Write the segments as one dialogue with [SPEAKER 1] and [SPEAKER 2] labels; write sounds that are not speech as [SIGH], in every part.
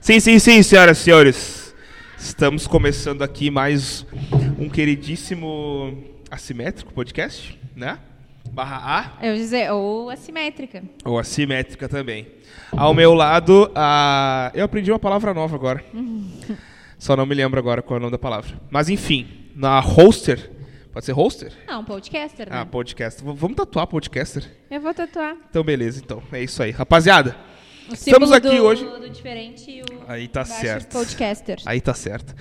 [SPEAKER 1] Sim, sim, sim, senhoras e senhores. Estamos começando aqui mais um queridíssimo assimétrico podcast, né? Barra
[SPEAKER 2] Eu ia dizer, ou assimétrica.
[SPEAKER 1] A ou assimétrica também. Ao meu lado, a... eu aprendi uma palavra nova agora. Só não me lembro agora qual é o nome da palavra. Mas enfim, na hoster, pode ser hoster?
[SPEAKER 2] Não, podcaster, né?
[SPEAKER 1] Ah, podcaster. V- Vamos tatuar podcaster?
[SPEAKER 2] Eu vou tatuar.
[SPEAKER 1] Então beleza, então. É isso aí. Rapaziada,
[SPEAKER 2] O
[SPEAKER 1] Estamos
[SPEAKER 2] símbolo
[SPEAKER 1] aqui
[SPEAKER 2] do,
[SPEAKER 1] hoje-
[SPEAKER 2] do diferente e o
[SPEAKER 1] Aí tá
[SPEAKER 2] baixo
[SPEAKER 1] certo.
[SPEAKER 2] podcaster.
[SPEAKER 1] Aí tá certo.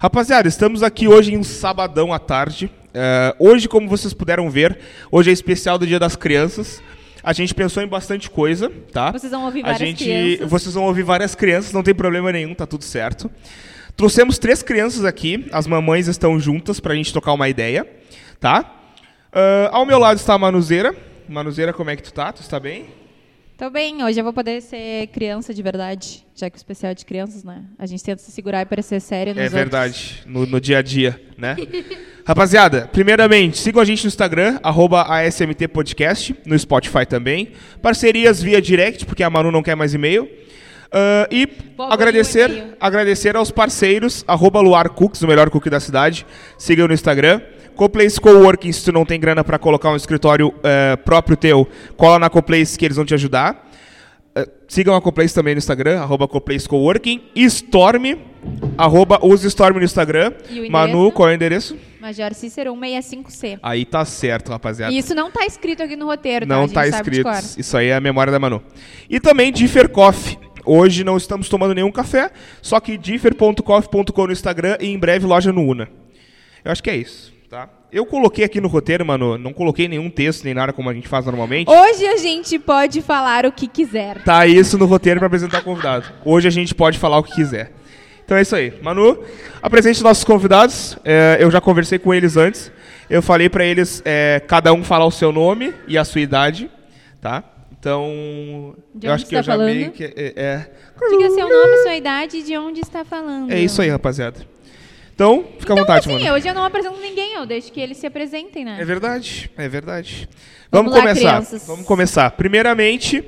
[SPEAKER 1] Rapaziada, estamos aqui hoje em um sabadão à tarde. É, hoje, como vocês puderam ver, hoje é especial do Dia das Crianças. A gente pensou em bastante coisa, tá?
[SPEAKER 2] Vocês vão ouvir
[SPEAKER 1] a
[SPEAKER 2] várias
[SPEAKER 1] gente,
[SPEAKER 2] crianças.
[SPEAKER 1] Vocês vão ouvir várias crianças, não tem problema nenhum, tá tudo certo. Trouxemos três crianças aqui, as mamães estão juntas pra gente tocar uma ideia, tá? Ah, ao meu lado está a Manuzeira. Manuzeira, como é que tu tá? Tu está bem?
[SPEAKER 2] Tô bem, hoje eu vou poder ser criança de verdade, já que o especial é de crianças, né? A gente tenta se segurar e parecer sério nos
[SPEAKER 1] É
[SPEAKER 2] outros.
[SPEAKER 1] verdade, no, no dia a dia,
[SPEAKER 2] [LAUGHS]
[SPEAKER 1] né? Rapaziada, primeiramente, sigam a gente no Instagram, arroba ASMT Podcast, no Spotify também. Parcerias via direct, porque a Manu não quer mais e-mail. Ah, e
[SPEAKER 2] Boa,
[SPEAKER 1] agradecer,
[SPEAKER 2] boa, e-mail.
[SPEAKER 1] agradecer aos parceiros, arroba Luar Cooks, o melhor cookie da cidade. Sigam no Instagram. Coplace Coworking, se tu não tem grana pra colocar um escritório eh, próprio teu, cola na Coplace que eles vão te ajudar. Eh, sigam a Coplace também no Instagram, arroba Coplace Coworking. Storm, arroba usa Storm no Instagram.
[SPEAKER 2] E o
[SPEAKER 1] Manu,
[SPEAKER 2] endereço?
[SPEAKER 1] qual é o endereço?
[SPEAKER 2] Major Cícero 165C.
[SPEAKER 1] Aí tá certo, rapaziada.
[SPEAKER 2] E isso não tá escrito aqui no roteiro, tá? A
[SPEAKER 1] Não
[SPEAKER 2] gente
[SPEAKER 1] tá
[SPEAKER 2] sabe de
[SPEAKER 1] escrito.
[SPEAKER 2] cor.
[SPEAKER 1] Isso aí é a memória da Manu. E também Differ Coffee. Hoje não estamos tomando nenhum café, só que differ.coffee.com no Instagram e em breve loja no Una. Eu acho que é isso, tá? Eu coloquei aqui no roteiro, Manu, não coloquei nenhum texto nem nada como a gente faz normalmente.
[SPEAKER 2] Hoje a gente pode falar o que quiser.
[SPEAKER 1] Tá isso no roteiro pra apresentar convidado. Hoje a gente pode falar o que quiser. Então é isso aí. Manu, apresente nossos convidados. É, eu já conversei com eles antes. Eu falei pra eles é, cada um falar o seu nome e a sua idade, tá? Então,
[SPEAKER 2] De
[SPEAKER 1] eu
[SPEAKER 2] onde
[SPEAKER 1] acho que
[SPEAKER 2] você
[SPEAKER 1] eu
[SPEAKER 2] tá
[SPEAKER 1] já meio
[SPEAKER 2] falando?
[SPEAKER 1] que é, é,
[SPEAKER 2] Diga seu nome, sua idade e de onde está falando.
[SPEAKER 1] é isso aí, rapaziada. Então, fica à vontade,
[SPEAKER 2] Sim,
[SPEAKER 1] mano.
[SPEAKER 2] hoje eu não apresento ninguém, eu deixo que eles se apresentem, né?
[SPEAKER 1] É verdade, é verdade. Vamos,
[SPEAKER 2] Vamos lá,
[SPEAKER 1] começar.
[SPEAKER 2] crianças.
[SPEAKER 1] Vamos começar. Primeiramente,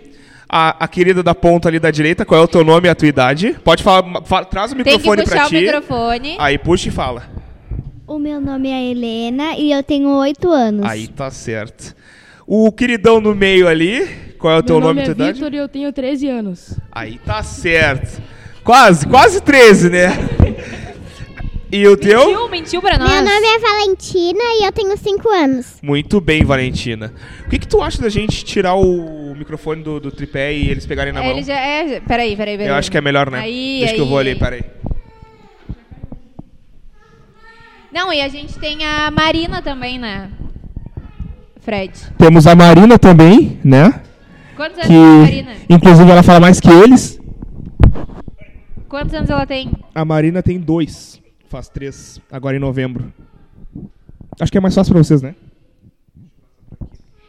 [SPEAKER 1] a, a querida da ponta ali da direita, qual é o teu nome e a tua idade? Pode falar, ma- fa- traz o
[SPEAKER 2] Tem que
[SPEAKER 1] microfone pra
[SPEAKER 2] puxar o
[SPEAKER 1] ti. Ah,
[SPEAKER 2] microfone.
[SPEAKER 1] Aí puxa e fala.
[SPEAKER 3] O meu nome é Helena e eu tenho oito anos.
[SPEAKER 1] Aí tá certo. O queridão no meio ali, qual é o teu
[SPEAKER 4] Meu nome
[SPEAKER 1] e
[SPEAKER 4] é
[SPEAKER 1] tua idade?
[SPEAKER 4] Vitor e eu tenho 13 anos.
[SPEAKER 1] Aí tá certo. Quase, quase 13, né? E o teu?
[SPEAKER 2] Mentiu, mentiu pra nós.
[SPEAKER 3] Meu nome é Valentina e eu tenho cinco anos.
[SPEAKER 1] Muito bem, Valentina. O que, que tu acha da gente tirar o microfone do, do tripé e eles pegarem na
[SPEAKER 2] É,
[SPEAKER 1] mão?
[SPEAKER 2] ele já é. Peraí, peraí, peraí.
[SPEAKER 1] Tá Eu acho que é melhor, né?
[SPEAKER 2] Aí,
[SPEAKER 1] Deixa que eu
[SPEAKER 2] aí.
[SPEAKER 1] vou ali, peraí.
[SPEAKER 2] Não, e a gente tem a Marina também, né? Fred.
[SPEAKER 1] Temos a Marina também, né?
[SPEAKER 2] Quantos anos tem a Marina?
[SPEAKER 1] inclusive ela fala mais que eles.
[SPEAKER 2] Quantos anos ela tem?
[SPEAKER 1] A Marina tem dois, faz três, agora em novembro. Acho que é mais fácil pra vocês, né?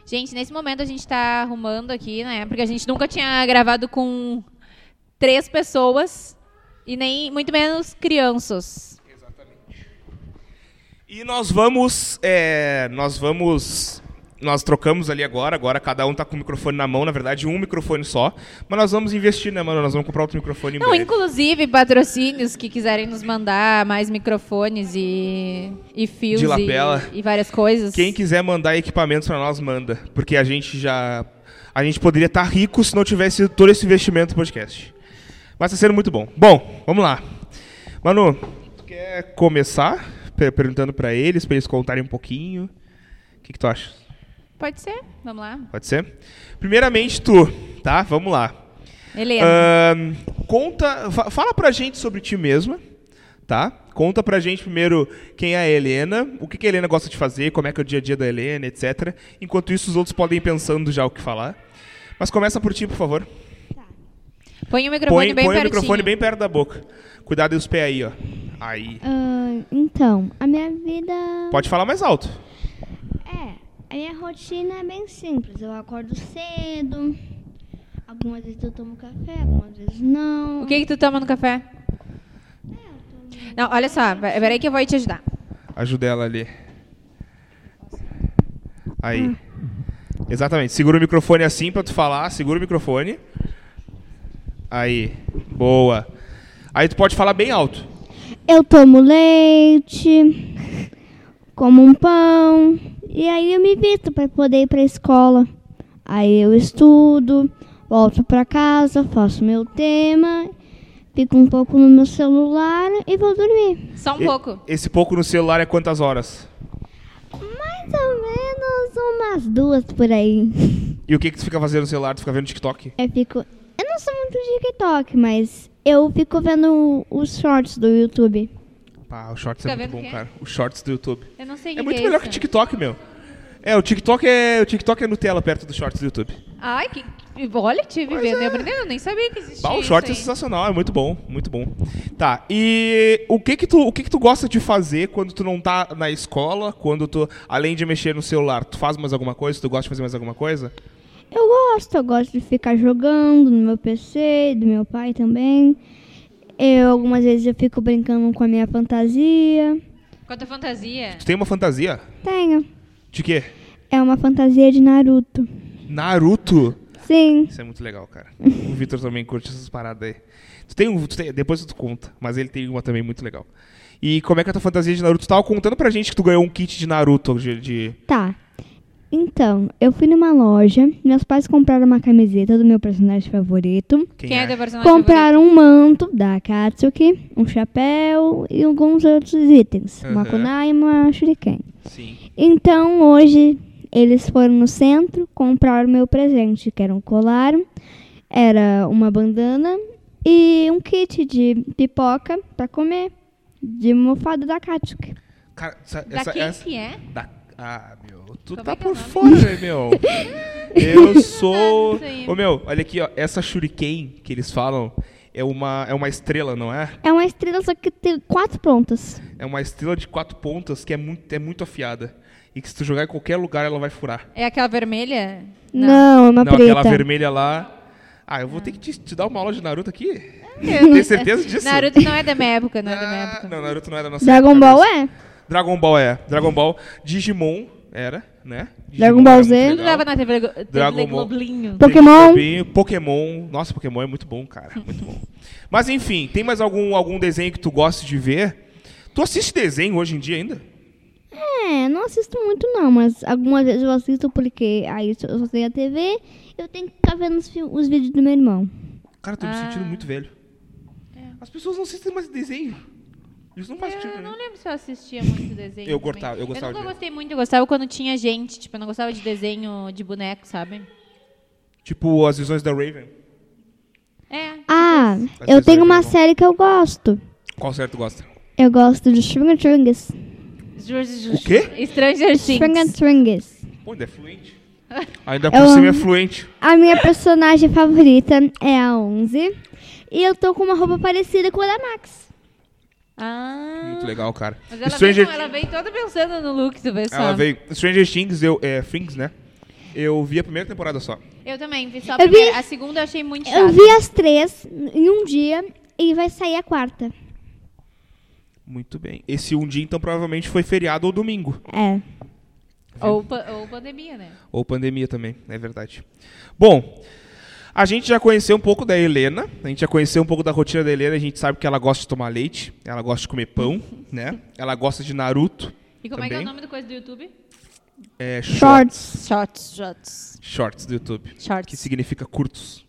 [SPEAKER 2] Gente, nesse momento a gente tá arrumando aqui, né? Porque a gente nunca tinha gravado com três pessoas e nem muito menos crianças.
[SPEAKER 1] E nós vamos, é, nós vamos, nós trocamos ali agora, agora cada um tá com o microfone na mão, na verdade um microfone só, mas nós vamos investir, né, mano? Nós vamos comprar outro microfone em
[SPEAKER 2] Não,
[SPEAKER 1] breve.
[SPEAKER 2] inclusive patrocínios que quiserem nos mandar mais microfones e, e fios
[SPEAKER 1] De
[SPEAKER 2] e-
[SPEAKER 1] lapela.
[SPEAKER 2] E, várias coisas.
[SPEAKER 1] Quem quiser mandar equipamentos pra nós, manda, porque a gente já, a gente poderia estar rico se não tivesse todo esse investimento no podcast. Mas tá sendo muito bom. Bom, vamos lá. Manu, tu quer começar per- perguntando pra eles, pra eles contarem um pouquinho? O que que tu acha?
[SPEAKER 2] Pode ser? Vamos lá.
[SPEAKER 1] Pode ser? Primeiramente tu, tá? Vamos lá.
[SPEAKER 2] Helena.
[SPEAKER 1] Ahn, conta, fa- fala pra gente sobre ti mesma, tá? Conta pra gente primeiro quem é a Helena, o que, que a Helena gosta de fazer, como é que é o dia a dia da Helena, etc. Enquanto isso, os outros podem ir pensando já o que falar. Mas começa por ti, por favor.
[SPEAKER 2] põe o microfone
[SPEAKER 1] Ah, Põe,
[SPEAKER 2] bem
[SPEAKER 1] põe o
[SPEAKER 2] pertinho.
[SPEAKER 1] microfone bem perto da boca. Cuidado dos pés aí, ó. Aí.
[SPEAKER 3] Ah, então, a minha vida.
[SPEAKER 1] Pode falar mais alto.
[SPEAKER 3] É, a minha rotina é bem simples. Eu acordo cedo. Algumas vezes eu tomo café, algumas vezes não.
[SPEAKER 2] O que que tu toma no café? Não, olha só, pe- peraí que eu vou te ajudar.
[SPEAKER 1] Ajuda ela ali. Aí. Exatamente. Segura o microfone assim pra tu falar. Segura o microfone. Aí. Boa. Aí tu pode falar bem alto.
[SPEAKER 5] Eu tomo leite, como um pão, e aí eu me visto para poder ir para a escola. Aí eu estudo, volto para casa, faço meu tema, fico um pouco no meu celular e vou dormir.
[SPEAKER 2] Só um
[SPEAKER 1] E-
[SPEAKER 2] pouco.
[SPEAKER 1] Esse pouco no celular é quantas horas?
[SPEAKER 5] Mais ou menos umas duas por aí.
[SPEAKER 1] E o que, que tu fica fazendo no celular? Tu fica vendo TikTok?
[SPEAKER 5] Eu fico. Eu não sou muito de TikTok, mas eu fico vendo os shorts do YouTube.
[SPEAKER 1] Pá, o Shorts
[SPEAKER 2] Fica
[SPEAKER 1] é muito
[SPEAKER 2] vendo o
[SPEAKER 1] bom,
[SPEAKER 2] quê?
[SPEAKER 1] cara. O Shorts do YouTube.
[SPEAKER 2] Eu não sei o
[SPEAKER 1] É
[SPEAKER 2] que
[SPEAKER 1] muito
[SPEAKER 2] que
[SPEAKER 1] melhor que o
[SPEAKER 2] isso.
[SPEAKER 1] TikTok, meu. É, o TikTok é, o TikTok é Nutella perto do Shorts do YouTube.
[SPEAKER 2] Ai, que... que- olha, tive
[SPEAKER 1] Pois
[SPEAKER 2] vendo e
[SPEAKER 1] é.
[SPEAKER 2] aprendendo. Eu nem sabia que existia
[SPEAKER 1] Bah, o
[SPEAKER 2] isso
[SPEAKER 1] shorts é
[SPEAKER 2] aí.
[SPEAKER 1] sensacional, é muito bom, muito bom. Tá, e o que que tu, o que que tu gosta de fazer quando tu não tá na escola, quando tu, além de mexer no celular, tu faz mais alguma coisa, tu gosta de fazer mais alguma coisa?
[SPEAKER 5] Eu gosto, eu gosto de ficar jogando no meu PC, do meu pai também. Eu algumas vezes eu fico brincando com a minha fantasia.
[SPEAKER 2] Quanto à fantasia.
[SPEAKER 1] Tu tem uma fantasia?
[SPEAKER 5] Tenho.
[SPEAKER 1] De quê?
[SPEAKER 5] É uma fantasia de Naruto.
[SPEAKER 1] Naruto?
[SPEAKER 5] Sim.
[SPEAKER 1] Isso é muito legal, cara. O Vitor também curte essas paradas aí. Tu tem, um- tu tem- depois tu conta, mas ele tem uma também muito legal. E como é que é a tua fantasia de Naruto? Tu tava contando pra gente que tu ganhou um kit de Naruto de, de-
[SPEAKER 5] Tá. Então, eu fui numa loja, meus pais compraram uma camiseta do meu personagem favorito.
[SPEAKER 1] quem,
[SPEAKER 2] Quem é,
[SPEAKER 1] é?
[SPEAKER 2] teu personagem
[SPEAKER 5] Compraram um manto da Katsuki, um chapéu e alguns outros itens. Uma
[SPEAKER 1] Aham.
[SPEAKER 5] kunai e uma shuriken.
[SPEAKER 1] Sim.
[SPEAKER 5] Então hoje eles foram no centro comprar o meu presente, que era um colar, era uma bandana e um kit de pipoca pra comer, de mofada da Katsuki.
[SPEAKER 1] Cara, essa,
[SPEAKER 2] favorito? Da
[SPEAKER 1] essa-
[SPEAKER 2] quem
[SPEAKER 1] essa-
[SPEAKER 2] que é?
[SPEAKER 1] Da- Ah, meu, tu
[SPEAKER 2] Como
[SPEAKER 1] tá
[SPEAKER 2] é que é o
[SPEAKER 1] por
[SPEAKER 2] nome?
[SPEAKER 1] fora, né,
[SPEAKER 5] [LAUGHS]
[SPEAKER 1] meu. Eu sou.
[SPEAKER 2] Isso aí.
[SPEAKER 1] Ô meu, olha aqui, ó. Essa shuriken que eles falam é uma, é uma estrela, não é?
[SPEAKER 5] É uma estrela, só que tem quatro pontas.
[SPEAKER 1] É uma estrela de quatro pontas que é muito, é muito afiada. E que se tu jogar em qualquer lugar, ela vai furar.
[SPEAKER 2] É aquela vermelha?
[SPEAKER 5] Não, é uma
[SPEAKER 1] não,
[SPEAKER 5] preta.
[SPEAKER 1] aquela vermelha lá. Ah, eu vou ter que te, te dar uma aula de Naruto aqui?
[SPEAKER 5] É.
[SPEAKER 2] Eu-
[SPEAKER 1] Tem certeza disso?
[SPEAKER 2] Naruto não é da minha época, não é da minha
[SPEAKER 1] Ah,
[SPEAKER 2] época.
[SPEAKER 1] não, Naruto não é da nossa
[SPEAKER 5] Dragon
[SPEAKER 1] época
[SPEAKER 5] Ball
[SPEAKER 1] mesmo.
[SPEAKER 5] é?
[SPEAKER 1] Dragon Ball é. Dragon Ball. Digimon era, né?
[SPEAKER 5] Dragon
[SPEAKER 1] Digimon
[SPEAKER 5] Ball
[SPEAKER 1] era
[SPEAKER 5] Z.
[SPEAKER 1] muito
[SPEAKER 2] Tudo
[SPEAKER 1] legal.
[SPEAKER 2] dava na TV, Glo- TV
[SPEAKER 1] Dragon Ball. Tá,
[SPEAKER 2] Globinho.
[SPEAKER 5] Pokémon.
[SPEAKER 1] Globinho, é Pokémon. Nossa, Pokémon é muito bom, cara. Muito
[SPEAKER 5] [LAUGHS]
[SPEAKER 1] bom. Mas enfim, tem mais algum, algum desenho que tu gosta de ver? Tu assiste desenho hoje em dia ainda?
[SPEAKER 5] É, não assisto muito não, mas algumas vezes eu assisto porque aí eu só- eu só tenho a TV eu tenho que ficar vendo os, fi- os vídeos do meu irmão.
[SPEAKER 1] Cara, eu tô me
[SPEAKER 2] Ah. É.
[SPEAKER 1] sentindo muito velho. As pessoas não assistem mais desenho. Eles não fazem tipo,
[SPEAKER 2] Eu
[SPEAKER 1] né?
[SPEAKER 2] não lembro se eu assistia muito desenho.
[SPEAKER 1] Eu
[SPEAKER 2] também.
[SPEAKER 1] gostava- eu gostava
[SPEAKER 2] Eu
[SPEAKER 1] de ver.
[SPEAKER 2] nunca gostei muito, eu gostava quando tinha gente. Tipo, eu não gostava de desenho de boneco, sabe?
[SPEAKER 1] Tipo, as visões da Raven.
[SPEAKER 2] É.
[SPEAKER 5] Ah,
[SPEAKER 1] Às
[SPEAKER 5] eu
[SPEAKER 1] vezes
[SPEAKER 5] tenho
[SPEAKER 1] é
[SPEAKER 5] uma
[SPEAKER 1] legal.
[SPEAKER 5] série que eu gosto.
[SPEAKER 1] Qual certo tu gosta?
[SPEAKER 5] Eu gosto de Shringa Tringas.
[SPEAKER 1] O quê?
[SPEAKER 2] Stranger
[SPEAKER 5] Shringa
[SPEAKER 2] Things.
[SPEAKER 5] Tringas.
[SPEAKER 1] Pô, ainda é
[SPEAKER 2] [LAUGHS]
[SPEAKER 1] fluente. Ainda por
[SPEAKER 5] Eu
[SPEAKER 1] cima é
[SPEAKER 5] amo.
[SPEAKER 1] fluente.
[SPEAKER 5] A minha personagem favorita é a 11. E eu tô com uma roupa parecida com a da Max.
[SPEAKER 2] Ah.
[SPEAKER 1] Muito legal, cara.
[SPEAKER 2] Mas ela,
[SPEAKER 1] Stranger,
[SPEAKER 2] veio, ela veio toda pensando no look, tu vê só.
[SPEAKER 1] ela veio- Stranger Things, eu, é, Things, né? Eu vi a primeira temporada só.
[SPEAKER 2] Eu também, vi só a
[SPEAKER 5] Eu vi-
[SPEAKER 2] primeira. A segunda eu achei muito
[SPEAKER 1] Tá.
[SPEAKER 2] chata.
[SPEAKER 5] Eu vi as três em um dia e vai sair a quarta.
[SPEAKER 1] Muito bem. Esse um dia, então, provavelmente foi feriado ou domingo.
[SPEAKER 5] É.
[SPEAKER 2] Ou, pa- ou pandemia, né?
[SPEAKER 1] Ou pandemia também, é verdade. Bom, a gente já conheceu um pouco da Helena, a gente já conheceu um pouco da rotina da Helena, a gente sabe que ela gosta de tomar leite, ela gosta de comer pão, né? Ela gosta de Naruto.
[SPEAKER 2] E como é que é o
[SPEAKER 1] também.
[SPEAKER 2] nome do coisa do YouTube?
[SPEAKER 1] É, shorts.
[SPEAKER 2] Shots,
[SPEAKER 5] Shorts.
[SPEAKER 2] shots.
[SPEAKER 1] Shorts do YouTube.
[SPEAKER 2] Shorts.
[SPEAKER 1] Que significa curtos.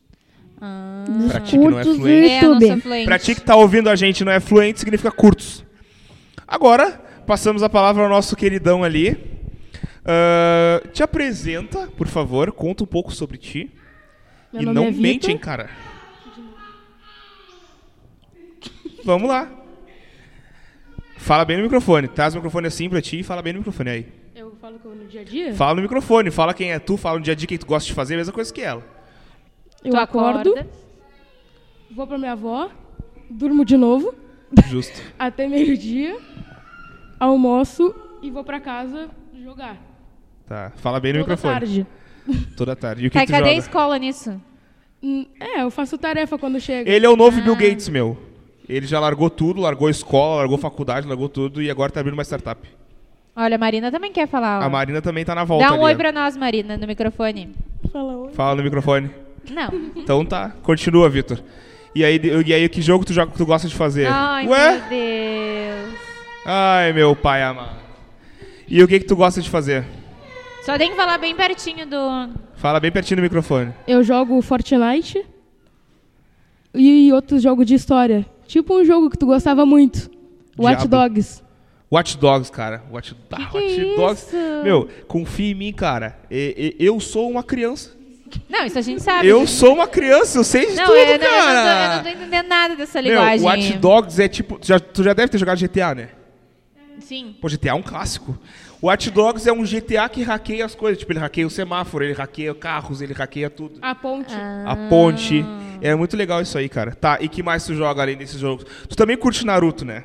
[SPEAKER 2] Ah.
[SPEAKER 1] Pra ti que não é
[SPEAKER 5] Curtos do
[SPEAKER 1] fluente.
[SPEAKER 2] É, eu não sou
[SPEAKER 5] YouTube.
[SPEAKER 2] fluente.
[SPEAKER 1] Pra ti que tá ouvindo a gente e não é fluente, significa curtos. Agora, passamos a palavra ao nosso queridão ali. Ah, te apresenta, por favor, conta um pouco sobre ti.
[SPEAKER 4] Meu
[SPEAKER 1] e
[SPEAKER 4] nome
[SPEAKER 1] não
[SPEAKER 4] é
[SPEAKER 1] mente,
[SPEAKER 4] Vitor.
[SPEAKER 1] hein, cara. Vamos lá. Fala bem no microfone. Traz o microfone assim pra ti e fala bem no microfone aí.
[SPEAKER 4] Eu falo como no dia a dia.
[SPEAKER 1] Fala no microfone, fala quem é tu, fala no dia a dia quem tu gosta de fazer, a mesma coisa que
[SPEAKER 4] [LAUGHS]
[SPEAKER 1] ela.
[SPEAKER 4] Eu acordo, vou pra minha avó, durmo de novo
[SPEAKER 1] Justo.
[SPEAKER 4] até meio-dia, almoço e vou pra casa jogar.
[SPEAKER 1] Tá, fala bem no
[SPEAKER 4] Toda
[SPEAKER 1] microfone.
[SPEAKER 4] tarde.
[SPEAKER 1] Toda tarde. E o que
[SPEAKER 2] Cara,
[SPEAKER 1] tu
[SPEAKER 2] Tá, cadê a
[SPEAKER 1] joga?
[SPEAKER 2] escola nisso?
[SPEAKER 4] Hum, É, eu faço tarefa quando chega.
[SPEAKER 1] Ele é o novo
[SPEAKER 2] Ah.
[SPEAKER 1] Bill Gates, meu. Ele já largou tudo, largou escola, largou faculdade, largou tudo e agora tá abrindo uma startup.
[SPEAKER 2] Olha, a Marina também quer falar. ó.
[SPEAKER 1] A Marina também tá na volta.
[SPEAKER 2] Ah. Dá um
[SPEAKER 1] ali,
[SPEAKER 2] oi
[SPEAKER 1] ó.
[SPEAKER 2] pra nós, Marina, no microfone.
[SPEAKER 4] Fala oi.
[SPEAKER 1] Fala no microfone.
[SPEAKER 2] Não.
[SPEAKER 1] Então tá, continua, Vitor. E aí, e aí que jogo tu, joga, que tu gosta de fazer?
[SPEAKER 2] Ai,
[SPEAKER 1] É. Ué?
[SPEAKER 2] meu Deus.
[SPEAKER 1] Ai, meu pai amado. E o que que tu gosta de fazer?
[SPEAKER 2] Só tem que falar bem pertinho do...
[SPEAKER 1] Fala bem pertinho do microfone.
[SPEAKER 4] Eu jogo Fortnite e outros jogos de história. Tipo um jogo que tu gostava muito. Watch
[SPEAKER 1] Diablo.
[SPEAKER 4] Dogs.
[SPEAKER 1] Watch Dogs, cara. Watch, ah,
[SPEAKER 2] que
[SPEAKER 1] Watch
[SPEAKER 2] é
[SPEAKER 1] Dogs.
[SPEAKER 2] isso?
[SPEAKER 1] Meu, confia em mim, cara. E- e- Eu sou uma criança.
[SPEAKER 2] Não, isso a gente sabe.
[SPEAKER 1] Eu sou uma criança, eu sei de
[SPEAKER 2] Não,
[SPEAKER 1] tudo,
[SPEAKER 2] é, não, eu não tô-
[SPEAKER 1] cara.
[SPEAKER 2] eu não tô entendendo nada dessa
[SPEAKER 1] Meu,
[SPEAKER 2] linguagem.
[SPEAKER 1] Watch Dogs é tipo. tu já- tu já deve ter jogado GTA, né?
[SPEAKER 2] Sim.
[SPEAKER 1] Pô, GTA é um clássico. O Watch Dogs é um GTA que hackeia as coisas. Tipo, ele hackeia o semáforo, ele hackeia carros, ele hackeia tudo.
[SPEAKER 4] A ponte.
[SPEAKER 1] A ponte. É muito legal isso aí, cara. Tá, e que mais tu joga além desses jogos? Tu também curte Naruto, né?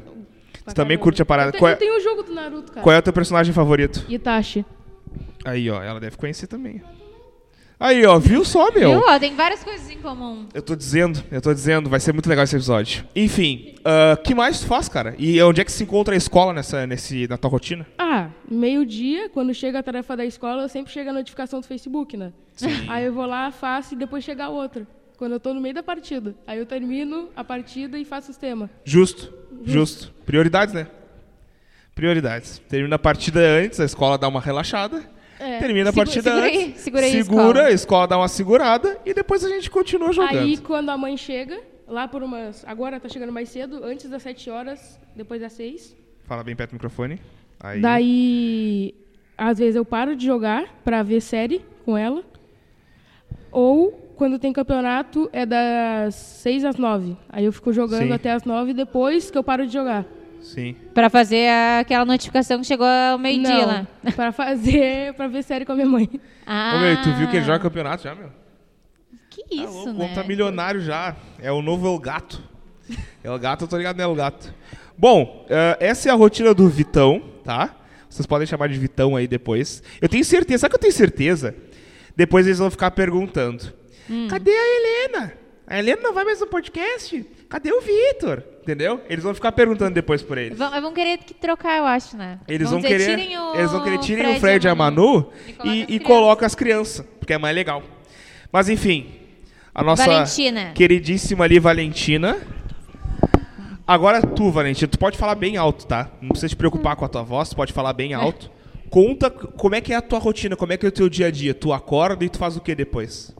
[SPEAKER 1] Tu também curte a parada.
[SPEAKER 4] é Eu, te,
[SPEAKER 1] Qual
[SPEAKER 4] eu
[SPEAKER 1] é,
[SPEAKER 4] tenho um jogo do Naruto, cara.
[SPEAKER 1] qual é o teu personagem favorito?
[SPEAKER 4] Itachi.
[SPEAKER 1] Aí, ó, ela deve conhecer também. Aí, ó, viu só, meu?
[SPEAKER 2] Viu? Ó, tem várias coisas em comum.
[SPEAKER 1] Eu tô dizendo, eu tô dizendo, vai ser muito legal esse episódio. Enfim, ah, que mais tu faz, cara? E onde é que se encontra a escola nessa, nesse, na tua rotina?
[SPEAKER 4] Ah, meio-dia, quando chega a tarefa da escola, eu sempre chega a notificação do Facebook, né? Aí eu vou lá, faço e depois chega a outra. Quando eu tô no meio da partida. Aí eu termino a partida e faço os temas.
[SPEAKER 1] Justo, justo. Prioridades, né? Prioridades. Termina a partida antes, a escola dá uma relaxada.
[SPEAKER 4] É.
[SPEAKER 1] Termina a
[SPEAKER 2] Segura-
[SPEAKER 1] partida
[SPEAKER 2] segura aí,
[SPEAKER 1] antes.
[SPEAKER 2] segura aí a
[SPEAKER 1] segura,
[SPEAKER 2] escola.
[SPEAKER 1] a escola dá uma segurada e depois a gente continua jogando.
[SPEAKER 4] Aí quando a mãe chega, lá por umas. Agora tá chegando mais cedo, antes das 7 horas, depois das 6.
[SPEAKER 1] Fala bem perto do microfone. Aí.
[SPEAKER 4] Daí, às vezes eu paro de jogar pra ver série com ela. Ou quando tem campeonato é das 6 às 9. Aí eu fico jogando
[SPEAKER 1] Sim.
[SPEAKER 4] até as 9 depois que eu paro de jogar.
[SPEAKER 1] Sim.
[SPEAKER 2] Pra fazer a- aquela notificação que chegou ao meio-dia
[SPEAKER 4] Não,
[SPEAKER 2] lá.
[SPEAKER 4] [LAUGHS] Pra fazer, pra ver série com a minha mãe.
[SPEAKER 2] Ah,
[SPEAKER 1] Ô, meu, e tu viu que ele joga campeonato já, meu?
[SPEAKER 2] Que
[SPEAKER 1] Tá
[SPEAKER 2] isso,
[SPEAKER 1] louco, O
[SPEAKER 2] né?
[SPEAKER 1] homem tá milionário já. É o novo El Gato. El Gato, eu tô ligado, né? El Gato. Bom, eh, essa é a rotina do Vitão, tá? Vocês podem chamar de Vitão aí depois. Eu tenho certeza, sabe que eu tenho certeza? Depois eles vão ficar perguntando. Cadê a Helena? A Helena não vai mais no podcast? Cadê o Vitor? Entendeu? Eles vão ficar perguntando depois por eles.
[SPEAKER 2] Vão, vão querer que trocar, eu acho, né?
[SPEAKER 1] Eles vão,
[SPEAKER 2] dizer,
[SPEAKER 1] querer,
[SPEAKER 2] "Tirem o
[SPEAKER 1] eles vão querer tirem o Fred
[SPEAKER 2] Fred
[SPEAKER 1] e a Manu
[SPEAKER 2] e
[SPEAKER 1] e, e
[SPEAKER 2] coloca
[SPEAKER 1] coloca as crianças, porque é mais legal. Mas enfim, a nossa
[SPEAKER 2] Valentina.
[SPEAKER 1] queridíssima ali Valentina. Agora tu, Valentina, tu pode falar bem alto, tá? Não precisa te preocupar com a tua voz, tu pode falar bem alto. Conta c- como é que é a tua rotina, como é que é o teu dia a dia. Tu acorda e tu faz o que depois?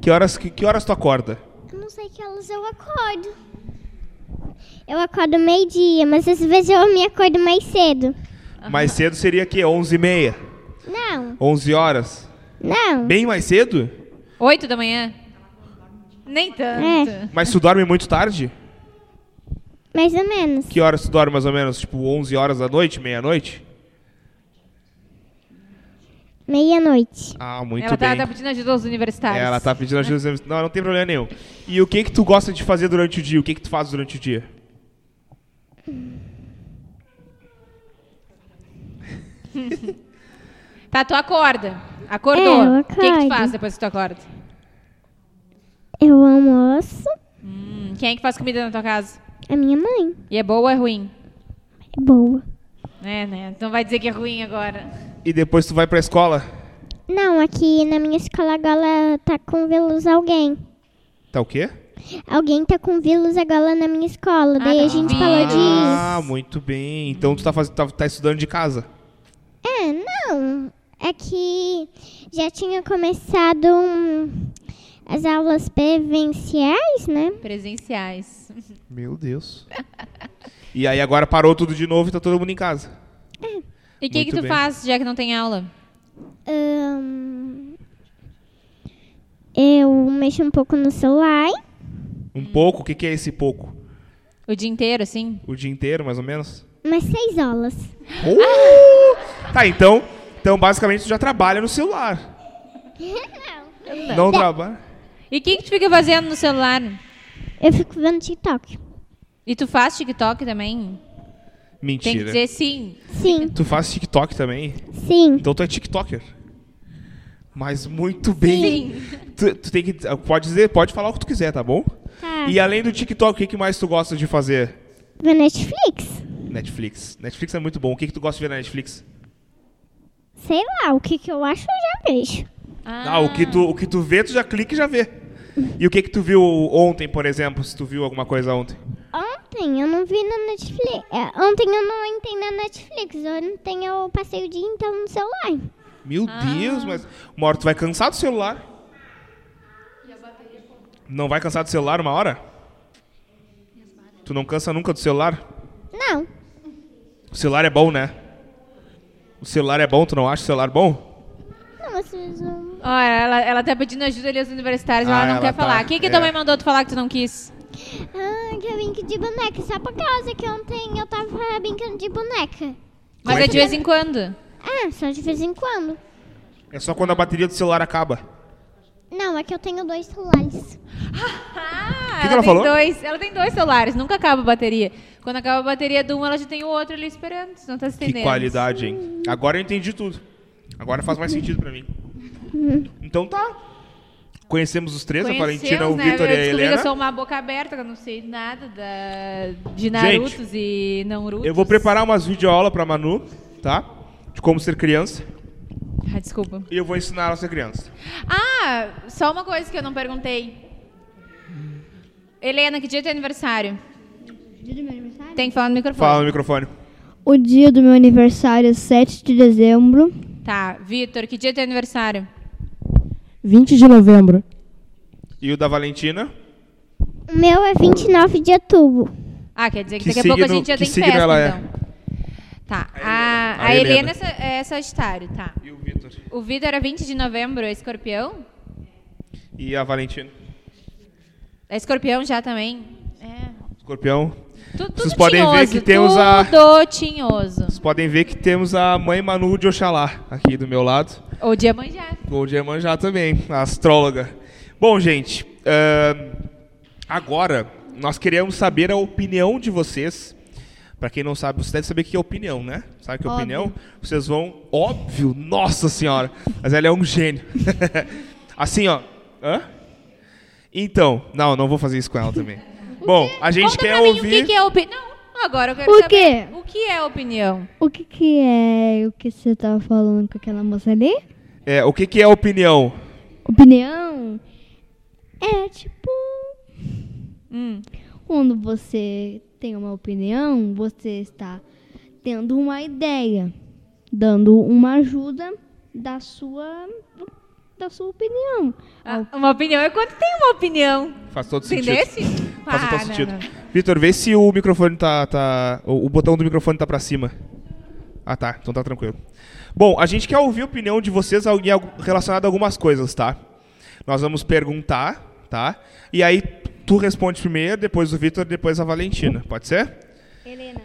[SPEAKER 1] Que horas, que, que horas tu acorda?
[SPEAKER 5] Eu não sei que elas eu acordo. Eu acordo meio-dia, mas às vezes eu me acordo mais cedo.
[SPEAKER 1] Mais cedo seria que 11h30,
[SPEAKER 5] Não,
[SPEAKER 1] 11 horas.
[SPEAKER 5] não.
[SPEAKER 1] Bem mais cedo?
[SPEAKER 2] Oito da manhã? Nem tanto.
[SPEAKER 5] É.
[SPEAKER 1] Mas tu dorme muito tarde?
[SPEAKER 5] Mais ou menos.
[SPEAKER 1] Que horas tu dorme mais ou menos? Tipo 11 horas da noite, meia-noite?
[SPEAKER 5] Meia-noite.
[SPEAKER 1] Ah, muito
[SPEAKER 2] Ela tá,
[SPEAKER 1] bem.
[SPEAKER 2] tá pedindo ajuda aos universitários.
[SPEAKER 1] Ela tá pedindo ajuda. aos exames. Não, não tem problema nenhum. E o que que tu gosta de fazer durante o dia? O que que tu faz durante o dia?
[SPEAKER 2] Tá, tu acorda.
[SPEAKER 5] É,
[SPEAKER 2] Acordou.
[SPEAKER 5] eu
[SPEAKER 2] O que, que tu
[SPEAKER 5] acordo.
[SPEAKER 2] faz depois que tu acorda?
[SPEAKER 5] Eu almoço.
[SPEAKER 2] Hum, quem é que faz comida na tua casa?
[SPEAKER 5] A minha mãe
[SPEAKER 2] E é boa ou é ruim?
[SPEAKER 5] é boa.
[SPEAKER 2] É, né? Então vai dizer que é ruim agora.
[SPEAKER 1] E depois tu vai pra escola?
[SPEAKER 5] Não, aqui na minha escola agora tá com vírus alguém.
[SPEAKER 1] Tá o quê?
[SPEAKER 5] Alguém tá com vírus agora na minha escola. Daí
[SPEAKER 2] tá
[SPEAKER 5] a
[SPEAKER 2] com
[SPEAKER 5] gente
[SPEAKER 2] vírus.
[SPEAKER 5] falou disso.
[SPEAKER 1] Ah, muito bem. Então tu tá, faz... tá, tá estudando de casa.
[SPEAKER 5] É, não. É que já tinha começado hum, as aulas prevenciais, né?
[SPEAKER 2] Presenciais.
[SPEAKER 1] Meu Deus. E aí agora parou tudo de novo e tá todo mundo em casa.
[SPEAKER 2] E o que, que
[SPEAKER 1] Muito
[SPEAKER 2] tu
[SPEAKER 1] bem.
[SPEAKER 2] faz já que não tem aula?
[SPEAKER 5] Ahn, eu mexo um pouco no celular.
[SPEAKER 1] Um pouco? O que que é esse pouco?
[SPEAKER 2] O dia inteiro, assim?
[SPEAKER 1] O dia inteiro, mais ou
[SPEAKER 2] [LAUGHS]
[SPEAKER 1] menos?
[SPEAKER 5] Umas seis aulas.
[SPEAKER 1] Uh! Tá, então, então basicamente tu já trabalha no celular. Não trabalha?
[SPEAKER 2] E o que, que tu fica fazendo no celular?
[SPEAKER 5] Eu fico vendo TikTok.
[SPEAKER 2] E tu faz TikTok também? Tem que
[SPEAKER 1] Mentira.
[SPEAKER 2] dizer sim.
[SPEAKER 5] Sim,
[SPEAKER 1] Tu faz TikTok também?
[SPEAKER 5] sim.
[SPEAKER 1] Então tu é TikToker. Mas muito bem. Tu, tu tem que pode dizer, pode falar o que tu quiser, [LAUGHS] tá bom?
[SPEAKER 5] Tá.
[SPEAKER 2] Ah.
[SPEAKER 1] E além do TikTok, o que que mais tu gosta de fazer?
[SPEAKER 5] Vê Netflix.
[SPEAKER 1] Netflix. Netflix é muito bom. O que que tu gosta de ver na Netflix?
[SPEAKER 5] Sei lá, o que, que eu acho eu já vejo.
[SPEAKER 2] Ah,
[SPEAKER 1] Ah, o que, tu, o que tu vê, tu já clica e já vê. E o que que tu viu ontem, por exemplo, se tu viu alguma coisa ontem?
[SPEAKER 5] Ontem eu não vi na Netflix. É, ontem eu não entrei na Netflix. Ontem eu passei o dia inteiro no celular.
[SPEAKER 1] Meu
[SPEAKER 2] Ah.
[SPEAKER 1] Deus, mas uma hora tu vai cansar do celular. Não vai cansar do celular uma hora? Tu não cansa nunca do celular?
[SPEAKER 5] Não.
[SPEAKER 1] O celular é bom, né? O celular é bom, tu não acha o celular bom?
[SPEAKER 5] Não, vocês não.
[SPEAKER 2] Ó, ela, ela tá pedindo ajuda ali aos universitários,
[SPEAKER 1] Ah,
[SPEAKER 2] ela não
[SPEAKER 1] ela
[SPEAKER 2] quer
[SPEAKER 1] tá-
[SPEAKER 2] falar. O que que
[SPEAKER 1] é.
[SPEAKER 2] tua mãe mandou tu falar que tu não quis?
[SPEAKER 5] Ah, que eu brinco de boneca. Só por causa que ontem eu tava brincando de boneca.
[SPEAKER 2] Mas
[SPEAKER 1] Como é
[SPEAKER 2] é
[SPEAKER 1] que-
[SPEAKER 2] de vez em quando.
[SPEAKER 5] Ah, só de vez em quando.
[SPEAKER 1] É só quando a bateria do celular acaba.
[SPEAKER 5] Não, é que eu tenho dois celulares.
[SPEAKER 2] Ah,
[SPEAKER 1] que
[SPEAKER 2] ela
[SPEAKER 1] ela
[SPEAKER 2] tem
[SPEAKER 1] falou?
[SPEAKER 2] dois. Ela tem dois celulares, nunca acaba a bateria. Quando acaba a bateria de um, ela já tem o outro ali esperando. Não tá se entendendo.
[SPEAKER 1] Que qualidade, hein? Agora eu entendi tudo. Agora faz mais sentido pra mim. Então tá. Conhecemos os três, a Valentina,
[SPEAKER 2] Conhecemos,
[SPEAKER 1] o
[SPEAKER 2] né?
[SPEAKER 1] Vitor e a
[SPEAKER 2] eu descobri que
[SPEAKER 1] Helena.
[SPEAKER 2] eu sou uma boca aberta, que eu não sei nada da- de Narutos e Narutos.
[SPEAKER 1] Eu vou preparar umas videoaulas pra Manu, tá? De como ser criança.
[SPEAKER 2] Ah, desculpa.
[SPEAKER 1] E eu vou ensinar ela a ser criança.
[SPEAKER 2] Ah, só uma coisa que eu não perguntei. Helena, que dia é teu aniversário?
[SPEAKER 3] Dia do meu aniversário?
[SPEAKER 2] Tem que falar no microfone.
[SPEAKER 1] Fala no microfone.
[SPEAKER 3] O dia do meu aniversário é 7 de dezembro.
[SPEAKER 2] Tá, Vitor, que dia é teu aniversário?
[SPEAKER 4] 20 de novembro.
[SPEAKER 1] E o da Valentina?
[SPEAKER 5] O meu é 29 de outubro.
[SPEAKER 2] Ah, quer dizer que,
[SPEAKER 1] Que
[SPEAKER 2] daqui a pouco a
[SPEAKER 1] signo-
[SPEAKER 2] gente já
[SPEAKER 1] que
[SPEAKER 2] tem
[SPEAKER 1] signo
[SPEAKER 2] festa,
[SPEAKER 1] ela é?
[SPEAKER 2] então. Tá, a,
[SPEAKER 1] A
[SPEAKER 2] a
[SPEAKER 1] Helena.
[SPEAKER 2] Helena é sa- é Sagitário, tá.
[SPEAKER 1] E o Vitor.
[SPEAKER 2] O Vitor é 20 de novembro, é escorpião?
[SPEAKER 1] E a Valentina.
[SPEAKER 2] É escorpião já também? É.
[SPEAKER 1] Escorpião.
[SPEAKER 2] Tu, tudo
[SPEAKER 1] Vocês podem ver
[SPEAKER 2] tinhoso,
[SPEAKER 1] que temos
[SPEAKER 2] tudo
[SPEAKER 1] a-
[SPEAKER 2] tinhoso.
[SPEAKER 1] Vocês podem ver que temos a mãe Manu de Oxalá aqui do meu lado.
[SPEAKER 2] Ou é. de Iemanjá.
[SPEAKER 1] Ou de Iemanjá também, a astróloga. Bom, gente, ahn, agora nós queremos saber a opinião de vocês. Pra quem não sabe, você deve saber o que é opinião, né? Sabe o que é opinião? Vocês vão, óbvio, nossa senhora, mas ela é um gênio. [LAUGHS] assim, ó. Hã? Então, não, não vou fazer isso com ela
[SPEAKER 2] [LAUGHS]
[SPEAKER 1] também. Bom, a gente
[SPEAKER 2] Conta
[SPEAKER 1] quer
[SPEAKER 2] pra mim
[SPEAKER 1] ouvir.
[SPEAKER 2] o que, que é opinião. Não, agora eu quero
[SPEAKER 3] O
[SPEAKER 2] saber
[SPEAKER 3] quê?
[SPEAKER 2] o que é opinião.
[SPEAKER 3] O que que é o que você tava falando com aquela moça ali?
[SPEAKER 1] É, o que, que é opinião?
[SPEAKER 3] Opinião? É tipo,
[SPEAKER 2] Hum.
[SPEAKER 3] quando você tem uma opinião, você está tendo uma ideia, dando uma ajuda da sua da sua opinião.
[SPEAKER 2] Ah, uma opinião é quando tem uma opinião.
[SPEAKER 1] Faz todo sentido.
[SPEAKER 2] Entendesse?
[SPEAKER 1] Faz
[SPEAKER 2] Ah,
[SPEAKER 1] total
[SPEAKER 2] não,
[SPEAKER 1] sentido.
[SPEAKER 2] não.
[SPEAKER 1] Vitor, vê se o microfone tá, tá. O o botão do microfone tá pra cima. Ah, tá. Então tá tranquilo. Bom, a gente quer ouvir a opinião de vocês al- em algu- relacionada a algumas coisas, tá? Nós vamos perguntar, tá? E aí tu responde primeiro, depois o Vitor, depois a Valentina. Pode ser?
[SPEAKER 3] Helena.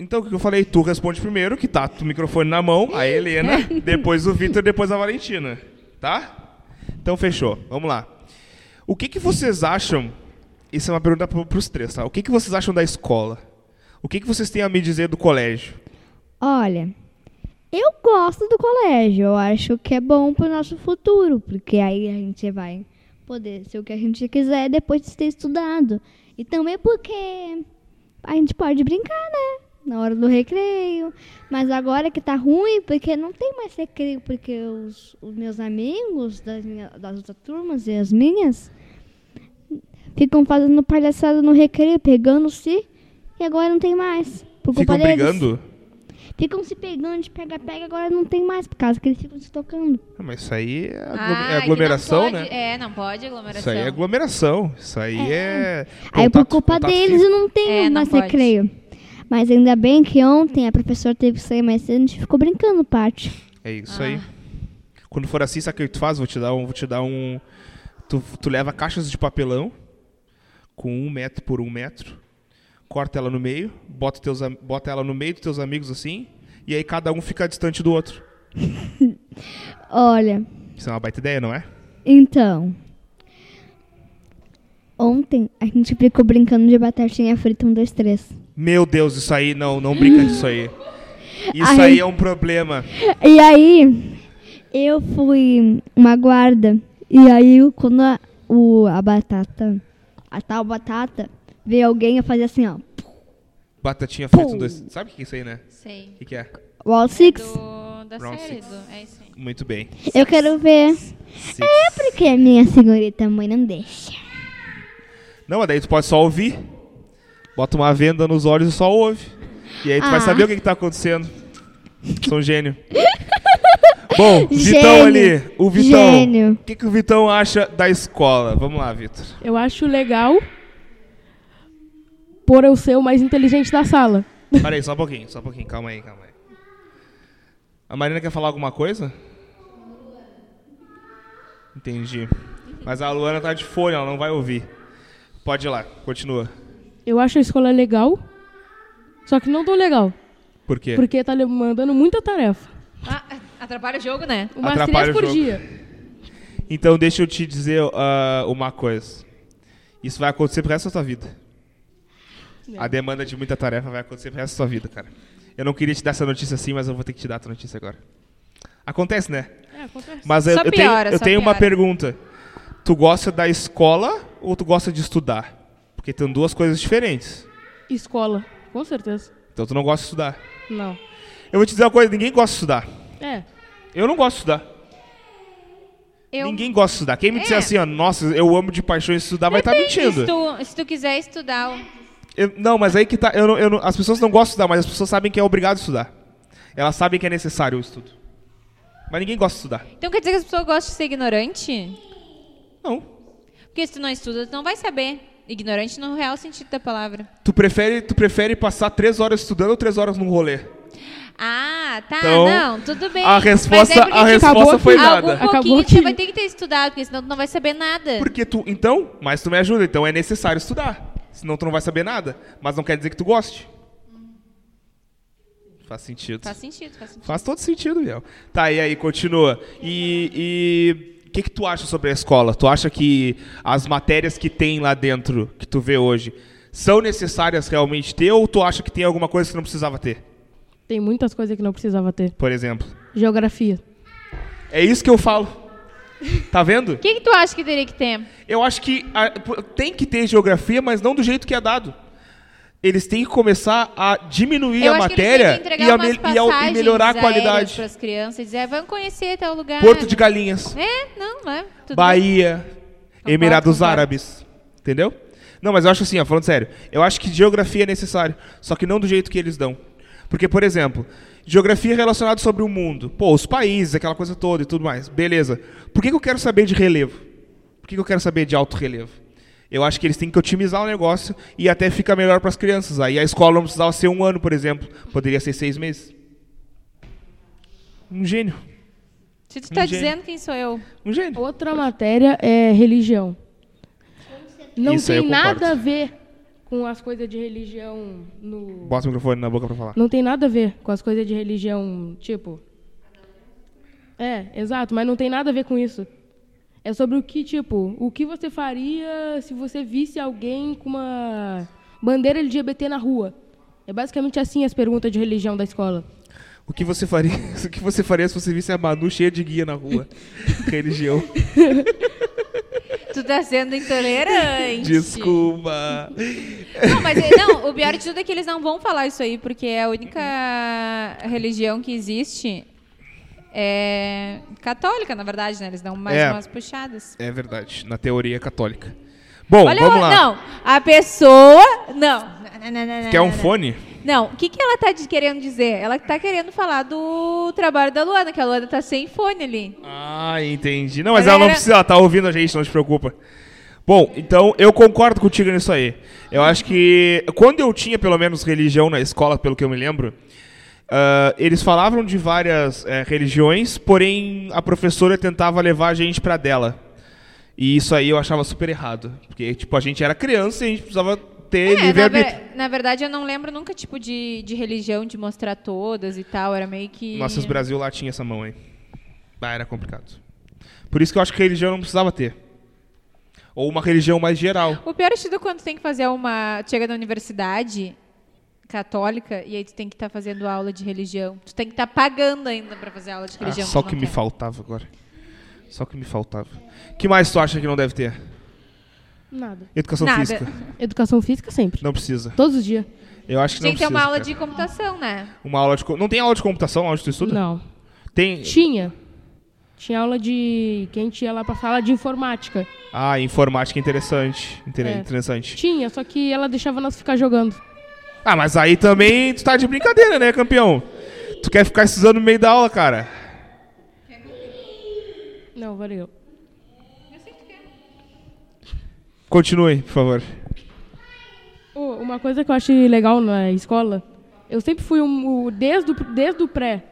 [SPEAKER 1] Então o que eu falei? Tu responde primeiro, que tá o microfone na mão, a Helena, depois o Vitor, depois a Valentina. Tá? Então fechou. Vamos lá. O que, que vocês acham? Isso é uma pergunta pro- pros três, tá? O que, que vocês acham da escola? O que, que vocês têm a me dizer do colégio?
[SPEAKER 3] Olha, eu gosto do colégio. Eu acho que é bom pro nosso futuro, porque aí a gente vai poder ser o que a gente quiser depois de ter estudado. E também porque a gente pode brincar, né? Na hora do recreio. Mas agora que tá ruim, porque não tem mais recreio, porque os, os meus amigos das, minha- das outras turmas e as minhas ficam fazendo palhaçada no recreio, pegando-se, e agora não tem mais. Por culpa
[SPEAKER 1] Ficam
[SPEAKER 3] deles.
[SPEAKER 1] brigando?
[SPEAKER 3] Ficam se pegando de pega-pega, agora não tem mais, por causa que eles ficam se tocando.
[SPEAKER 1] Ah, Mas isso aí é, aglo-
[SPEAKER 2] Ah,
[SPEAKER 1] é
[SPEAKER 2] que
[SPEAKER 1] aglomeração,
[SPEAKER 2] não
[SPEAKER 1] né?
[SPEAKER 2] pode- É, não pode aglomeração.
[SPEAKER 1] Isso aí é aglomeração. Isso aí é.
[SPEAKER 3] Aí por
[SPEAKER 1] contato-
[SPEAKER 3] culpa
[SPEAKER 1] contato
[SPEAKER 3] deles
[SPEAKER 1] físico.
[SPEAKER 3] eu não tenho
[SPEAKER 2] É, não
[SPEAKER 3] mais
[SPEAKER 2] pode.
[SPEAKER 3] recreio. Mas ainda bem que ontem a professora teve que sair mais cedo e a gente ficou brincando, Paty.
[SPEAKER 1] É isso aí. Quando for assim, sabe o que tu faz? Vou te dar um. Vou te dar um tu, tu leva caixas de papelão com um metro por um metro, corta ela no meio, bota, teus, am- bota ela no meio dos teus amigos assim, e aí cada um fica distante do outro.
[SPEAKER 3] Olha,
[SPEAKER 1] Isso é uma baita ideia, não é?
[SPEAKER 3] então. Ontem a gente ficou brincando de batatinha frita, um, dois, três.
[SPEAKER 1] Meu Deus, isso aí não, não brinca disso aí. Isso
[SPEAKER 3] Ai.
[SPEAKER 1] aí é um problema.
[SPEAKER 3] E aí, eu fui uma guarda. E aí, quando a, o, a batata, a tal batata, veio alguém, eu fazia assim, ó.
[SPEAKER 1] Batatinha frita um dois. Sabe o que é isso aí, né?
[SPEAKER 2] Sei.
[SPEAKER 1] O que, que é?
[SPEAKER 3] Wall Six.
[SPEAKER 2] Do- da
[SPEAKER 1] Round
[SPEAKER 2] série.
[SPEAKER 1] six.
[SPEAKER 2] do- é isso aí.
[SPEAKER 1] Muito bem.
[SPEAKER 3] Eu quero ver.
[SPEAKER 1] Six.
[SPEAKER 3] É porque a minha senhorita mãe não deixa.
[SPEAKER 1] Não, mas daí tu pode só ouvir. Bota uma venda nos olhos e só ouve. E aí tu vai
[SPEAKER 3] Ah.
[SPEAKER 1] saber o que, que tá acontecendo. Sou um gênio. Bom, Vitão
[SPEAKER 3] Gênio.
[SPEAKER 1] ali. O Vitão.
[SPEAKER 3] Gênio.
[SPEAKER 1] O que, que o Vitão acha da escola? Vamos lá, Vitor.
[SPEAKER 4] Eu acho legal por eu ser o mais inteligente da sala.
[SPEAKER 1] Pera aí, só um pouquinho, só um pouquinho. Calma aí, calma aí. A Marina quer falar alguma coisa? Entendi. Mas a Luana tá de folha, ela não vai ouvir. Pode ir lá, continua.
[SPEAKER 4] Eu acho a escola legal, só que não tão legal,
[SPEAKER 1] Por quê?
[SPEAKER 4] porque tá le- mandando muita tarefa.
[SPEAKER 2] Ah, atrapalha o jogo, né?
[SPEAKER 4] Umas
[SPEAKER 1] Atrapalha
[SPEAKER 4] três por
[SPEAKER 1] o jogo.
[SPEAKER 4] dia.
[SPEAKER 1] Então deixa eu te dizer ah, uma coisa. Isso vai acontecer pro resto da tua vida. A demanda de muita tarefa vai acontecer pro resto da tua vida, cara. Eu não queria te dar essa notícia assim, mas eu vou ter que te dar essa notícia agora. Acontece, né?
[SPEAKER 4] É, acontece.
[SPEAKER 1] Mas eu,
[SPEAKER 2] Só
[SPEAKER 1] eu
[SPEAKER 2] piora,
[SPEAKER 1] tenho, eu
[SPEAKER 2] só
[SPEAKER 1] tenho uma
[SPEAKER 2] piora.
[SPEAKER 1] pergunta. Tu gosta da escola ou tu gosta de estudar? Porque tem duas coisas diferentes.
[SPEAKER 4] Escola, com certeza.
[SPEAKER 1] Então tu não gosta de estudar.
[SPEAKER 4] Não.
[SPEAKER 1] Eu vou te dizer uma coisa, ninguém gosta de estudar.
[SPEAKER 4] É,
[SPEAKER 1] Eu não gosto de estudar.
[SPEAKER 2] Eu,
[SPEAKER 1] Ninguém gosta de estudar. Quem me disser
[SPEAKER 2] É.
[SPEAKER 1] assim, ó, nossa, eu amo de paixão estudar, vai estar tá mentindo.
[SPEAKER 2] se, tu, se tu quiser estudar, o-
[SPEAKER 1] Eu- não, mas aí que tá. eu não- eu não- as pessoas não gostam de estudar, mas as pessoas sabem que é obrigado a estudar. Elas sabem que é necessário o estudo. Mas ninguém gosta de estudar.
[SPEAKER 2] então quer dizer que as pessoas gostam de ser ignorante?
[SPEAKER 1] Não.
[SPEAKER 2] Porque se tu não estuda, tu não vai saber. Ignorante no real sentido da palavra.
[SPEAKER 1] Tu prefere, tu prefere passar três horas estudando ou três horas num rolê?
[SPEAKER 2] Ah, tá,
[SPEAKER 1] Então,
[SPEAKER 2] não, tudo bem.
[SPEAKER 1] a
[SPEAKER 2] Mas é
[SPEAKER 1] resposta-
[SPEAKER 2] porque,
[SPEAKER 1] a
[SPEAKER 2] tipo,
[SPEAKER 1] resposta
[SPEAKER 2] acabou
[SPEAKER 1] foi
[SPEAKER 2] que-
[SPEAKER 1] nada.
[SPEAKER 2] Algum
[SPEAKER 4] Acabou
[SPEAKER 2] pouquinho
[SPEAKER 4] que-
[SPEAKER 2] tu vai ter que ter estudado, porque senão tu não vai saber nada.
[SPEAKER 1] Porque tu, então, mas tu me ajuda, então é necessário estudar. Senão tu não vai saber nada. Mas não quer dizer que tu goste. Faz sentido.
[SPEAKER 2] Faz sentido, faz sentido.
[SPEAKER 1] Faz todo sentido, Biel. Tá, e aí, continua. E o que, que tu acha sobre a escola? Tu acha que as matérias que tem lá dentro, que tu vê hoje, são necessárias realmente ter ou tu acha que tem alguma coisa que não precisava ter,
[SPEAKER 4] tem muitas coisas que não precisava ter.
[SPEAKER 1] por exemplo?
[SPEAKER 4] Geografia.
[SPEAKER 1] É isso que eu
[SPEAKER 2] [LAUGHS]
[SPEAKER 1] falo. Tá vendo?
[SPEAKER 2] O que, que tu acha que teria que ter?
[SPEAKER 1] Eu acho que a- p- tem que ter geografia, mas não do jeito que é dado. Eles têm que começar a diminuir
[SPEAKER 2] Eu
[SPEAKER 1] a
[SPEAKER 2] acho
[SPEAKER 1] matéria
[SPEAKER 2] que eles têm que
[SPEAKER 1] e,
[SPEAKER 2] entregar
[SPEAKER 1] a
[SPEAKER 2] umas
[SPEAKER 1] me- e ao- e
[SPEAKER 2] passagens
[SPEAKER 1] melhorar a
[SPEAKER 2] aéreas
[SPEAKER 1] qualidade.
[SPEAKER 2] pras crianças e dizer, vamos conhecer tal lugar.
[SPEAKER 1] Porto de Galinhas.
[SPEAKER 2] É, não, não é. Tudo bem.
[SPEAKER 1] Bahia, Emirados
[SPEAKER 2] concordo.
[SPEAKER 1] Árabes. Entendeu? Não, mas eu acho assim, ó, falando sério, eu acho que geografia é necessário, só que não do jeito que eles dão. Porque, por exemplo, geografia relacionada sobre o mundo. Pô, os países, aquela coisa toda e tudo mais. Beleza. Por que, que eu quero saber de relevo? Por que, que eu quero saber de alto relevo? Eu acho que eles têm que otimizar o negócio e até fica melhor para as crianças. Aí a escola não precisava ser um ano, por exemplo. Poderia ser seis meses. Um gênio.
[SPEAKER 2] Se tu tá
[SPEAKER 1] Engenho.
[SPEAKER 2] dizendo quem sou eu.
[SPEAKER 1] Um gênio.
[SPEAKER 4] Outra matéria é religião. Não
[SPEAKER 1] Isso aí eu
[SPEAKER 4] tem nada a
[SPEAKER 1] concordo.
[SPEAKER 4] ver com as coisas de religião no.
[SPEAKER 1] Bota o microfone na boca para falar.
[SPEAKER 4] Não tem nada a ver com as coisas de religião, tipo. É, exato, mas não tem nada a ver com isso. É sobre o que, tipo, o que você faria se você visse alguém com uma bandeira LGBT na rua. É basicamente assim as perguntas de religião da escola.
[SPEAKER 1] O que você faria? [LAUGHS] O que você faria se você visse a Manu cheia de guia na
[SPEAKER 2] [LAUGHS]
[SPEAKER 1] rua? Religião.
[SPEAKER 2] Tu tá
[SPEAKER 1] [LAUGHS]
[SPEAKER 2] sendo intolerante.
[SPEAKER 1] Desculpa.
[SPEAKER 2] Não, mas eh, não, o pior de tudo é que eles não vão falar isso aí, porque é a única religião que existe é católica, na verdade, né? Eles dão mais
[SPEAKER 1] É.
[SPEAKER 2] umas puxadas.
[SPEAKER 1] É verdade, na teoria católica. Bom,
[SPEAKER 2] Olha,
[SPEAKER 1] vamos
[SPEAKER 2] o-
[SPEAKER 1] lá.
[SPEAKER 2] não, a pessoa. Não. Não, não, não, não,
[SPEAKER 1] Quer um
[SPEAKER 2] não, não.
[SPEAKER 1] fone?
[SPEAKER 2] Não, o que, que ela tá de- querendo dizer? Ela tá querendo falar do trabalho da Luana, que a Luana tá sem fone ali.
[SPEAKER 1] Ah, entendi. Não, mas
[SPEAKER 2] Galera-
[SPEAKER 1] ela não precisa, ela tá ouvindo a gente, não se preocupa. Bom, então eu concordo contigo nisso aí. Eu acho que quando eu tinha pelo menos religião na escola, pelo que eu me lembro, ah, eles falavam de várias eh, religiões, porém a professora tentava levar a gente pra dela. E isso aí eu achava super errado, porque tipo a gente era criança e a gente precisava ter
[SPEAKER 2] É, na,
[SPEAKER 1] livre-arbítrio.
[SPEAKER 2] ver- na verdade, eu não lembro nunca, tipo, de, de religião, de mostrar todas e tal. Era meio que.
[SPEAKER 1] Nossa, os Brasil lá tinha essa mão aí. Ah, era complicado. Por isso que eu acho que religião não precisava ter. Ou uma religião mais geral.
[SPEAKER 2] O pior é tudo quando tu tem que fazer uma. tu Chega na universidade católica e aí tu tem que estar fazendo aula de religião. Tu tem que estar pagando ainda pra fazer aula de
[SPEAKER 1] Ah,
[SPEAKER 2] religião.
[SPEAKER 1] só
[SPEAKER 2] tu
[SPEAKER 1] que
[SPEAKER 2] não
[SPEAKER 1] me
[SPEAKER 2] quer.
[SPEAKER 1] faltava agora. Só que me faltava. que mais tu acha que não deve ter?
[SPEAKER 4] Nada.
[SPEAKER 1] Educação
[SPEAKER 2] Nada.
[SPEAKER 1] física.
[SPEAKER 4] Educação física sempre.
[SPEAKER 1] Não precisa.
[SPEAKER 4] Todos os dias.
[SPEAKER 1] Eu acho que
[SPEAKER 2] Tinha
[SPEAKER 1] não
[SPEAKER 2] que ter
[SPEAKER 1] precisa.
[SPEAKER 2] uma aula
[SPEAKER 1] cara.
[SPEAKER 2] de computação, né?
[SPEAKER 1] Uma aula de co- Não tem aula de computação, aula de tu estuda?
[SPEAKER 4] Não.
[SPEAKER 1] Tem.
[SPEAKER 4] Tinha. Tinha aula de. Que a gente ia lá pra sala de informática.
[SPEAKER 1] Ah, informática interessante. Inter-
[SPEAKER 4] É.
[SPEAKER 1] Interessante.
[SPEAKER 4] Tinha, só que ela deixava nós ficar jogando.
[SPEAKER 1] Ah, mas aí também tu tá de brincadeira, né, campeão? Tu quer ficar estudando no meio da aula, cara?
[SPEAKER 4] Não, valeu.
[SPEAKER 1] Continue, por favor.
[SPEAKER 4] Ô, Uma coisa que eu acho legal na escola, eu sempre fui um, o- desde, o, desde o pré,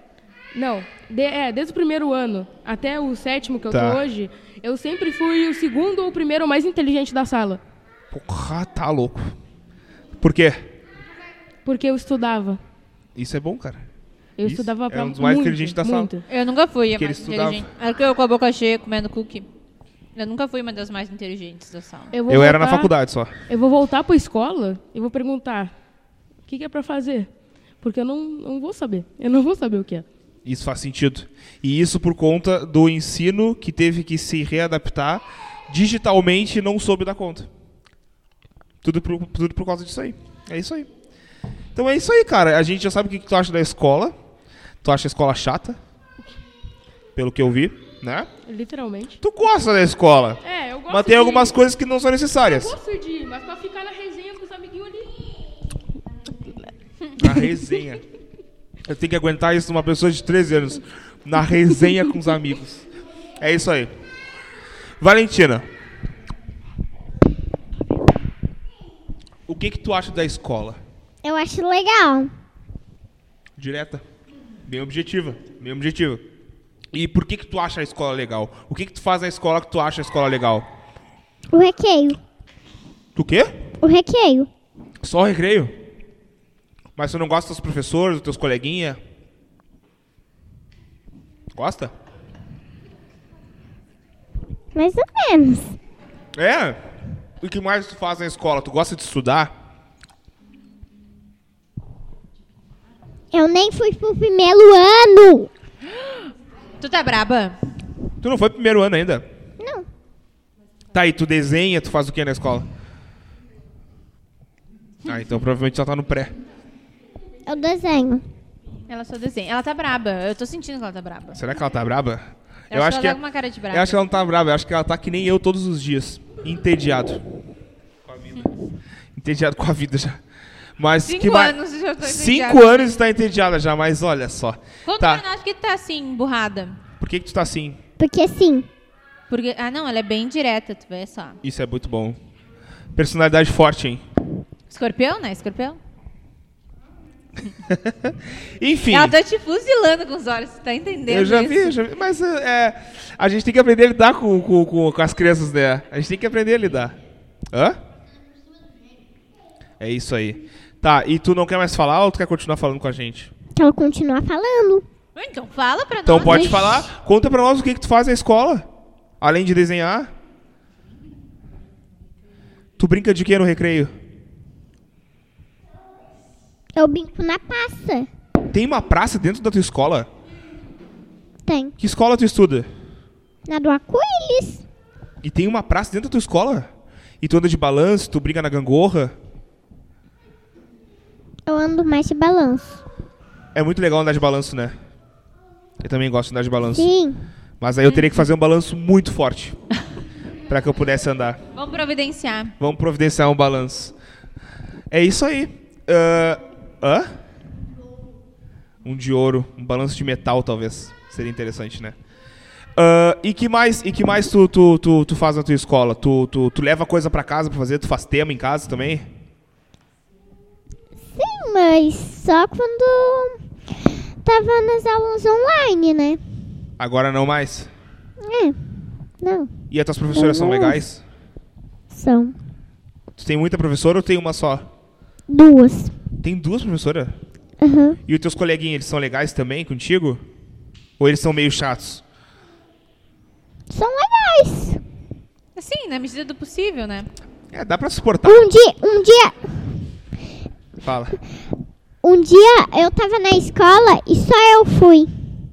[SPEAKER 4] não, de- é, desde o primeiro ano até o sétimo que eu
[SPEAKER 1] Tá.
[SPEAKER 4] tô hoje, eu sempre fui o segundo ou o primeiro mais inteligente da sala,
[SPEAKER 1] Porra, tá louco. Por quê?
[SPEAKER 4] porque eu estudava.
[SPEAKER 1] Isso é bom, cara.
[SPEAKER 4] Eu
[SPEAKER 1] Isso,
[SPEAKER 4] estudava
[SPEAKER 1] era
[SPEAKER 4] pra
[SPEAKER 1] um dos mais
[SPEAKER 4] muito,
[SPEAKER 1] inteligentes da sala.
[SPEAKER 4] muito.
[SPEAKER 2] Eu nunca fui a
[SPEAKER 1] Porque
[SPEAKER 2] mais
[SPEAKER 1] ele estudava.
[SPEAKER 2] inteligente. Era que eu com a boca cheia comendo cookie. Eu nunca fui uma das mais inteligentes da sala.
[SPEAKER 4] vou
[SPEAKER 1] Eu era na
[SPEAKER 4] voltar-
[SPEAKER 1] faculdade só.
[SPEAKER 4] Eu vou voltar pra escola e vou perguntar, o que, que é pra fazer? Porque eu não, não vou saber, eu não vou saber o que é.
[SPEAKER 1] Isso faz sentido. E isso por conta do ensino que teve que se readaptar digitalmente e não soube dar conta. Tudo por, tudo por causa disso aí. É isso aí. Então é isso aí, cara. A gente já sabe o que, que tu acha da escola. Tu acha a escola chata? Pelo que eu vi, né?
[SPEAKER 4] Literalmente.
[SPEAKER 1] Tu gosta da escola.
[SPEAKER 4] É, eu gosto
[SPEAKER 1] Mas tem
[SPEAKER 4] de-
[SPEAKER 1] algumas coisas que não são necessárias.
[SPEAKER 4] Gosto de, mas pra ficar na resenha com os amiguinhos ali.
[SPEAKER 1] Na resenha. Eu tenho que aguentar isso numa pessoa de 13 anos. Na resenha com os amigos. É isso aí. Valentina. O que que tu acha da escola?
[SPEAKER 5] Eu acho legal.
[SPEAKER 1] Direta. Bem objetiva. Bem objetiva. E por que que tu acha a escola legal? O que que tu faz na escola que tu acha a escola legal?
[SPEAKER 5] O recreio.
[SPEAKER 1] Tu quê?
[SPEAKER 5] O recreio.
[SPEAKER 1] Só o recreio? Mas tu não gosta dos professores, dos teus coleguinhas? Gosta?
[SPEAKER 5] Mais ou menos.
[SPEAKER 1] É? O que mais tu faz na escola? Tu gosta de estudar?
[SPEAKER 5] Eu nem fui pro primeiro ano.
[SPEAKER 2] Tu tá braba?
[SPEAKER 1] Tu não foi pro primeiro ano ainda?
[SPEAKER 5] Não.
[SPEAKER 1] Tá, e tu desenha, tu faz o que na escola? Ah, então provavelmente só tá no pré.
[SPEAKER 5] Eu É desenho.
[SPEAKER 2] Ela só desenha. Ela tá braba. Eu tô sentindo que ela tá braba.
[SPEAKER 1] Será que ela tá braba?
[SPEAKER 2] Eu acho que ela tá com uma cara de braba.
[SPEAKER 1] Eu acho que ela não tá braba, eu acho que ela tá que nem eu todos os dias. Entediado. Com a vida. Entediado com a vida já. Mas que
[SPEAKER 2] Cinco
[SPEAKER 1] ma-
[SPEAKER 2] anos tá eu já tô
[SPEAKER 1] Cinco
[SPEAKER 2] entediada.
[SPEAKER 1] anos está entediada já, mas olha só.
[SPEAKER 2] Conta
[SPEAKER 1] tá.
[SPEAKER 2] pra nós que tu tá assim, emburrada.
[SPEAKER 1] Por que, que tu tá assim?
[SPEAKER 5] Porque sim.
[SPEAKER 2] Porque, ah, não, ela é bem direta, tu vê só.
[SPEAKER 1] Isso é muito bom. Personalidade forte, hein?
[SPEAKER 2] Escorpião, né? Escorpião?
[SPEAKER 1] Enfim.
[SPEAKER 2] Ela tá te fuzilando com os olhos, tu tá entendendo?
[SPEAKER 1] Eu já
[SPEAKER 2] isso?
[SPEAKER 1] vi, eu já vi. Mas é, é, a gente tem que aprender a lidar com, com, com, com as crianças, né? A gente tem que aprender a lidar. Hã? É isso aí. Tá, e tu não quer mais falar ou tu quer continuar falando com a gente?
[SPEAKER 5] Então eu continuar falando.
[SPEAKER 2] Então fala pra
[SPEAKER 1] Então
[SPEAKER 2] nós.
[SPEAKER 1] pode
[SPEAKER 2] né?
[SPEAKER 1] falar. Conta pra nós o que, que tu faz na escola. Além de desenhar. Tu brinca de quê no recreio?
[SPEAKER 5] Eu brinco na passa.
[SPEAKER 1] Tem uma praça dentro da tua escola?
[SPEAKER 5] Tem.
[SPEAKER 1] Que escola tu estuda?
[SPEAKER 5] Na do Arco-Íris.
[SPEAKER 1] E tem uma praça dentro da tua escola? E tu anda de balanço, tu briga na gangorra?
[SPEAKER 5] Eu ando mais de balanço.
[SPEAKER 1] É muito legal andar de balanço, né? Eu também gosto de andar de balanço.
[SPEAKER 5] Sim.
[SPEAKER 1] Mas aí eu teria que fazer um balanço muito
[SPEAKER 5] [LAUGHS]
[SPEAKER 1] forte pra que eu pudesse andar.
[SPEAKER 2] Vamos providenciar.
[SPEAKER 1] Vamos providenciar um balanço. É isso aí. Ah, hã? Um de ouro, um balanço de metal, talvez. Seria interessante, né? Ah, e que mais, e que mais tu, tu, tu, tu faz na tua escola? Tu, tu, tu leva coisa pra casa pra fazer? Tu faz tema em casa também?
[SPEAKER 5] Sim, mas só quando tava nas aulas online, né?
[SPEAKER 1] Agora não mais.
[SPEAKER 5] É. Não.
[SPEAKER 1] E as tuas professoras são
[SPEAKER 5] Não.
[SPEAKER 1] legais?
[SPEAKER 5] São
[SPEAKER 1] Tu tem muita professora ou tem uma só?
[SPEAKER 5] duas.
[SPEAKER 1] Tem duas professoras?
[SPEAKER 5] Aham.
[SPEAKER 1] E os teus coleguinhas, eles são legais também contigo? Ou eles são meio chatos?
[SPEAKER 5] São legais.
[SPEAKER 2] Assim, na medida do possível, né?
[SPEAKER 1] É, dá pra suportar.
[SPEAKER 2] Uh!
[SPEAKER 5] Um dia, um dia,
[SPEAKER 1] Fala.
[SPEAKER 5] um dia eu tava na escola e só eu fui.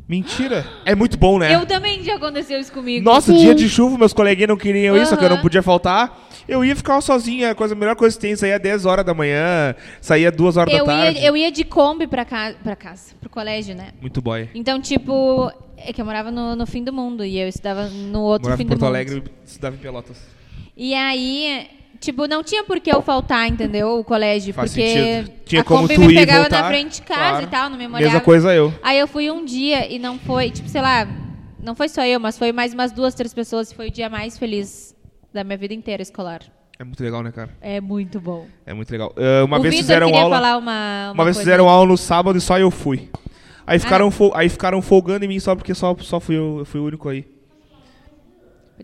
[SPEAKER 1] Mentira. É muito bom, né?
[SPEAKER 2] Eu também já aconteceu isso comigo.
[SPEAKER 1] Nossa,
[SPEAKER 5] Sim.
[SPEAKER 1] dia de chuva, meus coleguinhas não queriam isso, que eu não
[SPEAKER 2] Aham.
[SPEAKER 1] podia faltar. Eu ia ficar sozinha, a, coisa, a melhor coisa que tem, saía 10 horas da manhã, saía 2 horas
[SPEAKER 2] Eu
[SPEAKER 1] da tarde.
[SPEAKER 2] ia, eu ia de Kombi pra, ca... pra casa, pro colégio, né?
[SPEAKER 1] Muito boy.
[SPEAKER 2] Então, tipo, é que eu morava no, no fim do mundo e eu estudava no outro
[SPEAKER 1] Morava
[SPEAKER 2] fim
[SPEAKER 1] em
[SPEAKER 2] do
[SPEAKER 1] Porto
[SPEAKER 2] mundo.
[SPEAKER 1] Alegre e estudava em Pelotas.
[SPEAKER 2] E aí, tipo, não tinha por que eu faltar, entendeu? O colégio,
[SPEAKER 1] Faz
[SPEAKER 2] porque
[SPEAKER 1] sentido. Tinha
[SPEAKER 2] a
[SPEAKER 1] como
[SPEAKER 2] Kombi
[SPEAKER 1] tu
[SPEAKER 2] me
[SPEAKER 1] ir e
[SPEAKER 2] pegava
[SPEAKER 1] voltar,
[SPEAKER 2] na frente de casa
[SPEAKER 1] claro.
[SPEAKER 2] e tal, não me molhava.
[SPEAKER 1] Mesma coisa eu.
[SPEAKER 2] Aí eu fui um dia e não foi, tipo, sei lá, não foi só eu, mas foi mais umas duas, três pessoas e foi o dia mais feliz da minha vida inteira escolar.
[SPEAKER 1] É muito legal, né, cara?
[SPEAKER 2] É muito bom.
[SPEAKER 1] É muito legal. Ah, uma
[SPEAKER 2] o
[SPEAKER 1] vez
[SPEAKER 2] Vitor
[SPEAKER 1] fizeram
[SPEAKER 2] queria
[SPEAKER 1] aula.
[SPEAKER 2] falar uma, uma,
[SPEAKER 1] Uma Ah, vez
[SPEAKER 2] coisa.
[SPEAKER 1] fizeram aula no sábado e só eu fui. Aí ficaram, fol- aí ficaram folgando em mim só porque só, só fui eu, eu fui o único aí.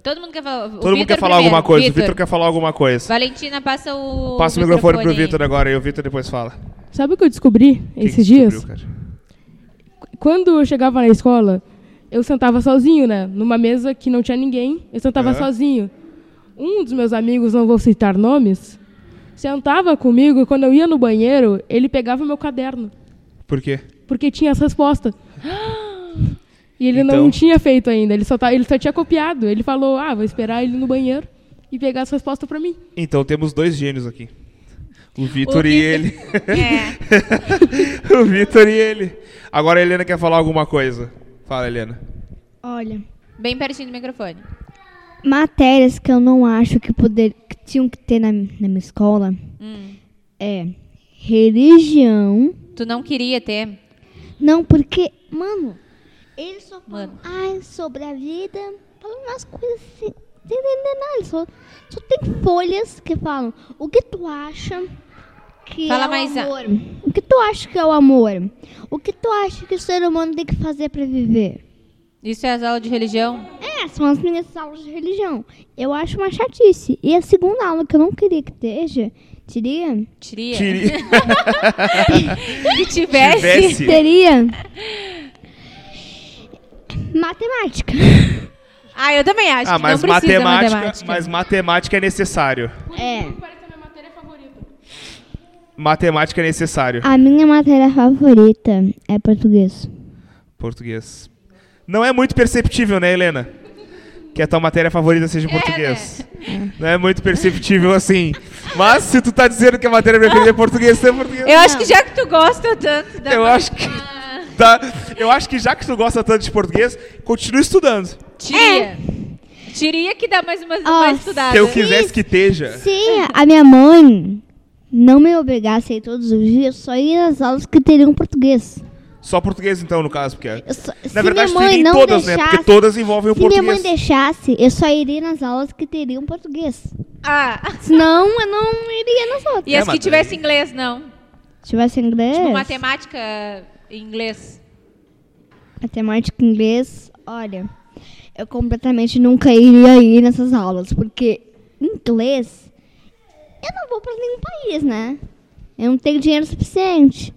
[SPEAKER 2] Todo mundo quer falar.
[SPEAKER 1] Todo mundo quer falar alguma coisa. O Vitor quer falar alguma coisa.
[SPEAKER 2] Valentina, passa o.
[SPEAKER 1] Passa o microfone, pro Vitor né? agora e o Vitor depois fala.
[SPEAKER 4] Sabe o que eu descobri
[SPEAKER 1] O que que tu
[SPEAKER 4] esses dias?
[SPEAKER 1] descobriu, cara?
[SPEAKER 4] Quando eu chegava na escola, eu sentava sozinho, né? Numa mesa que não tinha ninguém, eu sentava
[SPEAKER 1] Aham.
[SPEAKER 4] sozinho. Um dos meus amigos, não vou citar nomes, sentava comigo e quando eu ia no banheiro, ele pegava meu caderno,
[SPEAKER 1] Por quê?
[SPEAKER 4] porque tinha as respostas. [GASPS] E ele
[SPEAKER 1] Então-
[SPEAKER 4] não tinha feito ainda, ele só, tá, ele só tinha copiado. Ele falou, ah, vou esperar ele no banheiro e pegar as respostas pra mim.
[SPEAKER 1] Então temos dois gênios aqui. O Vitor É. e
[SPEAKER 2] Vitor-
[SPEAKER 1] ele. [LAUGHS]
[SPEAKER 2] É.
[SPEAKER 1] o Vitor e ele. Agora a Helena quer falar alguma coisa. Fala, Helena.
[SPEAKER 3] Olha,
[SPEAKER 2] Bem pertinho do microfone.
[SPEAKER 3] matérias que eu não acho que, poder, que tinham que ter na, na minha escola
[SPEAKER 2] Hum.
[SPEAKER 3] é religião.
[SPEAKER 2] Tu não queria ter.
[SPEAKER 3] Não, porque, mano, eles só falam
[SPEAKER 2] Mano.
[SPEAKER 3] ai, sobre a vida, falam umas coisas assim, sem entender nada. Eles Só, só tem folhas que falam o que tu acha que
[SPEAKER 2] Fala
[SPEAKER 3] é o
[SPEAKER 2] mais a-
[SPEAKER 3] amor. O que tu acha que é o amor? O que tu acha que o ser humano tem que fazer pra viver?
[SPEAKER 2] Isso é as aulas de religião?
[SPEAKER 3] É, são as minhas aulas de religião. Eu acho uma chatice. E a segunda aula que eu não queria que esteja, teria,
[SPEAKER 2] Tiria.
[SPEAKER 1] Tiri. [LAUGHS]
[SPEAKER 2] [LAUGHS] Que tivesse.
[SPEAKER 1] Tivesse.
[SPEAKER 3] seria matemática.
[SPEAKER 2] Ah, eu também acho
[SPEAKER 1] Ah,
[SPEAKER 2] que
[SPEAKER 1] mas
[SPEAKER 2] não precisa
[SPEAKER 1] matemática,
[SPEAKER 2] matemática.
[SPEAKER 1] mas matemática é necessário.
[SPEAKER 3] É.
[SPEAKER 1] Matemática é necessário.
[SPEAKER 2] Ah.
[SPEAKER 3] A minha matéria favorita é português.
[SPEAKER 1] Português. Não é muito perceptível, né, Helena? Que a tua matéria favorita
[SPEAKER 2] É,
[SPEAKER 1] seja português.
[SPEAKER 2] né?
[SPEAKER 1] Não é muito perceptível assim. Mas se tu tá dizendo que a matéria preferida é português, tu é português.
[SPEAKER 2] Eu acho que já que tu gosta tanto da.
[SPEAKER 1] Eu acho que. Tá. Eu acho que já que tu gosta tanto de português, continua estudando.
[SPEAKER 2] Tiria. Tiria que dá mais uma,
[SPEAKER 3] Ó,
[SPEAKER 2] uma estudada.
[SPEAKER 1] É. Se eu quisesse que esteja.
[SPEAKER 3] Se a minha mãe não me obrigasse a ir todos os dias, só ia às aulas que teriam português.
[SPEAKER 1] Só português, então, no caso, porque.
[SPEAKER 3] Eu só- se
[SPEAKER 1] Na verdade,
[SPEAKER 3] minha mãe
[SPEAKER 1] teria em
[SPEAKER 3] não
[SPEAKER 1] todas,
[SPEAKER 3] deixasse,
[SPEAKER 1] né? Porque todas envolvem o
[SPEAKER 3] se minha mãe
[SPEAKER 1] português.
[SPEAKER 3] deixasse, eu só iria nas aulas que teriam português.
[SPEAKER 2] Ah,
[SPEAKER 3] Senão, eu não iria nas outras.
[SPEAKER 2] e
[SPEAKER 1] É,
[SPEAKER 2] as que
[SPEAKER 1] mas-
[SPEAKER 2] tivesse inglês, não.
[SPEAKER 3] Se tivesse inglês,
[SPEAKER 2] Tipo, matemática em inglês.
[SPEAKER 3] matemática, inglês, olha, eu completamente nunca iria ir nessas aulas, porque inglês, eu não vou pra nenhum país, né? Eu não tenho dinheiro suficiente.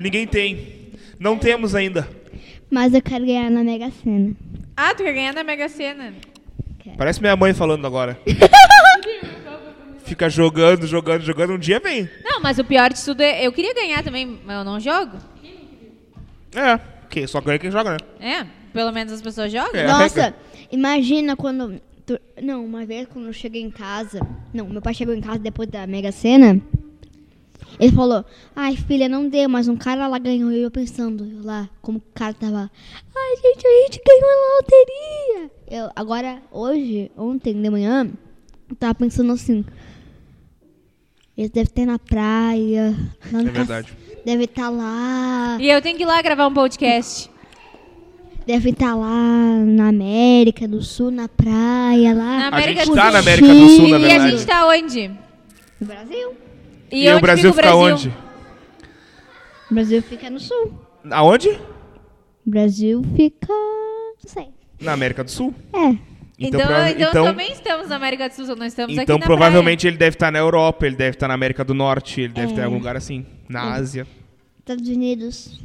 [SPEAKER 1] Ninguém tem. Não temos ainda.
[SPEAKER 3] Mas eu quero ganhar na Mega Sena.
[SPEAKER 2] Ah, tu quer ganhar na Mega Sena.
[SPEAKER 1] Parece minha mãe falando
[SPEAKER 2] [LAUGHS]
[SPEAKER 1] agora. Fica jogando, jogando, jogando. Um dia vem.
[SPEAKER 2] Não, mas o pior de tudo é... Eu queria ganhar também, mas eu não jogo.
[SPEAKER 1] É. Que só ganha quem joga, né?
[SPEAKER 2] É, pelo menos as pessoas jogam.
[SPEAKER 1] É a
[SPEAKER 3] Nossa,
[SPEAKER 1] regra.
[SPEAKER 3] imagina quando. tu- Não, uma vez quando eu cheguei em casa. Não, meu pai chegou em casa depois da Mega Sena. Ele falou: Ai, filha, não deu, mas um cara lá ganhou. E eu pensando eu lá, como o cara tava. Ai, gente, a gente ganhou na loteria. Eu, agora, hoje, ontem de manhã, eu tava pensando assim. Eles devem ter na praia. Lá
[SPEAKER 2] Então,
[SPEAKER 3] no
[SPEAKER 1] É verdade.
[SPEAKER 3] cas- Deve estar lá.
[SPEAKER 2] E eu tenho que ir lá gravar um podcast.
[SPEAKER 3] Deve estar lá na América do Sul, na praia, lá.
[SPEAKER 2] Na
[SPEAKER 1] A
[SPEAKER 2] América
[SPEAKER 1] gente
[SPEAKER 2] do
[SPEAKER 1] tá
[SPEAKER 2] Sul.
[SPEAKER 1] na América do Sul, na
[SPEAKER 2] E a
[SPEAKER 1] verdade.
[SPEAKER 2] gente tá onde?
[SPEAKER 3] No Brasil.
[SPEAKER 2] E, onde
[SPEAKER 1] o Brasil
[SPEAKER 2] fica
[SPEAKER 1] fica onde?
[SPEAKER 3] O Brasil fica no Sul.
[SPEAKER 1] Aonde?
[SPEAKER 3] O Brasil fica. Não sei.
[SPEAKER 1] Na América do Sul.
[SPEAKER 3] É.
[SPEAKER 2] Então,
[SPEAKER 1] prova-
[SPEAKER 2] então
[SPEAKER 1] então-
[SPEAKER 2] também estamos na América do Sul, nós estamos aqui
[SPEAKER 1] então
[SPEAKER 2] na
[SPEAKER 1] provavelmente ele deve estar na Europa, ele deve estar na América do Norte, ele
[SPEAKER 2] É.
[SPEAKER 1] deve estar em algum lugar assim, na Ásia,
[SPEAKER 3] Estados Unidos.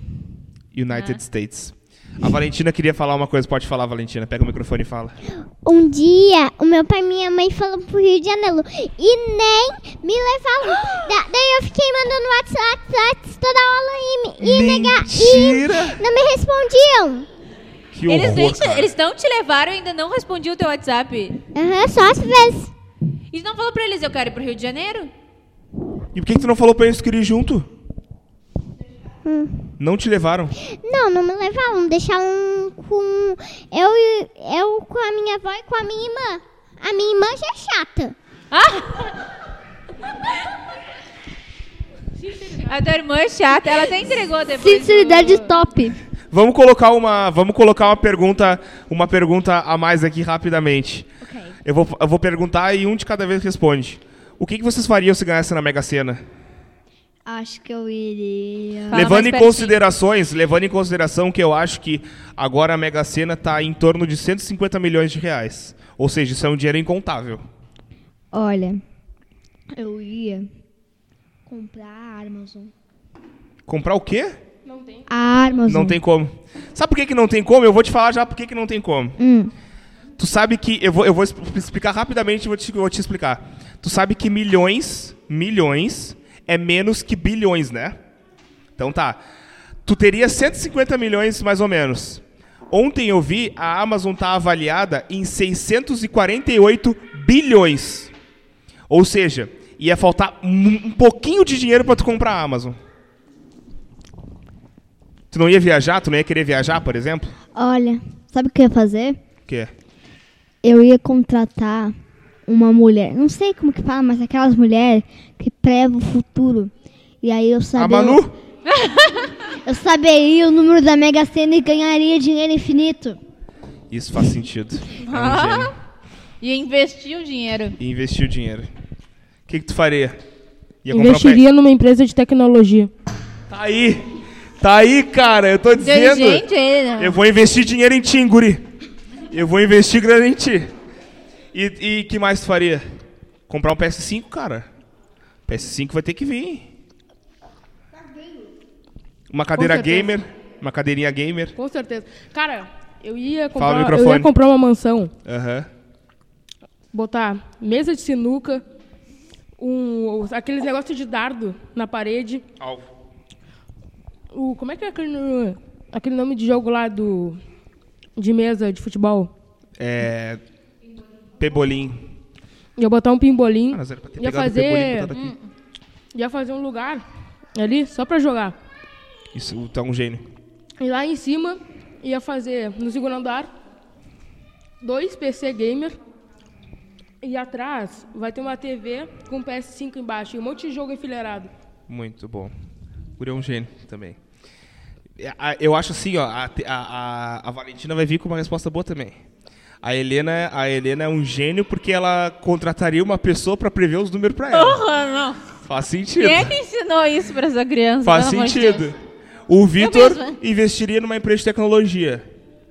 [SPEAKER 2] Né?
[SPEAKER 1] United States. A Valentina queria falar uma coisa, pode falar, Valentina. Pega o microfone e fala.
[SPEAKER 5] Um dia, o meu pai e minha mãe foram pro Rio de Janeiro e nem me levaram. Da- daí eu fiquei mandando WhatsApp, WhatsApp toda hora e, me- e nega-
[SPEAKER 1] Mentira!
[SPEAKER 5] e não me respondiam.
[SPEAKER 1] Que horror,
[SPEAKER 2] Eles, nem te-
[SPEAKER 1] cara.
[SPEAKER 2] eles não te levaram e ainda não respondiam o teu WhatsApp.
[SPEAKER 5] Aham, só às vezes.
[SPEAKER 2] E tu não falou pra eles, eu quero ir pro Rio de Janeiro?
[SPEAKER 1] E por que, que tu não falou pra eles que ir junto? Não te levaram.
[SPEAKER 5] Não, não me levaram, deixaram com eu e- eu com a minha avó e com a minha irmã. A minha irmã já é chata.
[SPEAKER 2] A tua irmã é chata, ela até entregou depois.
[SPEAKER 3] Sinceridade top.
[SPEAKER 1] Vamos colocar uma, vamos colocar uma pergunta, uma pergunta a mais aqui rapidamente. Eu vou, eu vou perguntar e um de cada vez responde. O que, que vocês fariam se ganhassem na Mega Sena?
[SPEAKER 3] Acho que eu iria.
[SPEAKER 2] Fala
[SPEAKER 1] levando
[SPEAKER 2] mais
[SPEAKER 1] em
[SPEAKER 2] pertinho.
[SPEAKER 1] considerações, levando em consideração que eu acho que agora a Mega Sena está em torno de 150 milhões de reais. Ou seja, isso é um dinheiro incontável.
[SPEAKER 3] Olha, eu ia comprar a Amazon.
[SPEAKER 1] Comprar o quê?
[SPEAKER 4] Não tem.
[SPEAKER 3] A Amazon.
[SPEAKER 1] Não tem como. Sabe por que, que não tem como? Eu vou te falar já por que, que não tem como.
[SPEAKER 3] Hum.
[SPEAKER 1] Tu sabe que. Eu vou, eu vou expl- explicar rapidamente e vou te, vou te explicar. Tu sabe que milhões, milhões, é menos que bilhões, né? Então tá. Tu teria 150 milhões, mais ou menos. Ontem eu vi, a Amazon tá avaliada em 648 bilhões. Ou seja, ia faltar mu- um pouquinho de dinheiro pra tu comprar a Amazon. Tu não ia viajar? Tu não ia querer viajar, por exemplo?
[SPEAKER 3] Olha, sabe o que eu ia fazer?
[SPEAKER 1] O quê?
[SPEAKER 3] Eu ia contratar uma mulher. Não sei como que fala, mas aquelas mulheres que prevam o futuro. E aí eu
[SPEAKER 1] A
[SPEAKER 4] Tá
[SPEAKER 3] saberia.
[SPEAKER 1] Ah, Manu?
[SPEAKER 3] Eu saberia o número da Mega Sena e ganharia dinheiro infinito.
[SPEAKER 1] Isso faz
[SPEAKER 4] [LAUGHS]
[SPEAKER 1] sentido. É um gênio.
[SPEAKER 2] E investiu o dinheiro.
[SPEAKER 1] E investir o dinheiro. O que, que tu faria? Ia comprar um
[SPEAKER 4] Investiria numa empresa de tecnologia.
[SPEAKER 1] pé- Tá aí! Tá aí, cara! Eu tô dizendo!
[SPEAKER 2] Inteligente ele, né?
[SPEAKER 1] Eu vou investir dinheiro em ti, guri. Eu vou investir grana em ti. E o que mais tu faria? Comprar um PS5, cara. PS5 vai ter que vir. Uma cadeira
[SPEAKER 4] certeza.
[SPEAKER 1] gamer. Uma cadeirinha gamer.
[SPEAKER 4] Com certeza. Cara, eu
[SPEAKER 1] Fala
[SPEAKER 4] ia
[SPEAKER 1] no
[SPEAKER 4] comprar, eu
[SPEAKER 1] microfone.
[SPEAKER 4] ia comprar uma mansão,
[SPEAKER 1] Aham.
[SPEAKER 4] botar mesa de sinuca, um, os- aqueles negócios de dardo na parede.
[SPEAKER 1] Au.
[SPEAKER 4] O, como é que é aquele, no- aquele nome de jogo lá do, de mesa de futebol?
[SPEAKER 1] É. Pebolim.
[SPEAKER 4] Ia botar um pimbolim.
[SPEAKER 1] Ah, nós era pra ter
[SPEAKER 4] ia,
[SPEAKER 1] pegado o pebolim e
[SPEAKER 4] fazer,
[SPEAKER 1] botado aqui.
[SPEAKER 4] ia fazer um lugar ali só pra jogar.
[SPEAKER 1] Isso, tu é um gênio.
[SPEAKER 4] E lá em cima ia fazer, no segundo andar, dois PC gamer. E atrás vai ter uma TV com PS5 embaixo e um monte de jogo enfileirado.
[SPEAKER 1] Muito bom. Guri é um gênio também. E a- Eu acho assim, ó, a, te- a- a- a Valentina vai vir com uma resposta boa também. A Helena, a Helena é um gênio porque ela contrataria uma pessoa pra prever os números pra
[SPEAKER 2] [LAUGHS]
[SPEAKER 1] ela.
[SPEAKER 2] Porra, não.
[SPEAKER 1] Faz sentido.
[SPEAKER 2] Quem é que ensinou isso pra essa criança?
[SPEAKER 1] Faz
[SPEAKER 2] Pelo amor de Deus.
[SPEAKER 1] sentido. O Vitor
[SPEAKER 2] mesma.
[SPEAKER 1] investiria numa empresa de tecnologia.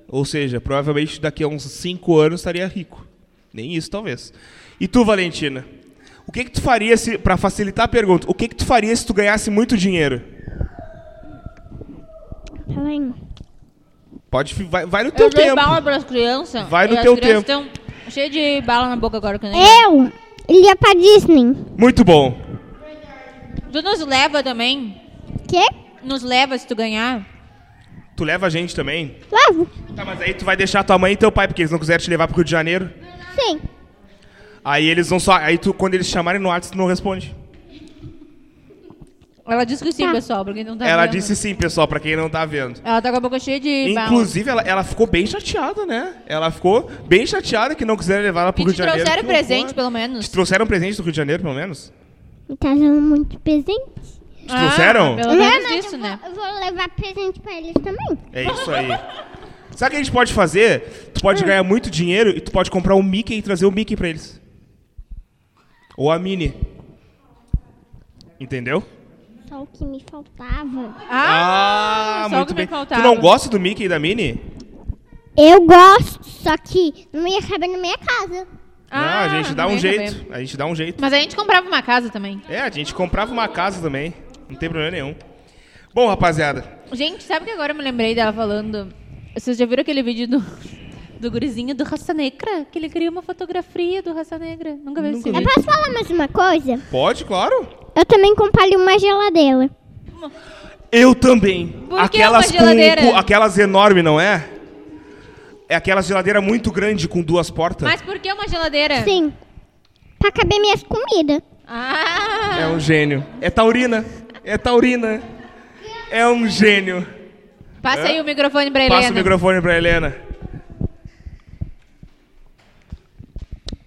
[SPEAKER 1] Ou seja, provavelmente daqui a uns 5 anos estaria rico. Nem isso, talvez. E tu, Valentina? O que que tu faria se, pra facilitar a pergunta, o que que tu faria se tu ganhasse muito dinheiro?
[SPEAKER 5] Fala aí.
[SPEAKER 1] Pode, fi- vai, vai no teu
[SPEAKER 2] Eu dei
[SPEAKER 1] tempo.
[SPEAKER 2] bala pras crianças.
[SPEAKER 1] Vai no
[SPEAKER 2] e as
[SPEAKER 1] teu
[SPEAKER 2] crianças Estão cheias de bala na boca agora. Que nem...
[SPEAKER 5] Eu iria pra Disney.
[SPEAKER 1] Muito bom.
[SPEAKER 2] Tu nos leva também.
[SPEAKER 5] Quê?
[SPEAKER 2] Nos leva se tu ganhar.
[SPEAKER 1] Tu leva a gente também?
[SPEAKER 5] Levo.
[SPEAKER 1] Tá, mas aí tu vai deixar tua mãe e teu pai, porque eles não quiserem te levar pro Rio de Janeiro.
[SPEAKER 5] Sim.
[SPEAKER 1] Aí eles vão só. Aí tu, quando eles te chamarem no WhatsApp, tu não responde.
[SPEAKER 2] Ela disse que sim, pessoal, porque não tá
[SPEAKER 1] ela
[SPEAKER 2] vendo.
[SPEAKER 1] disse sim, pessoal, pra quem não tá vendo.
[SPEAKER 2] Ela tá com a boca cheia de bala.
[SPEAKER 1] Inclusive, ela, ela ficou bem chateada, né? Ela ficou bem chateada que não quiseram levar ela pro
[SPEAKER 2] E
[SPEAKER 1] Rio
[SPEAKER 2] te
[SPEAKER 1] de Janeiro.
[SPEAKER 2] trouxeram um
[SPEAKER 1] Que
[SPEAKER 2] presente,
[SPEAKER 1] horror.
[SPEAKER 2] pelo
[SPEAKER 1] Te
[SPEAKER 2] menos.
[SPEAKER 1] trouxeram um presente do Rio de Janeiro, pelo menos?
[SPEAKER 5] Me trazendo muito presente.
[SPEAKER 2] Te
[SPEAKER 1] trouxeram?
[SPEAKER 2] Ah, Pelo menos
[SPEAKER 5] mas
[SPEAKER 2] isso,
[SPEAKER 5] eu,
[SPEAKER 2] né?
[SPEAKER 5] vou, eu vou levar presente pra eles também.
[SPEAKER 1] É isso
[SPEAKER 2] [LAUGHS]
[SPEAKER 1] aí. Sabe o que a gente pode fazer? Tu pode ganhar muito dinheiro e tu pode comprar um Mickey e trazer o Mickey pra eles. Ou a Minnie. Entendeu?
[SPEAKER 5] Só o que me faltava.
[SPEAKER 2] Ah, só o que me faltava.
[SPEAKER 1] Tu não gosta do Mickey e da Minnie?
[SPEAKER 5] Eu gosto, só que não ia caber na minha casa.
[SPEAKER 1] Ah, não, a gente dá um
[SPEAKER 2] ia caber.
[SPEAKER 1] jeito. A gente dá um jeito.
[SPEAKER 2] Mas a gente comprava uma casa também.
[SPEAKER 1] É, a gente comprava uma casa também. Não tem problema nenhum. Bom, rapaziada.
[SPEAKER 2] Gente, sabe que agora eu me lembrei dela falando Vocês já viram aquele vídeo do, do gurizinho do Raça Negra? Que ele criou uma fotografia do Raça Negra. Nunca vi esse
[SPEAKER 4] Nunca
[SPEAKER 2] vídeo.
[SPEAKER 5] Posso falar mais uma coisa?
[SPEAKER 1] Pode, claro.
[SPEAKER 5] Eu também comprei uma geladeira.
[SPEAKER 1] Eu também.
[SPEAKER 2] Por que
[SPEAKER 1] aquelas
[SPEAKER 2] uma geladeira?
[SPEAKER 1] com- com- aquelas enormes, não é? É aquela geladeira muito grande com duas portas.
[SPEAKER 2] Mas por que uma geladeira?
[SPEAKER 5] Sim. Pra caber minhas comidas.
[SPEAKER 2] Ah!
[SPEAKER 1] É um gênio. É taurina. É taurina. É um gênio.
[SPEAKER 2] Passa aí o microfone pra Helena.
[SPEAKER 1] é? Passa o microfone pra Helena.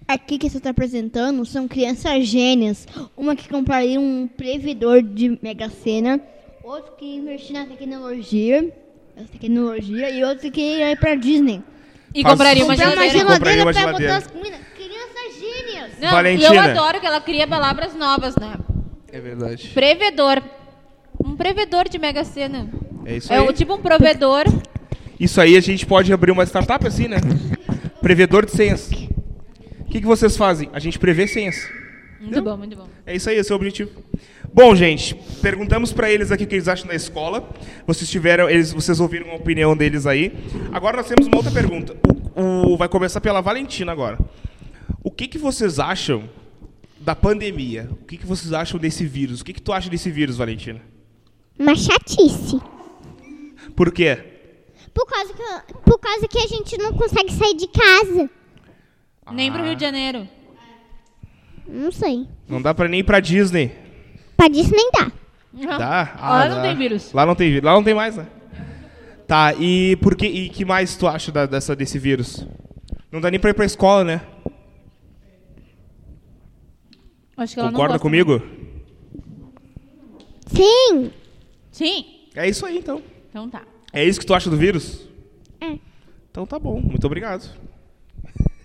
[SPEAKER 3] Aqui que você está apresentando são crianças gênias. Uma que compraria um prevedor de Mega Sena, outro que investir na tecnologia, essa tecnologia e outro que ia para Disney.
[SPEAKER 2] E
[SPEAKER 1] Faz-
[SPEAKER 2] compraria uma
[SPEAKER 3] Comprar
[SPEAKER 2] geladeira.
[SPEAKER 1] geladeira. Compraria uma
[SPEAKER 3] pra
[SPEAKER 1] geladeira.
[SPEAKER 3] botar as comidas. Crianças gênias.
[SPEAKER 2] Não,
[SPEAKER 1] Valentina.
[SPEAKER 2] E eu adoro que ela cria palavras novas, né?
[SPEAKER 1] É verdade.
[SPEAKER 2] Prevedor. Um prevedor de Mega Sena.
[SPEAKER 1] É isso
[SPEAKER 2] É
[SPEAKER 1] aí.
[SPEAKER 2] o tipo um provedor.
[SPEAKER 1] Hum? Isso aí a gente pode abrir uma startup assim, né? Prevedor de senhas. O que, que vocês fazem? A gente prevê senhas.
[SPEAKER 2] Muito bom, muito bom.
[SPEAKER 1] É isso aí, esse é o objetivo. Bom, gente, perguntamos pra eles aqui o que eles acham da escola. Vocês tiveram, eles, vocês ouviram a opinião deles aí. Agora nós temos uma outra pergunta. O, o- vai começar pela Valentina agora. O que, que vocês acham da pandemia? O que, que vocês acham desse vírus? O que, que tu acha desse vírus, Valentina?
[SPEAKER 5] Uma chatice.
[SPEAKER 1] Por quê?
[SPEAKER 5] Por causa que, por causa que a gente não consegue sair de casa.
[SPEAKER 2] Nem
[SPEAKER 1] Ah.
[SPEAKER 2] pro Rio de Janeiro.
[SPEAKER 5] Não sei.
[SPEAKER 1] Não dá pra nem ir pra Disney.
[SPEAKER 5] Pra Disney dá.
[SPEAKER 1] Dá?
[SPEAKER 2] Lá
[SPEAKER 1] Ah,
[SPEAKER 2] não
[SPEAKER 1] dá.
[SPEAKER 2] tem vírus.
[SPEAKER 1] Lá não tem vírus. Lá não tem mais, né? Tá, e por que, e que mais tu acha da- dessa, desse vírus? Não dá nem pra ir pra escola, né?
[SPEAKER 2] Acho que ela não
[SPEAKER 1] Concorda
[SPEAKER 2] gosta.
[SPEAKER 1] comigo?
[SPEAKER 5] Sim.
[SPEAKER 2] Sim.
[SPEAKER 1] É isso aí, então.
[SPEAKER 2] Então tá.
[SPEAKER 1] É isso que tu acha do vírus?
[SPEAKER 5] É.
[SPEAKER 1] Então tá bom, muito obrigado.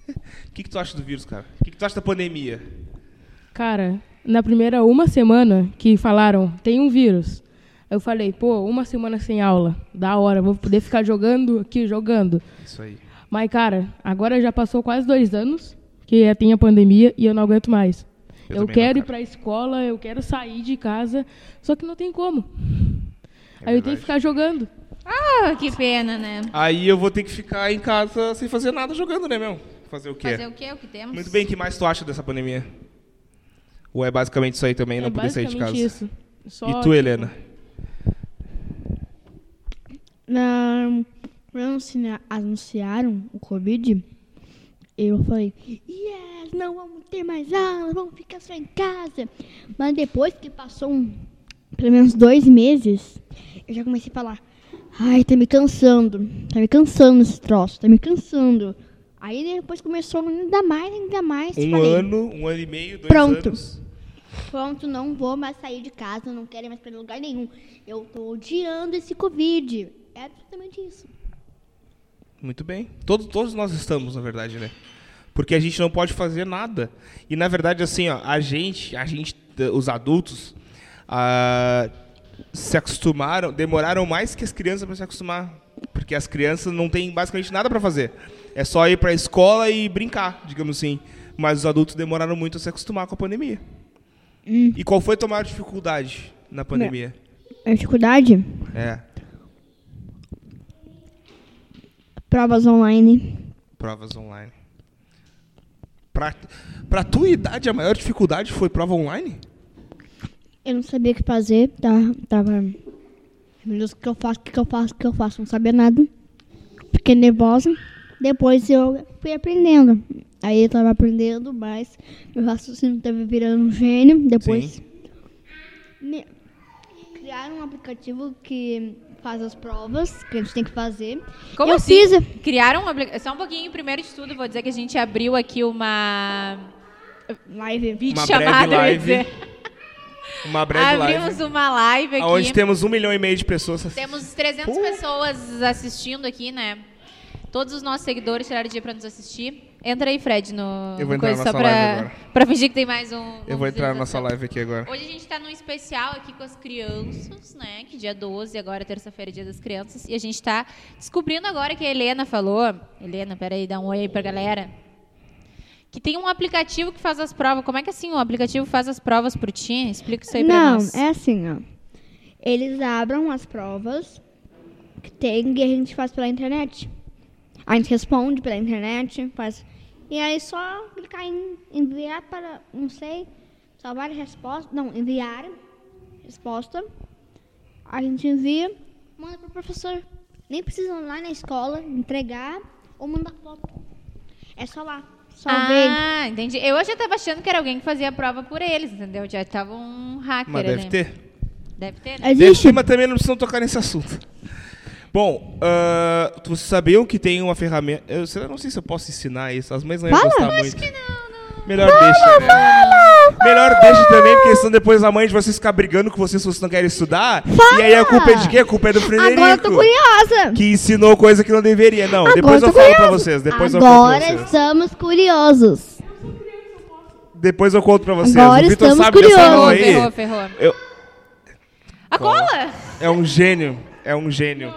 [SPEAKER 1] [LAUGHS] O que, que tu acha do vírus, cara? O que, que tu acha da pandemia?
[SPEAKER 4] Cara, na primeira uma semana que falaram, tem um vírus. Eu falei, pô, uma semana sem aula, da hora, vou poder ficar jogando aqui, jogando.
[SPEAKER 1] Isso aí.
[SPEAKER 4] Mas, cara, agora já passou quase dois anos que é- tem a pandemia e eu não aguento mais.
[SPEAKER 1] Eu também não,
[SPEAKER 4] Eu, quero ir
[SPEAKER 1] cara.
[SPEAKER 4] pra escola, eu quero sair de casa, só que não tem como.
[SPEAKER 1] É
[SPEAKER 4] Aí eu
[SPEAKER 1] verdade.
[SPEAKER 4] tenho que ficar jogando.
[SPEAKER 2] Ah, que pena, né?
[SPEAKER 1] Aí eu vou ter que ficar em casa sem fazer nada jogando, né, meu? Fazer o quê?
[SPEAKER 2] Fazer o que? O que temos?
[SPEAKER 1] Muito bem, o que mais tu acha dessa pandemia? Ou é basicamente isso aí também, não
[SPEAKER 4] é
[SPEAKER 1] poder sair de casa?
[SPEAKER 4] basicamente isso. Só,
[SPEAKER 1] E tu,
[SPEAKER 4] tipo,
[SPEAKER 1] Helena?
[SPEAKER 3] Na, quando anuncia- anunciaram o Covid, eu falei, yes, não vamos ter mais aula, vamos ficar só em casa. Mas depois que passou um, pelo menos dois meses, eu já comecei a falar, ai, tá me cansando, tá me cansando esse troço, tá me cansando. Aí depois começou ainda mais, ainda mais.
[SPEAKER 1] Um
[SPEAKER 3] falei,
[SPEAKER 1] ano, um ano e meio, dois
[SPEAKER 3] Pronto.
[SPEAKER 1] anos.
[SPEAKER 3] Pronto, não vou mais sair de casa, não quero ir mais pra lugar nenhum. Eu tô odiando esse Covid. É absolutamente isso.
[SPEAKER 1] Muito bem. Todos, todos nós estamos, na verdade, né? Porque a gente não pode fazer nada. E na verdade, assim, ó, a gente, a gente, eh, os adultos, ah, se acostumaram, demoraram mais que as crianças para se acostumar, porque as crianças não têm basicamente nada para fazer. É só ir para a escola e brincar, digamos assim. Mas os adultos demoraram muito a se acostumar com a pandemia. E qual foi a tua maior dificuldade na pandemia?
[SPEAKER 3] A dificuldade?
[SPEAKER 1] É,
[SPEAKER 3] Provas online.
[SPEAKER 1] provas online. Pra, pra tua idade, a maior dificuldade foi prova online?
[SPEAKER 3] Eu não sabia o que fazer. tá- Tava. Meu Deus, o que eu faço? O que eu faço? O que eu faço? Não sabia nada. Fiquei nervosa. Depois eu fui aprendendo. Aí eu tava aprendendo, mas meu raciocínio tava virando um gênio. Depois. Me- Criaram um aplicativo que faz as provas que a gente tem que fazer.
[SPEAKER 2] Como
[SPEAKER 3] eu
[SPEAKER 2] assim?
[SPEAKER 3] fiz.
[SPEAKER 2] Criaram um aplica- Só um pouquinho, primeiro de tudo, vou dizer que a gente abriu aqui uma
[SPEAKER 3] Live.
[SPEAKER 2] vídeo
[SPEAKER 1] Uma
[SPEAKER 2] chamada.
[SPEAKER 1] breve live. Uma breve
[SPEAKER 2] [LAUGHS] Abrimos uma live
[SPEAKER 1] live.
[SPEAKER 2] aqui.
[SPEAKER 1] Onde temos um milhão e meio de pessoas.
[SPEAKER 2] Temos 300
[SPEAKER 1] Pô.
[SPEAKER 2] pessoas assistindo aqui, né? Todos os nossos seguidores tiraram o dia pra nos assistir. Entra aí, Fred, no
[SPEAKER 1] Eu vou
[SPEAKER 2] no
[SPEAKER 1] entrar
[SPEAKER 2] coisa,
[SPEAKER 1] na
[SPEAKER 2] só
[SPEAKER 1] nossa
[SPEAKER 2] pra,
[SPEAKER 1] live agora.
[SPEAKER 2] pra fingir que tem mais um.
[SPEAKER 1] Eu vou entrar na nossa live aqui agora.
[SPEAKER 2] Hoje a gente tá num especial aqui com as crianças, né? Que dia 12, agora é terça-feira, é dia das crianças. E a gente tá descobrindo agora que a Helena falou. Helena, peraí, dá um oi aí pra galera. Que tem um aplicativo que faz as provas. Como é que assim o aplicativo faz as provas pro ti?
[SPEAKER 6] é
[SPEAKER 2] Explica isso aí pra
[SPEAKER 3] Não,
[SPEAKER 2] nós.
[SPEAKER 3] é assim, ó. Eles abram as provas,
[SPEAKER 6] que tem e a gente faz pela internet. A gente responde pela internet, faz. E aí só clicar em enviar para, não sei, salvar a resposta. Não, enviar resposta. A gente envia, manda para o professor. Nem precisa ir lá na escola, entregar ou mandar foto. É só lá. Só ver.
[SPEAKER 2] Ah, entendi. Eu já tava achando que era alguém que fazia a prova por eles, entendeu? Já tava um hacker
[SPEAKER 1] Mas deve
[SPEAKER 2] ali.
[SPEAKER 1] ter.
[SPEAKER 2] Deve ter, né?
[SPEAKER 1] Deve
[SPEAKER 6] Existe.
[SPEAKER 1] ter, mas também não precisam tocar nesse assunto. Bom, ah, vocês sabiam que tem uma ferramenta. Eu sei- eu não sei se eu posso ensinar isso, as mães não iam
[SPEAKER 6] Fala.
[SPEAKER 1] gostar muito. Melhor deixa. né? Melhor deixa também, porque senão depois a mãe de vocês ficar brigando com vocês se vocês não querem estudar. E aí a culpa é de quê? A culpa é do Frederico.
[SPEAKER 6] Agora eu tô curiosa.
[SPEAKER 1] Que ensinou coisa que não deveria. Não, depois
[SPEAKER 6] eu tô
[SPEAKER 1] eu falo pra
[SPEAKER 6] curiosa.
[SPEAKER 1] vocês. Depois eu conto pra
[SPEAKER 3] Agora
[SPEAKER 1] vocês.
[SPEAKER 3] estamos curiosos.
[SPEAKER 1] Depois eu conto pra vocês.
[SPEAKER 3] Agora
[SPEAKER 1] o Vitor
[SPEAKER 3] estamos
[SPEAKER 1] sabe dessa
[SPEAKER 3] curiosos.
[SPEAKER 1] aula
[SPEAKER 2] Ferrou,
[SPEAKER 1] aí.
[SPEAKER 2] ferrou, ferrou.
[SPEAKER 1] Eu-
[SPEAKER 2] A cola?
[SPEAKER 1] É um gênio. É um gênio.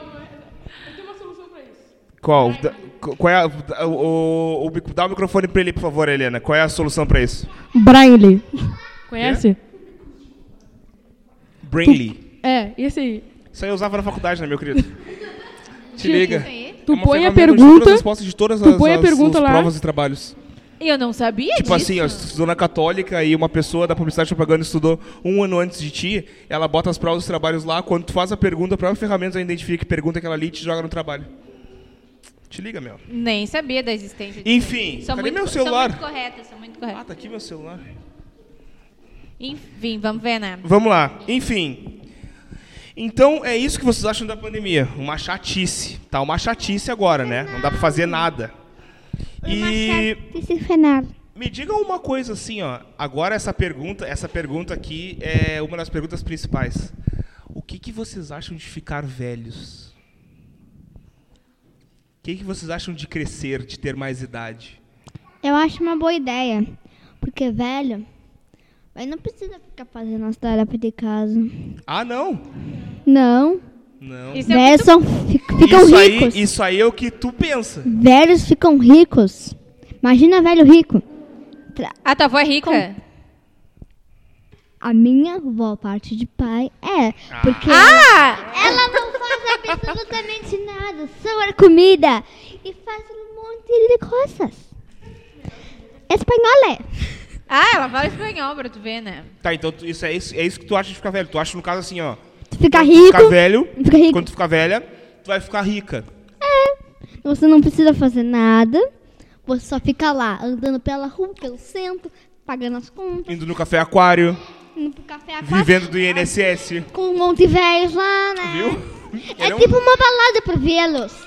[SPEAKER 1] Qual? Da- qu- Qual é a, da- o, o, mic- dá o microfone pra ele, por favor, Helena. Qual é a solução pra isso?
[SPEAKER 4] Braille. Conhece?
[SPEAKER 1] Braille.
[SPEAKER 4] É, esse aí.
[SPEAKER 1] Isso aí eu usava na faculdade, né, meu querido? Te liga.
[SPEAKER 4] Tu
[SPEAKER 1] É uma
[SPEAKER 4] põe
[SPEAKER 1] ferramenta
[SPEAKER 4] a
[SPEAKER 1] onde
[SPEAKER 4] pergunta.
[SPEAKER 1] todas as respostas de todas
[SPEAKER 4] tu
[SPEAKER 1] as,
[SPEAKER 4] põe a
[SPEAKER 1] as-
[SPEAKER 4] pergunta
[SPEAKER 1] as
[SPEAKER 4] lá.
[SPEAKER 1] provas e trabalhos.
[SPEAKER 2] Eu não sabia
[SPEAKER 1] Tipo
[SPEAKER 2] disso.
[SPEAKER 1] assim, ó, zona católica e uma pessoa da publicidade e propaganda estudou um ano antes de ti, ela bota as provas e os trabalhos lá, quando tu faz a pergunta, a própria ferramenta já identifica que pergunta que ela ali e te joga no trabalho. Te liga, meu.
[SPEAKER 2] Nem sabia da existência disso.
[SPEAKER 1] Enfim,
[SPEAKER 2] Sou
[SPEAKER 1] cadê
[SPEAKER 2] muito,
[SPEAKER 1] meu celular?
[SPEAKER 2] Sou muito correta, sou muito
[SPEAKER 1] Ah,
[SPEAKER 2] correta.
[SPEAKER 1] tá aqui meu celular.
[SPEAKER 2] Enfim, vamos ver, né?
[SPEAKER 1] Vamos lá. Enfim. Então é isso que vocês acham da pandemia. Uma chatice. Tá uma chatice agora, né? Não dá pra fazer nada.
[SPEAKER 3] É
[SPEAKER 1] E
[SPEAKER 5] Esse Fernando.
[SPEAKER 1] me digam uma coisa assim, ó. Agora essa pergunta, essa pergunta aqui é uma das perguntas principais. O que, que vocês acham de ficar velhos? O que, que vocês acham de crescer, de ter mais idade?
[SPEAKER 3] Eu acho uma boa ideia. Porque, velho, mas não precisa ficar fazendo as tarefas de casa.
[SPEAKER 1] Ah, não!
[SPEAKER 3] Não.
[SPEAKER 1] Não.
[SPEAKER 2] Isso é muito...
[SPEAKER 3] Velhos são, fic- ficam
[SPEAKER 1] isso,
[SPEAKER 3] ricos.
[SPEAKER 1] aí, isso aí é o que tu pensa.
[SPEAKER 3] Velhos ficam ricos. Imagina velho rico.
[SPEAKER 2] A tua avó é rica?
[SPEAKER 3] A minha avó, parte de pai, é. Porque
[SPEAKER 2] Ah!
[SPEAKER 5] Ela não faz [LAUGHS] absolutamente nada.
[SPEAKER 3] ela comida e faz um monte de coisas. é. Espanhola.
[SPEAKER 2] Ah, ela fala espanhol pra tu ver, né?
[SPEAKER 1] Tá, então tu- isso é, isso é isso que tu acha de ficar velho. Tu acha, no caso, assim, ó.
[SPEAKER 3] Fica
[SPEAKER 1] quando tu Ficar
[SPEAKER 3] rico.
[SPEAKER 1] velho,
[SPEAKER 3] Fica rico.
[SPEAKER 1] quando tu ficar velha, tu vai ficar rica.
[SPEAKER 3] Você não precisa fazer nada. Você só fica lá, andando pela rua, pelo centro, pagando as contas,
[SPEAKER 1] Indo no café aquário,
[SPEAKER 3] indo pro café aquático,
[SPEAKER 1] vivendo do INSS.
[SPEAKER 3] com um monte de velhos lá, né?
[SPEAKER 1] Viu?
[SPEAKER 3] É
[SPEAKER 1] Ele um-
[SPEAKER 3] tipo uma balada pra vê-los.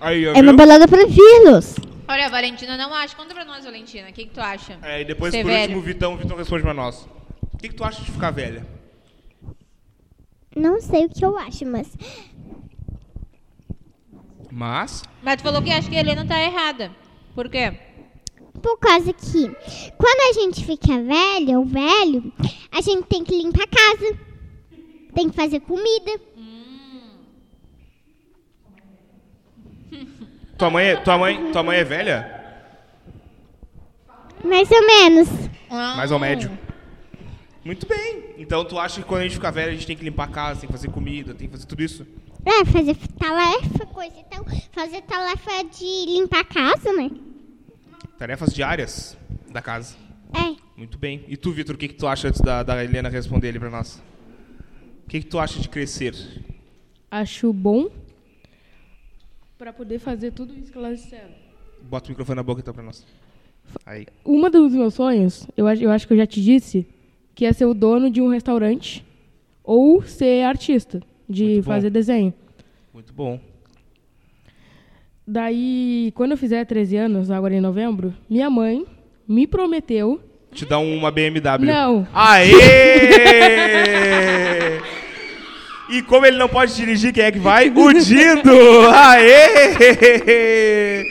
[SPEAKER 1] Aí, ó,
[SPEAKER 3] É uma
[SPEAKER 1] viu?
[SPEAKER 3] balada pra vê-los.
[SPEAKER 2] Olha, a Valentina não acha. Conta pra nós, Valentina. O que, que tu acha?
[SPEAKER 1] É, e depois,
[SPEAKER 2] Ser
[SPEAKER 1] por
[SPEAKER 2] velho.
[SPEAKER 1] último, o Vitão, o Vitão responde pra nós. O que, que tu acha de ficar velha?
[SPEAKER 5] Não sei o que eu acho, mas
[SPEAKER 1] Mas.
[SPEAKER 2] Mas tu falou que acha que a Helena tá errada. Por quê?
[SPEAKER 5] por causa que quando a gente fica velha ou velho, a gente tem que limpar a casa, tem que fazer comida.
[SPEAKER 1] Tua mãe é, tua mãe, tua mãe é velha?
[SPEAKER 5] Mais ou menos.
[SPEAKER 2] Ah,
[SPEAKER 1] Mais ou médio. Muito bem. Então tu acha que quando a gente ficar velha, a gente tem que limpar a casa, tem que fazer comida, tem que fazer tudo isso?
[SPEAKER 5] É, fazer tarefa, coisa e tal. Fazer tarefa de limpar a casa, né?
[SPEAKER 1] Tarefas diárias da casa.
[SPEAKER 5] É.
[SPEAKER 1] Muito bem. E tu, Vitor, o que, que tu acha antes da, da Helena responder ali pra nós? O que, que tu acha de crescer?
[SPEAKER 4] Acho bom pra poder fazer tudo isso que ela disseram.
[SPEAKER 1] Bota o microfone na boca então pra nós. Aí.
[SPEAKER 4] Uma dos meus sonhos, eu, ach- eu acho que eu já te disse, que é ser o dono de um restaurante ou ser artista, de
[SPEAKER 1] Muito bom.
[SPEAKER 4] fazer desenho.
[SPEAKER 1] Muito bom.
[SPEAKER 4] Daí, quando eu fizer 13 anos, agora em novembro, minha mãe me prometeu.
[SPEAKER 1] Te dá uma BMW.
[SPEAKER 4] Não.
[SPEAKER 1] Aê! e como ele não pode dirigir, quem é que vai? O Dindo! Aê!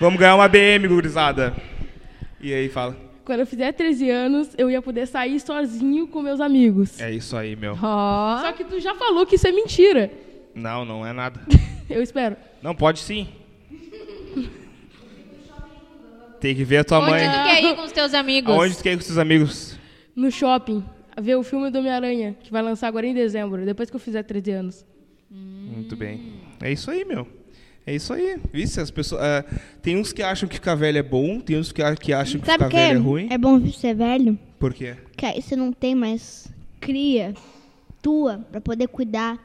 [SPEAKER 1] Vamos ganhar uma BM, gurizada. E aí, fala.
[SPEAKER 4] Quando eu fizer 13 anos, eu ia poder sair sozinho com meus amigos.
[SPEAKER 1] É isso aí, meu.
[SPEAKER 2] Ó.
[SPEAKER 4] Só que tu já falou que isso é mentira.
[SPEAKER 1] Não, não é nada.
[SPEAKER 4] Eu espero.
[SPEAKER 1] Não, pode sim. Tem que ver a tua
[SPEAKER 2] Onde
[SPEAKER 1] mãe.
[SPEAKER 2] tu quer ir com os teus amigos?
[SPEAKER 1] Aonde tu quer ir com seus amigos?
[SPEAKER 4] No shopping. ver o filme do Homem-Aranha, que vai lançar agora em dezembro, depois que eu fizer 13 anos.
[SPEAKER 1] Muito bem. É isso aí, meu. É isso aí. Vixe, as pessoas. ah, tem uns que acham que ficar velho é bom, tem uns que, a- que acham que
[SPEAKER 6] Sabe
[SPEAKER 1] ficar
[SPEAKER 6] o que
[SPEAKER 1] velho é ruim.
[SPEAKER 6] é bom ser velho?
[SPEAKER 1] Por quê?
[SPEAKER 6] Que aí você não tem mais cria tua pra poder cuidar.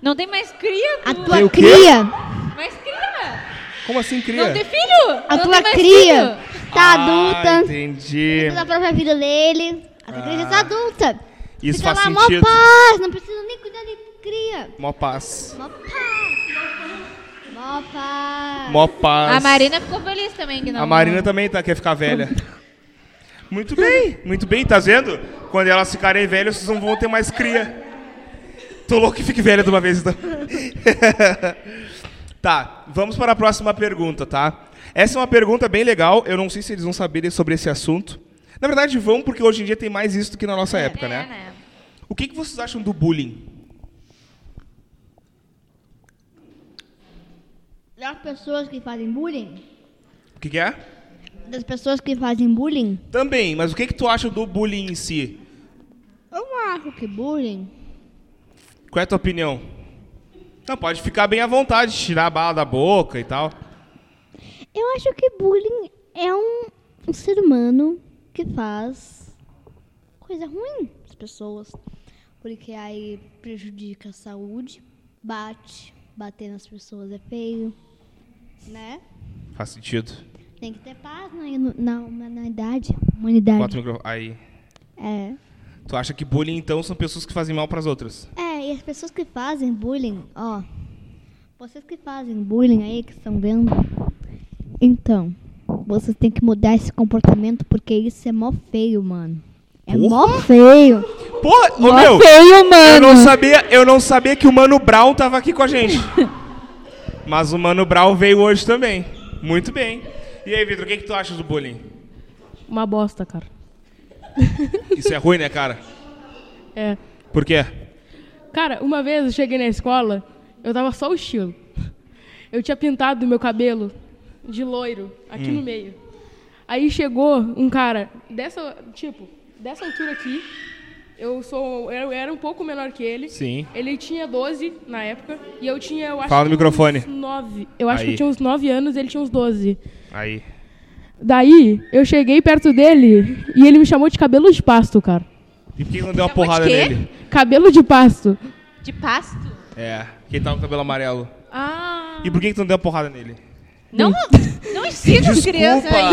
[SPEAKER 2] Não tem mais cria,
[SPEAKER 6] A
[SPEAKER 1] Tem
[SPEAKER 2] tu.
[SPEAKER 1] o
[SPEAKER 6] tua
[SPEAKER 1] quê?
[SPEAKER 6] cria,
[SPEAKER 2] Mais cria.
[SPEAKER 1] Como assim
[SPEAKER 2] Não
[SPEAKER 1] cria?
[SPEAKER 2] tem filho.
[SPEAKER 6] a
[SPEAKER 2] não
[SPEAKER 6] tua
[SPEAKER 2] tem mais
[SPEAKER 6] cria
[SPEAKER 2] filho.
[SPEAKER 6] tá
[SPEAKER 1] Ah,
[SPEAKER 6] adulta,
[SPEAKER 1] entendi.
[SPEAKER 6] cuida da própria vida dele. A tua cria já tá adulta.
[SPEAKER 1] Isso
[SPEAKER 6] Fica
[SPEAKER 1] faz
[SPEAKER 6] lá, mó
[SPEAKER 1] sentido.
[SPEAKER 6] paz, não precisa nem cuidar de cria.
[SPEAKER 1] Mó paz.
[SPEAKER 6] Mó paz. Mó paz.
[SPEAKER 1] Mó paz.
[SPEAKER 2] A Marina ficou feliz também que não.
[SPEAKER 1] A Marina também tá, quer ficar
[SPEAKER 2] [LAUGHS]
[SPEAKER 1] velha. Muito bem, muito bem, tá vendo? Quando elas ficarem velhas, vocês não vão ter mais cria. Tô louco que fique velha de uma vez, então. [LAUGHS] tá, vamos para a próxima pergunta, tá? Essa é uma pergunta bem legal, eu não sei se eles vão saberem sobre esse assunto. Na verdade, vão, porque hoje em dia tem mais isso do que na nossa época,
[SPEAKER 2] É,
[SPEAKER 1] né?
[SPEAKER 2] né?
[SPEAKER 1] O que, que vocês acham do bullying?
[SPEAKER 6] Das pessoas que fazem bullying,
[SPEAKER 1] O que, que é?
[SPEAKER 6] das pessoas que fazem bullying,
[SPEAKER 1] Também, mas o que, que tu acha do bullying em si?
[SPEAKER 6] eu não acho que bullying.
[SPEAKER 1] Qual é a tua opinião? Não, pode ficar bem à vontade, tirar a bala da boca e tal.
[SPEAKER 3] Eu acho que bullying é um, um ser humano que faz
[SPEAKER 6] Coisa ruim das pessoas, porque aí prejudica a saúde, bate, bater nas pessoas é feio, né?
[SPEAKER 1] Faz sentido.
[SPEAKER 6] Tem que ter paz na, na humanidade. Humanidade.
[SPEAKER 1] Bota o microfone. Aí.
[SPEAKER 6] É.
[SPEAKER 1] Tu acha que bullying, então, são pessoas que fazem mal pras outras?
[SPEAKER 6] É, e as pessoas que fazem bullying, ó. Vocês que fazem bullying aí, que estão vendo. Então, vocês têm que mudar esse comportamento porque isso é mó feio, mano. É mó feio.
[SPEAKER 1] Pô, ô meu!
[SPEAKER 6] feio,
[SPEAKER 1] Eu não,
[SPEAKER 6] mano.
[SPEAKER 1] sabia, eu não sabia que o Mano Brown tava aqui com a gente. Mas o Mano Brown veio hoje também. Muito bem. E aí, Vitor, o que, que tu acha do bullying?
[SPEAKER 4] Uma bosta, cara.
[SPEAKER 1] Isso é ruim, né, cara?
[SPEAKER 4] É.
[SPEAKER 1] Por quê?
[SPEAKER 4] Cara, uma vez eu cheguei na escola, eu tava só o estilo. Eu tinha pintado meu cabelo de loiro, aqui
[SPEAKER 1] Hum.
[SPEAKER 4] no meio. Aí chegou um cara dessa, tipo, dessa altura aqui. Eu sou, eu era um pouco menor que ele.
[SPEAKER 1] Sim.
[SPEAKER 4] Ele tinha 12 na época e eu tinha, eu acho
[SPEAKER 1] Fala no
[SPEAKER 4] que
[SPEAKER 1] microfone.
[SPEAKER 4] uns 9. Eu acho que
[SPEAKER 1] Aí.
[SPEAKER 4] eu tinha uns 9 anos, ele tinha uns 12.
[SPEAKER 1] Aí.
[SPEAKER 4] Daí eu cheguei perto dele e ele me chamou de cabelo de pasto, cara.
[SPEAKER 1] E por que não deu uma
[SPEAKER 2] Chamou de
[SPEAKER 1] porrada
[SPEAKER 2] quê?
[SPEAKER 1] nele?
[SPEAKER 4] Cabelo de pasto.
[SPEAKER 2] De pasto?
[SPEAKER 1] É. Quem tava com o cabelo amarelo.
[SPEAKER 2] Ah.
[SPEAKER 1] E por que, que tu não deu uma porrada nele?
[SPEAKER 2] Não, não ensina as crianças aí.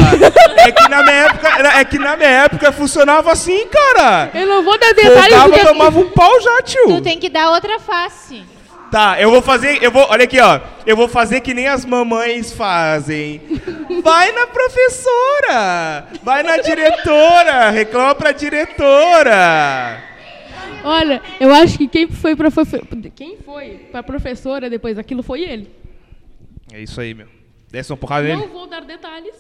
[SPEAKER 1] É que na minha época, é que na minha época funcionava assim, cara.
[SPEAKER 4] Eu não vou dar
[SPEAKER 1] Eu
[SPEAKER 4] detalhes
[SPEAKER 1] dava,
[SPEAKER 4] porque-
[SPEAKER 1] tomava um pau já,
[SPEAKER 2] Tu
[SPEAKER 1] tio.
[SPEAKER 2] tem que dar outra face.
[SPEAKER 1] Tá, eu vou fazer, eu vou, olha aqui, ó. Eu vou fazer que nem as mamães fazem. Vai na professora, vai na diretora, reclama pra diretora.
[SPEAKER 4] assim, Olha, eu acho que quem foi pra fofe- quem foi pra professora depois daquilo foi ele.
[SPEAKER 1] É isso aí, meu. Desce uma porrada
[SPEAKER 4] Não
[SPEAKER 1] nele.
[SPEAKER 4] vou dar detalhes,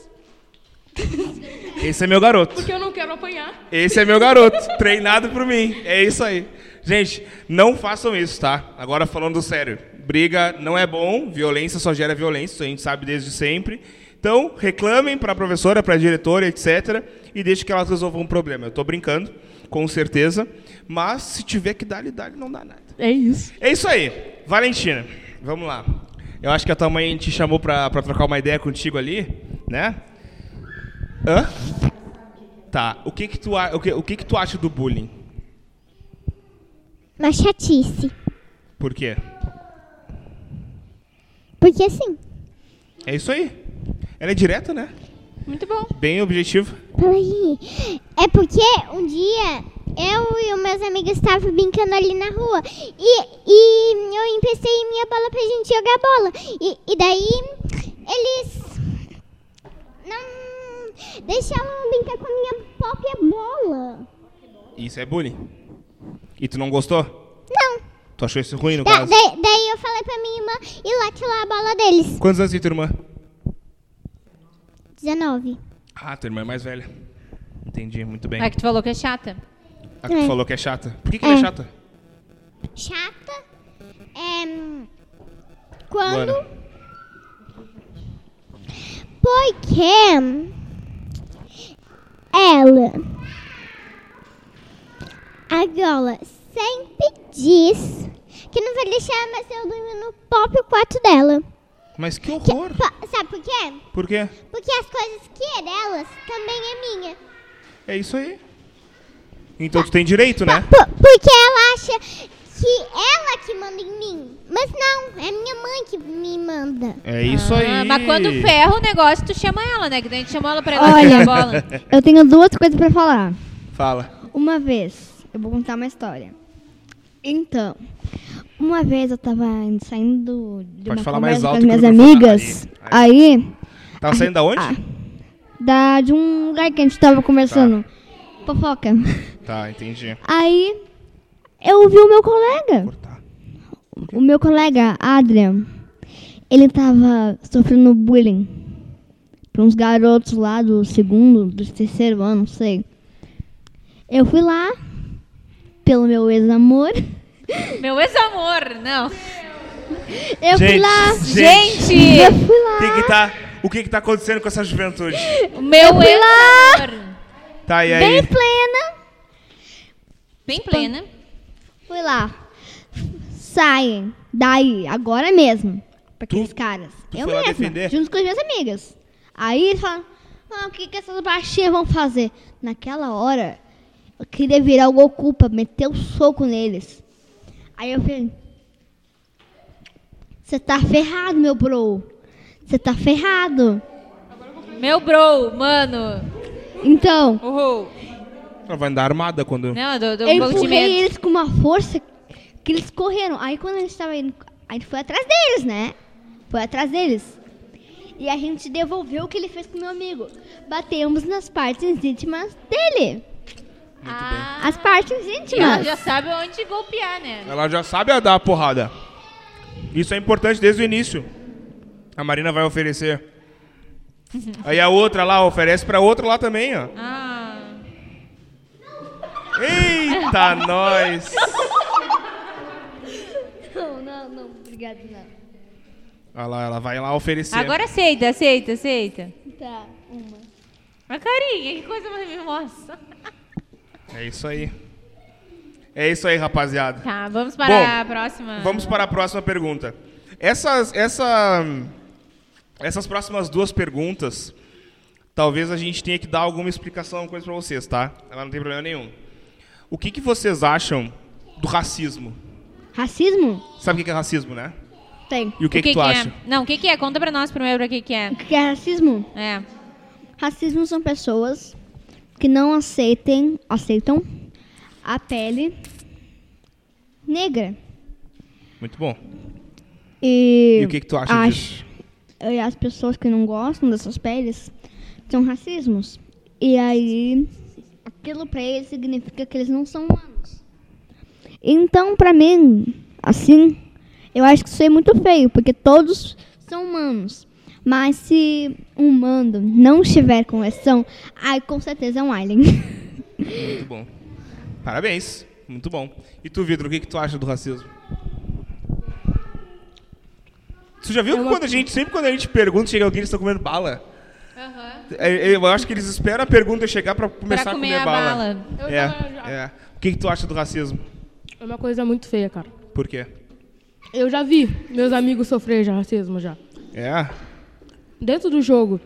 [SPEAKER 1] Esse é meu garoto.
[SPEAKER 4] porque eu não quero apanhar.
[SPEAKER 1] Esse é meu garoto, treinado por mim. É isso aí. Gente, não façam isso, tá? Agora falando sério. Briga não é bom, violência só gera violência, isso a gente sabe desde sempre. Então, reclamem pra professora, pra diretora, etc. E deixe que elas resolvam o problema. Eu tô brincando, com certeza. Mas se tiver que dar, lhe dá, lhe não dá nada.
[SPEAKER 4] É isso.
[SPEAKER 1] É isso aí. Valentina, vamos lá. Eu acho que a tua mãe te chamou pra, pra trocar uma ideia contigo ali, né? Hã? Tá. O que que tu, a- o que, o que que tu acha do bullying?
[SPEAKER 5] Uma chatice.
[SPEAKER 1] Por quê?
[SPEAKER 5] Porque assim,
[SPEAKER 1] É isso aí. Ela é direta, né?
[SPEAKER 2] Muito bom.
[SPEAKER 1] Bem objetivo.
[SPEAKER 5] Peraí. É porque um dia eu e os meus amigos estavam brincando ali na rua. E, e eu empecei minha bola pra gente jogar bola. E, e daí eles não deixavam eu brincar com a minha própria bola.
[SPEAKER 1] Isso é bullying. E tu não gostou?
[SPEAKER 5] Não.
[SPEAKER 1] Tu achou isso ruim, no
[SPEAKER 5] Da-
[SPEAKER 1] caso?
[SPEAKER 5] da- daí eu falei pra minha irmã ir lá tirar a bola deles.
[SPEAKER 1] Quantos anos tem tua irmã?
[SPEAKER 5] 19.
[SPEAKER 1] Ah, tua irmã é mais velha. Entendi, muito bem.
[SPEAKER 2] É que tu falou que é chata.
[SPEAKER 1] A
[SPEAKER 2] Hum.
[SPEAKER 1] que tu falou que é chata. Por que, que ela é chata?
[SPEAKER 5] Chata. É, hum, quando
[SPEAKER 1] Luana.
[SPEAKER 5] Porque ela A Viola sempre diz que não vai deixar mais eu dormir no próprio quarto dela.
[SPEAKER 1] Mas que
[SPEAKER 5] Que-
[SPEAKER 1] horror!
[SPEAKER 5] pa- sabe por quê?
[SPEAKER 1] Por quê?
[SPEAKER 5] Porque as coisas que é delas também é minha.
[SPEAKER 1] É isso aí. Então tu tem direito, né?
[SPEAKER 5] Tá Po- porque ela acha que ela que manda em mim. Mas não, é minha mãe que me manda.
[SPEAKER 1] É isso aí.
[SPEAKER 2] Ah, mas quando ferra o negócio, tu chama ela, né? Que daí a gente chamou ela pra ir lá
[SPEAKER 3] Olha.
[SPEAKER 2] jogar bola.
[SPEAKER 3] Eu tenho duas coisas pra falar.
[SPEAKER 1] Fala.
[SPEAKER 3] Uma vez, eu vou contar uma história. Então, uma vez eu tava saindo de
[SPEAKER 1] Pode
[SPEAKER 3] uma
[SPEAKER 1] falar mais
[SPEAKER 3] conversa com
[SPEAKER 1] alto
[SPEAKER 3] as
[SPEAKER 1] que
[SPEAKER 3] minhas
[SPEAKER 1] o microfone-
[SPEAKER 3] amigas.
[SPEAKER 1] Aí,
[SPEAKER 3] Aí, ah,
[SPEAKER 1] Tava Tá saindo da onde?
[SPEAKER 2] Ah.
[SPEAKER 3] da, de um lugar que a gente tava conversando. Fofoca.
[SPEAKER 1] Tá, entendi.
[SPEAKER 3] Aí, eu vi o meu colega.
[SPEAKER 1] Cortar.
[SPEAKER 3] O meu colega, Adrian. Ele tava sofrendo bullying. Por uns garotos lá do segundo, do terceiro ano, não sei. Eu fui lá, pelo meu ex-amor. [LAUGHS]
[SPEAKER 2] Meu ex-amor, não.
[SPEAKER 3] Eu fui lá.
[SPEAKER 1] gente,
[SPEAKER 3] Eu
[SPEAKER 2] Gente,
[SPEAKER 3] fui lá.
[SPEAKER 1] o que que tá, o que que tá acontecendo com essa juventude?
[SPEAKER 2] meu ex-amor.
[SPEAKER 1] Tá, e aí?
[SPEAKER 3] Plena.
[SPEAKER 2] Bem plena.
[SPEAKER 3] Fui lá. Saem. Daí, agora mesmo. Pra aqueles caras.
[SPEAKER 1] tu
[SPEAKER 3] eu
[SPEAKER 1] foi lá
[SPEAKER 3] mesma,
[SPEAKER 1] defender?
[SPEAKER 3] junto com as minhas amigas. Aí eles falam, ah, o que, que essas baixinhas vão fazer? Naquela hora, eu queria virar o Goku pra meter o soco neles. Aí eu falei, você tá ferrado, meu bro. Você tá ferrado.
[SPEAKER 2] Meu bro, mano.
[SPEAKER 3] Então,
[SPEAKER 2] Uhul.
[SPEAKER 1] Ela vai andar armada quando...
[SPEAKER 2] Não, do, do
[SPEAKER 3] Eu
[SPEAKER 2] banco um de
[SPEAKER 3] empurrei
[SPEAKER 2] medo.
[SPEAKER 3] eles com uma força que eles correram. Aí quando a gente tava indo, a gente foi atrás deles, né? Foi atrás deles. E a gente devolveu o que ele fez com meu amigo. Batemos nas partes íntimas dele.
[SPEAKER 2] Ah,
[SPEAKER 3] As partes
[SPEAKER 2] ela
[SPEAKER 3] íntimas.
[SPEAKER 2] já sabe onde golpear, né?
[SPEAKER 1] Ela já sabe a dar a porrada. Isso é importante desde o início. A Marina vai oferecer.
[SPEAKER 2] [LAUGHS]
[SPEAKER 1] Aí a outra lá oferece pra outra lá também, ó.
[SPEAKER 2] Ah.
[SPEAKER 1] Eita, nós!
[SPEAKER 3] Não, não, não. Obrigado, não.
[SPEAKER 1] Olha lá, ela vai lá oferecer.
[SPEAKER 2] Agora aceita, aceita, aceita.
[SPEAKER 3] Tá, uma.
[SPEAKER 2] A carinha, que coisa mais mimosa.
[SPEAKER 1] É isso aí. É isso aí, rapaziada.
[SPEAKER 2] Tá, vamos para
[SPEAKER 1] Bom,
[SPEAKER 2] a próxima.
[SPEAKER 1] Vamos para a próxima pergunta. Essas, essa, essas próximas duas perguntas, talvez a gente tenha que dar alguma explicação, alguma coisa para vocês, tá? Ela não tem problema nenhum. O que, que vocês acham do racismo?
[SPEAKER 3] Racismo?
[SPEAKER 1] Sabe o que que é racismo, né?
[SPEAKER 3] Tem.
[SPEAKER 1] E o que, que, tu
[SPEAKER 2] é?
[SPEAKER 1] acha?
[SPEAKER 2] Não, o que, que é? Conta pra nós primeiro o que, que é.
[SPEAKER 3] O que é racismo?
[SPEAKER 2] É.
[SPEAKER 3] Racismo são pessoas que não aceitem, aceitam a pele negra.
[SPEAKER 1] Muito bom.
[SPEAKER 3] E,
[SPEAKER 1] E o que que tu acha
[SPEAKER 3] acho- E as pessoas que não gostam dessas peles são racismos. E aí, aquilo pra eles significa que eles não são humanos. Então, pra mim, assim, eu acho que isso é muito feio, porque todos são humanos. Mas se um humano não estiver com exceção, aí com certeza é um alien. [LAUGHS]
[SPEAKER 1] Muito bom. Parabéns. Muito bom. E tu, Vitor, o que, que tu acha do racismo? Tu já
[SPEAKER 4] É
[SPEAKER 1] viu que quando a gente, sempre quando a gente pergunta, chega alguém e eles estão comendo bala? É, Eu acho que eles esperam a pergunta chegar pra começar
[SPEAKER 2] Pra
[SPEAKER 1] a
[SPEAKER 2] comer
[SPEAKER 1] comer
[SPEAKER 2] a
[SPEAKER 1] bala.
[SPEAKER 2] bala.
[SPEAKER 4] Eu tava já-
[SPEAKER 1] É, é. O que, que tu acha do racismo?
[SPEAKER 4] É uma coisa muito feia, cara.
[SPEAKER 1] Por quê?
[SPEAKER 4] Eu já vi meus amigos sofrer já racismo já.
[SPEAKER 1] É.
[SPEAKER 4] Dentro do jogo,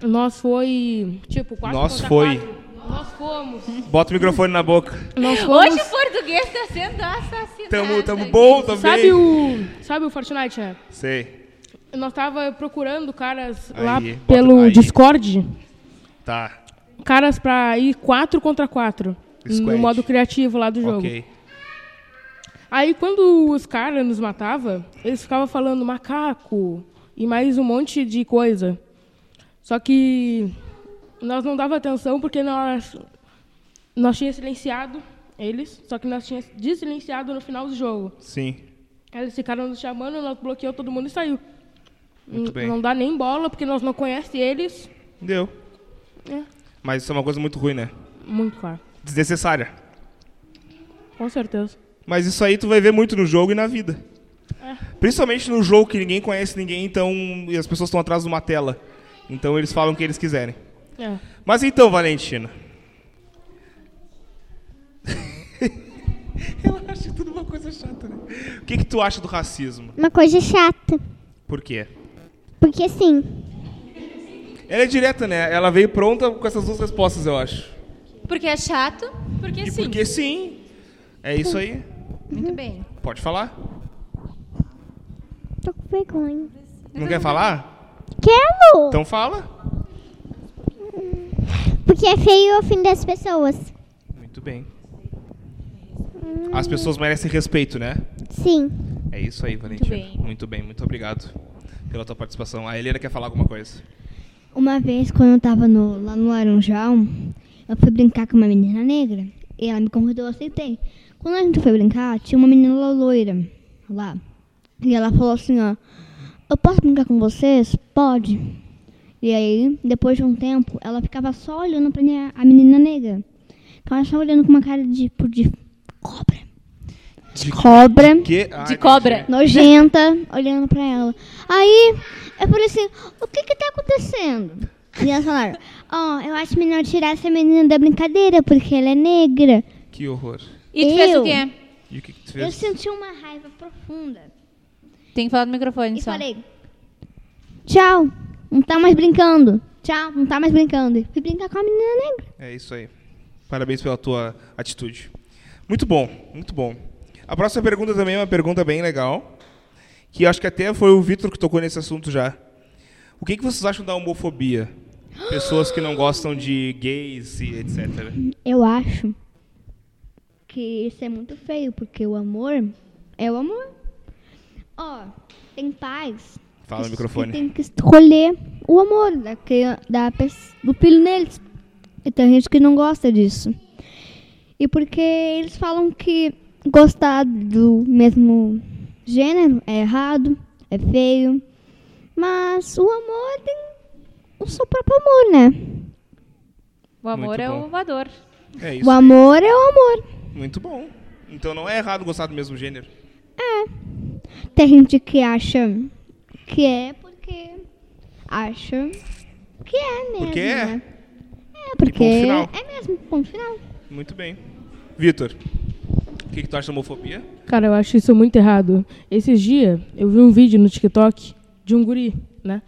[SPEAKER 4] nós foi, tipo, quatro
[SPEAKER 1] Nós
[SPEAKER 4] contra
[SPEAKER 1] foi.
[SPEAKER 4] quatro. Nós fomos.
[SPEAKER 1] Bota o microfone na
[SPEAKER 4] [LAUGHS]
[SPEAKER 1] boca.
[SPEAKER 4] Nós fomos.
[SPEAKER 2] Hoje o português tá sendo assassinado.
[SPEAKER 1] Tamo, tamo
[SPEAKER 2] aqui.
[SPEAKER 1] bom também.
[SPEAKER 4] É, Sabe o, sabe o Fortnite, né?
[SPEAKER 1] Sei.
[SPEAKER 4] Nós tava procurando caras
[SPEAKER 1] Aí,
[SPEAKER 4] lá
[SPEAKER 1] bota-
[SPEAKER 4] pelo
[SPEAKER 1] aí.
[SPEAKER 4] Discord,
[SPEAKER 1] Tá.
[SPEAKER 4] caras pra ir quatro contra quatro.
[SPEAKER 1] Squad.
[SPEAKER 4] No modo criativo lá do jogo.
[SPEAKER 1] Ok.
[SPEAKER 4] Aí quando os caras nos matavam, eles ficavam falando macaco e mais um monte de coisa. Só que nós não dava atenção porque nós nós tínhamos silenciado eles, só que nós tínhamos desilenciado no final do jogo.
[SPEAKER 1] Sim.
[SPEAKER 4] Aí eles ficaram nos chamando, nós bloqueou todo mundo e saiu.
[SPEAKER 1] Muito
[SPEAKER 4] N-
[SPEAKER 1] bem.
[SPEAKER 4] Não dá nem bola porque nós não conhece eles.
[SPEAKER 1] Deu.
[SPEAKER 4] É.
[SPEAKER 1] Mas isso é uma coisa muito ruim, né?
[SPEAKER 4] Muito claro.
[SPEAKER 1] Desnecessária.
[SPEAKER 4] Com certeza.
[SPEAKER 1] Mas isso aí tu vai ver muito no jogo e na vida. Principalmente no jogo que ninguém conhece ninguém, então e as pessoas estão atrás de uma tela. Então eles falam o que eles quiserem.
[SPEAKER 4] É.
[SPEAKER 1] [LAUGHS] Mas então, Valentina. Eu acho tudo uma coisa chata, né? O que, que tu acha do racismo?
[SPEAKER 5] Uma coisa chata.
[SPEAKER 1] Por quê?
[SPEAKER 5] Porque assim,
[SPEAKER 1] Ela é direta, né? Ela veio pronta com essas duas respostas, eu acho.
[SPEAKER 2] Porque é chato, porque
[SPEAKER 1] E
[SPEAKER 2] sim.
[SPEAKER 1] porque sim. É isso aí.
[SPEAKER 2] Muito bem.
[SPEAKER 1] Pode falar.
[SPEAKER 5] tô com vergonha.
[SPEAKER 1] Não quer falar?
[SPEAKER 5] Quero!
[SPEAKER 1] Então fala.
[SPEAKER 5] Porque é feio o fim das pessoas.
[SPEAKER 1] Muito bem. As pessoas merecem respeito, né?
[SPEAKER 5] Sim.
[SPEAKER 1] É isso aí, Valentina.
[SPEAKER 2] bem.
[SPEAKER 1] Muito bem, muito obrigado pela tua participação. A Helena quer falar alguma coisa.
[SPEAKER 3] Uma vez, quando eu tava no- lá no Laranjal, eu fui brincar com uma menina negra. E ela me convidou, eu aceitei. Quando a gente foi brincar, tinha uma menina lá loira lá. E ela falou assim, ó, eu posso brincar com vocês? Pode. E aí, depois de um tempo, ela ficava só olhando pra minha, a menina negra. Então ela só olhando com uma cara de, tipo, de cobra. De cobra
[SPEAKER 1] Que... Ah,
[SPEAKER 2] De cobra.
[SPEAKER 3] nojenta, olhando pra ela. Aí eu falei assim, o que que tá acontecendo? E elas falaram, ó, eu acho melhor tirar essa menina da brincadeira, porque ela é negra.
[SPEAKER 1] Que horror.
[SPEAKER 2] E tu fez o
[SPEAKER 3] Eu?
[SPEAKER 2] quê?
[SPEAKER 1] E o que, que tu
[SPEAKER 3] Eu
[SPEAKER 1] fez?
[SPEAKER 3] senti uma raiva profunda.
[SPEAKER 2] Tem que falar no microfone
[SPEAKER 3] E
[SPEAKER 2] só.
[SPEAKER 3] falei, tchau, não tá mais brincando. Tchau, não tá mais brincando. E fui brincar com a menina negra.
[SPEAKER 1] É isso aí. Parabéns pela tua atitude. Muito bom, muito bom. A próxima pergunta também é uma pergunta bem legal, que eu acho que até foi o Vitor que tocou nesse assunto já. O que, que vocês acham da homofobia? Pessoas que não gostam de gays e etc.
[SPEAKER 3] Eu acho que isso é muito feio, porque o amor é o amor. Ó, tem pais
[SPEAKER 1] Fala no
[SPEAKER 3] que-
[SPEAKER 1] microfone.
[SPEAKER 3] que Tem que escolher o amor da, cri- da, pes- do filho deles. E tem gente que não gosta disso. E porque eles falam que gostar do mesmo gênero é errado, é feio. Mas o amor tem o seu próprio amor, né?
[SPEAKER 2] O amor
[SPEAKER 1] Muito
[SPEAKER 2] é
[SPEAKER 1] bom.
[SPEAKER 2] o voador.
[SPEAKER 1] É
[SPEAKER 3] O
[SPEAKER 1] isso.
[SPEAKER 3] amor é o amor.
[SPEAKER 1] Muito bom. Então não é errado gostar do mesmo gênero.
[SPEAKER 3] Tem gente que acha que é porque acha que é mesmo.
[SPEAKER 1] Porque é.
[SPEAKER 3] né? É,
[SPEAKER 1] ponto
[SPEAKER 3] porque
[SPEAKER 1] final.
[SPEAKER 3] é mesmo, ponto final.
[SPEAKER 1] Muito bem. Vitor, o que, que tu acha da homofobia?
[SPEAKER 4] Cara, eu acho isso muito errado. Esses dias eu vi um vídeo no TikTok de um guri, né?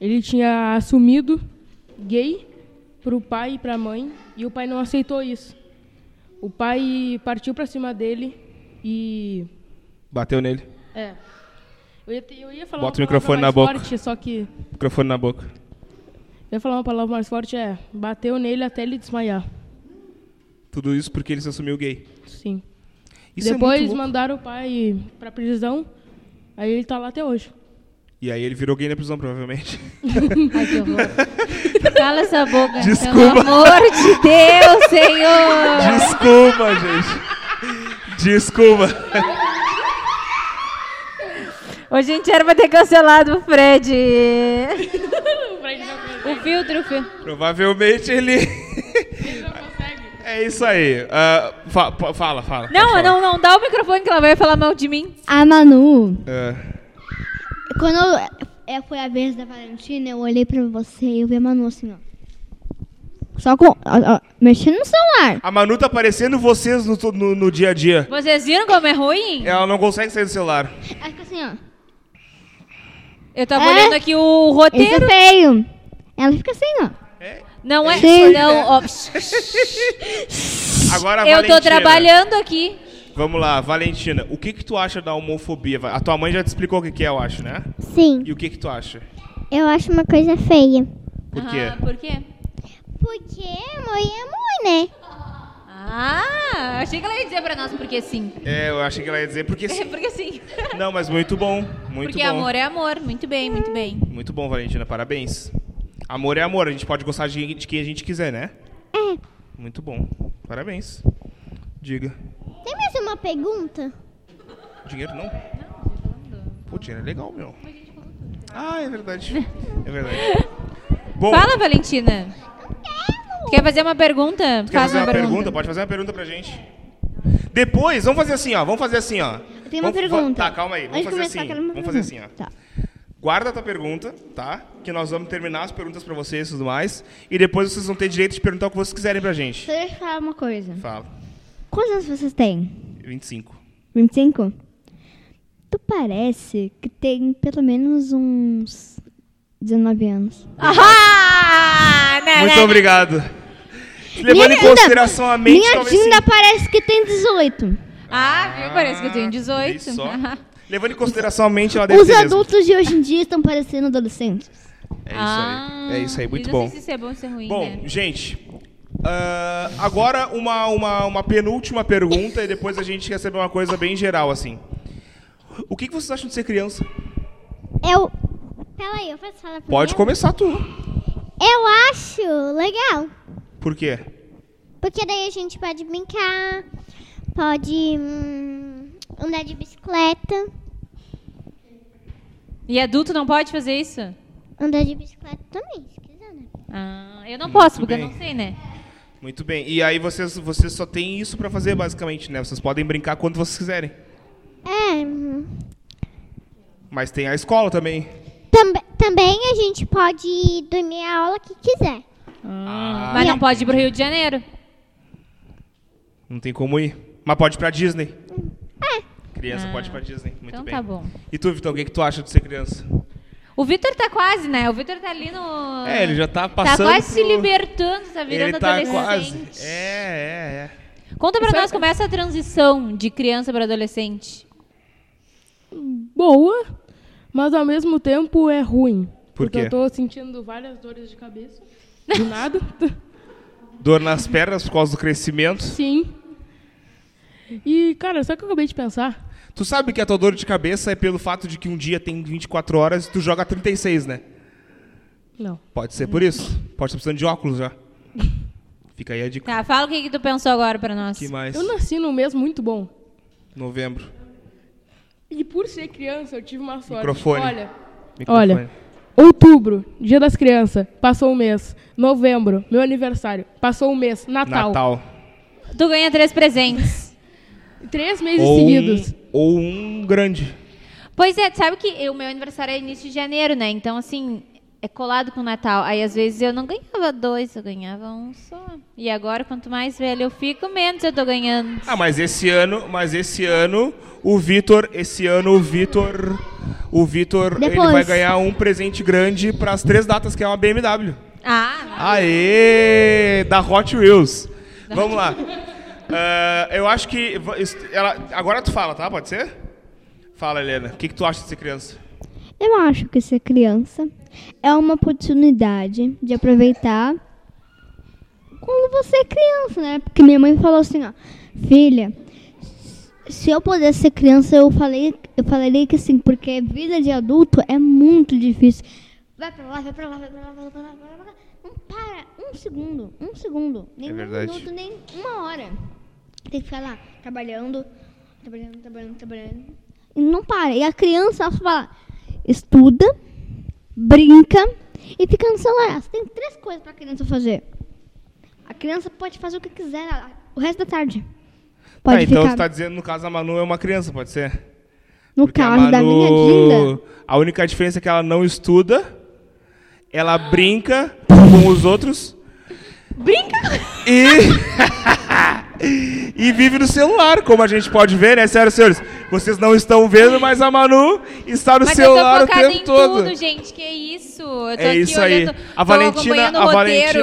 [SPEAKER 4] Ele tinha assumido gay pro pai e pra mãe e o pai não aceitou isso. O pai partiu pra cima dele e
[SPEAKER 1] Bateu nele.
[SPEAKER 4] é. Eu ia, ter- eu ia falar
[SPEAKER 1] Bota
[SPEAKER 4] uma
[SPEAKER 1] o microfone
[SPEAKER 4] palavra
[SPEAKER 1] na
[SPEAKER 4] mais forte, só que
[SPEAKER 1] Microfone na boca.
[SPEAKER 4] eu ia falar uma palavra mais forte é bateu nele até ele desmaiar.
[SPEAKER 1] Tudo isso porque ele se assumiu gay.
[SPEAKER 4] Sim.
[SPEAKER 1] Isso é
[SPEAKER 4] Depois
[SPEAKER 1] muito louco.
[SPEAKER 4] mandaram o pai pra prisão. Aí ele tá lá até hoje.
[SPEAKER 1] E aí ele virou gay na prisão, provavelmente. [LAUGHS]
[SPEAKER 2] Ai, que horror. Cala essa boca. então,
[SPEAKER 1] Desculpa.
[SPEAKER 2] Pelo amor
[SPEAKER 1] [LAUGHS]
[SPEAKER 2] de Deus, Senhor.
[SPEAKER 1] Desculpa, gente. Desculpa.
[SPEAKER 2] Hoje a gente era pra ter cancelado o Fred. [LAUGHS] o filtro, o filtro.
[SPEAKER 1] Provavelmente ele. [LAUGHS] É isso aí. Ah, fa- pa- fala, fala.
[SPEAKER 2] Não,
[SPEAKER 1] pode falar.
[SPEAKER 2] não, não. Dá o microfone que ela vai falar mal de mim.
[SPEAKER 3] A Manu,
[SPEAKER 1] Ah,
[SPEAKER 3] quando eu- é, foi a vez da Valentina, eu olhei pra você e eu vi a Manu assim, ó. Só com. ó, ó, mexendo no celular.
[SPEAKER 1] a Manu tá parecendo vocês no, to- no, no dia a dia.
[SPEAKER 2] Vocês viram como é ruim?
[SPEAKER 1] Ela não consegue sair do celular.
[SPEAKER 3] Aí fica assim, ó.
[SPEAKER 2] Eu tava
[SPEAKER 3] É.
[SPEAKER 2] olhando aqui o
[SPEAKER 3] Isso
[SPEAKER 2] roteiro.
[SPEAKER 3] é feio. Ela fica assim, ó.
[SPEAKER 2] Não é.
[SPEAKER 3] Sim.
[SPEAKER 2] Não, ó.
[SPEAKER 1] Agora a
[SPEAKER 2] Eu
[SPEAKER 1] Valentina.
[SPEAKER 2] tô trabalhando aqui.
[SPEAKER 1] Vamos lá, Valentina. O que que tu acha da homofobia? A tua mãe já te explicou o que que é, eu acho, né?
[SPEAKER 5] Sim.
[SPEAKER 1] E o que que tu acha?
[SPEAKER 5] Eu acho uma coisa feia.
[SPEAKER 1] Por quê?
[SPEAKER 2] Ah, por quê?
[SPEAKER 5] Porque amor
[SPEAKER 3] É
[SPEAKER 5] e amor, né?
[SPEAKER 2] Ah, achei que ela ia dizer pra nós porque sim. [LAUGHS]
[SPEAKER 1] É, eu achei que ela ia dizer porque sim.
[SPEAKER 2] porque sim.
[SPEAKER 1] Não, mas muito bom. Muito
[SPEAKER 2] porque
[SPEAKER 1] bom.
[SPEAKER 2] amor é amor. Muito bem, muito bem.
[SPEAKER 1] Muito bom, Valentina, parabéns. Amor é amor, a gente pode gostar de, de quem a gente quiser, né? É. Muito bom, parabéns. Diga.
[SPEAKER 5] Tem mais uma pergunta?
[SPEAKER 1] Dinheiro não? Pô, dinheiro é legal, meu. Ah, é
[SPEAKER 2] [LAUGHS]
[SPEAKER 1] verdade. É verdade. Bom,
[SPEAKER 2] Fala, Valentina. Quer fazer uma pergunta?
[SPEAKER 1] quer fazer uma pergunta? Pode fazer uma pergunta pra gente. Depois, vamos fazer assim, ó. Vamos fazer assim, ó.
[SPEAKER 3] Eu tenho uma
[SPEAKER 1] Vamos- va-
[SPEAKER 3] pergunta.
[SPEAKER 1] Tá, calma aí. Vamos
[SPEAKER 3] Antes de
[SPEAKER 1] fazer
[SPEAKER 3] começar,
[SPEAKER 1] assim.
[SPEAKER 3] quero uma
[SPEAKER 1] Vamos fazer assim, ó.
[SPEAKER 3] pergunta. Tá.
[SPEAKER 1] Guarda a tua pergunta, tá? Que nós vamos terminar as perguntas pra vocês e tudo mais. E depois vocês vão ter direito de perguntar o que vocês quiserem pra gente.
[SPEAKER 3] Deixa eu falar uma coisa.
[SPEAKER 1] Fala.
[SPEAKER 3] Quantos anos vocês têm?
[SPEAKER 1] Eu 25.
[SPEAKER 3] 25? Tu parece que tem pelo menos uns 19 anos.
[SPEAKER 2] Ah, né, né,
[SPEAKER 1] Muito
[SPEAKER 2] né.
[SPEAKER 1] obrigado. Levando em
[SPEAKER 3] Minha tinta-
[SPEAKER 1] consideração a mente,
[SPEAKER 3] Minha
[SPEAKER 1] talvez sim.
[SPEAKER 3] tinta parece que tem 18.
[SPEAKER 2] Ah, viu? Parece que eu tenho
[SPEAKER 1] Ah,
[SPEAKER 2] 18.
[SPEAKER 1] vi só. É Levando em consideração a mente, ela deve
[SPEAKER 3] Os
[SPEAKER 1] ter mesmo.
[SPEAKER 3] adultos de hoje em dia estão parecendo adolescentes.
[SPEAKER 2] [LAUGHS]
[SPEAKER 1] É isso
[SPEAKER 2] Ah,
[SPEAKER 1] aí. É isso aí, muito
[SPEAKER 2] eu
[SPEAKER 1] bom.
[SPEAKER 2] Não sei se isso é bom ou se é ruim,
[SPEAKER 1] Bom,
[SPEAKER 2] né?
[SPEAKER 1] gente, ah, agora uma, uma, uma penúltima pergunta e depois a gente recebe uma coisa bem geral, assim. O que, que vocês acham de ser criança?
[SPEAKER 5] Eu. Pera aí, eu posso falar primeiro?
[SPEAKER 2] Uhum.
[SPEAKER 1] Pode começar tu.
[SPEAKER 5] Eu acho legal.
[SPEAKER 1] Por quê?
[SPEAKER 5] Porque daí a gente pode brincar, pode hum, andar de bicicleta.
[SPEAKER 2] E adulto não pode fazer isso?
[SPEAKER 5] Andar de bicicleta também, se quiser, né?
[SPEAKER 2] Ah, eu não posso,
[SPEAKER 1] Muito
[SPEAKER 2] porque eu
[SPEAKER 1] Hum, bem.
[SPEAKER 2] não sei, né?
[SPEAKER 1] Muito bem. E aí vocês, vocês só têm isso pra fazer, basicamente, né? Vocês podem brincar quando vocês quiserem.
[SPEAKER 5] É. hum,
[SPEAKER 1] Mas tem a escola também.
[SPEAKER 5] Tamb também a gente pode dormir a aula que quiser.
[SPEAKER 1] Ah,
[SPEAKER 2] Hum. Mas não pode ir pro Rio de Janeiro.
[SPEAKER 1] Não tem como ir. Mas pode ir pra Disney. Criança pode ir pra Disney. Muito
[SPEAKER 2] É. então
[SPEAKER 1] bem.
[SPEAKER 2] tá bom.
[SPEAKER 1] E tu, Vitão, o que, que tu acha de ser criança?
[SPEAKER 2] O Vitor tá quase, né? O Vitor tá ali no.
[SPEAKER 1] É, ele já tá
[SPEAKER 2] Tá
[SPEAKER 1] passando.
[SPEAKER 2] quase se
[SPEAKER 1] pro-
[SPEAKER 2] libertando, tá virando
[SPEAKER 1] Ele tá
[SPEAKER 2] adolescente.
[SPEAKER 1] quase. É, é, é.
[SPEAKER 2] Conta pra nós como é essa transição de criança pra adolescente.
[SPEAKER 4] boa, mas ao mesmo tempo é ruim.
[SPEAKER 1] Por
[SPEAKER 4] Porque
[SPEAKER 1] quê?
[SPEAKER 4] eu tô sentindo várias dores de cabeça. Do nada. [LAUGHS]
[SPEAKER 1] Dor nas pernas por causa do crescimento.
[SPEAKER 4] Sim. E, cara, sabe o que eu acabei de pensar?
[SPEAKER 1] Tu sabe que a tua dor de cabeça é pelo fato de que um dia tem 24 horas e tu joga 36, né?
[SPEAKER 4] Não.
[SPEAKER 1] Pode ser por isso. Pode estar precisando de óculos já. Fica aí a
[SPEAKER 4] [LAUGHS]
[SPEAKER 1] dica.
[SPEAKER 2] Tá, fala o que, que tu pensou agora pra nós.
[SPEAKER 1] Que mais?
[SPEAKER 4] Eu nasci num mês muito bom.
[SPEAKER 1] Novembro.
[SPEAKER 4] E por ser criança, eu tive uma sorte.
[SPEAKER 1] Microfone.
[SPEAKER 4] Olha,
[SPEAKER 1] Microfone.
[SPEAKER 4] Olha. outubro, dia das crianças, passou um mês. Novembro, meu aniversário, passou um mês. Natal.
[SPEAKER 1] Natal.
[SPEAKER 2] Tu ganha três presentes.
[SPEAKER 4] Três meses
[SPEAKER 1] Ou
[SPEAKER 4] seguidos.
[SPEAKER 1] um, ou um grande.
[SPEAKER 2] Pois é, tu sabe que o meu aniversário é início de janeiro, né? Então, assim, é colado com o Natal. Aí, às vezes, eu não ganhava dois, eu ganhava um só. E agora, quanto mais velho eu fico, menos eu tô ganhando.
[SPEAKER 1] Ah, mas esse ano, mas esse ano, o Vitor, esse ano o Vitor, o Vitor, ele
[SPEAKER 3] Depois.
[SPEAKER 1] vai ganhar um presente grande para as três datas, que é uma BMW.
[SPEAKER 2] Ah,
[SPEAKER 1] Aê! Da Hot Wheels. Vamos lá. Ah, eu acho que. va- est- ela- agora tu fala, tá? Pode ser? Fala, Helena. O que, que tu acha de ser criança?
[SPEAKER 3] Eu acho que ser criança é uma oportunidade de aproveitar quando você é criança, né? Porque minha mãe falou assim, ó, filha, se eu pudesse ser criança, eu falei, eu falaria que sim, porque vida de adulto é muito difícil. Vai pra lá, vai pra lá, vai pra lá, vai pra lá, vai pra lá. Não para um segundo, um segundo, nem
[SPEAKER 1] É
[SPEAKER 3] um
[SPEAKER 1] verdade.
[SPEAKER 3] minuto, nem uma hora. Tem que ficar lá, trabalhando, trabalhando, trabalhando, trabalhando. E não para. E a criança, ela fala, estuda, brinca e fica no celular. Você tem três coisas pra criança fazer. A criança pode fazer o que quiser a- o resto da tarde. Pode
[SPEAKER 1] Ah, então
[SPEAKER 3] ficar,
[SPEAKER 1] você tá dizendo, no caso, a Manu é uma criança, pode ser?
[SPEAKER 3] no
[SPEAKER 1] Porque a
[SPEAKER 3] caso da minha Dinda,
[SPEAKER 1] A única diferença é que ela não estuda, ela brinca com os outros. Brinca? E. [LAUGHS] e vive no celular, como a gente pode ver, né, senhoras e senhores? Vocês não estão vendo, mas a Manu está no
[SPEAKER 2] Mas
[SPEAKER 1] celular
[SPEAKER 2] eu
[SPEAKER 1] o
[SPEAKER 2] tô focada
[SPEAKER 1] tempo
[SPEAKER 2] em
[SPEAKER 1] todo.
[SPEAKER 2] tudo, gente. Que isso? Eu tô
[SPEAKER 1] é
[SPEAKER 2] aqui
[SPEAKER 1] isso aí.
[SPEAKER 2] olhando,
[SPEAKER 1] A
[SPEAKER 2] tô acompanhando
[SPEAKER 1] Valentina,
[SPEAKER 2] o
[SPEAKER 1] a
[SPEAKER 2] roteiro.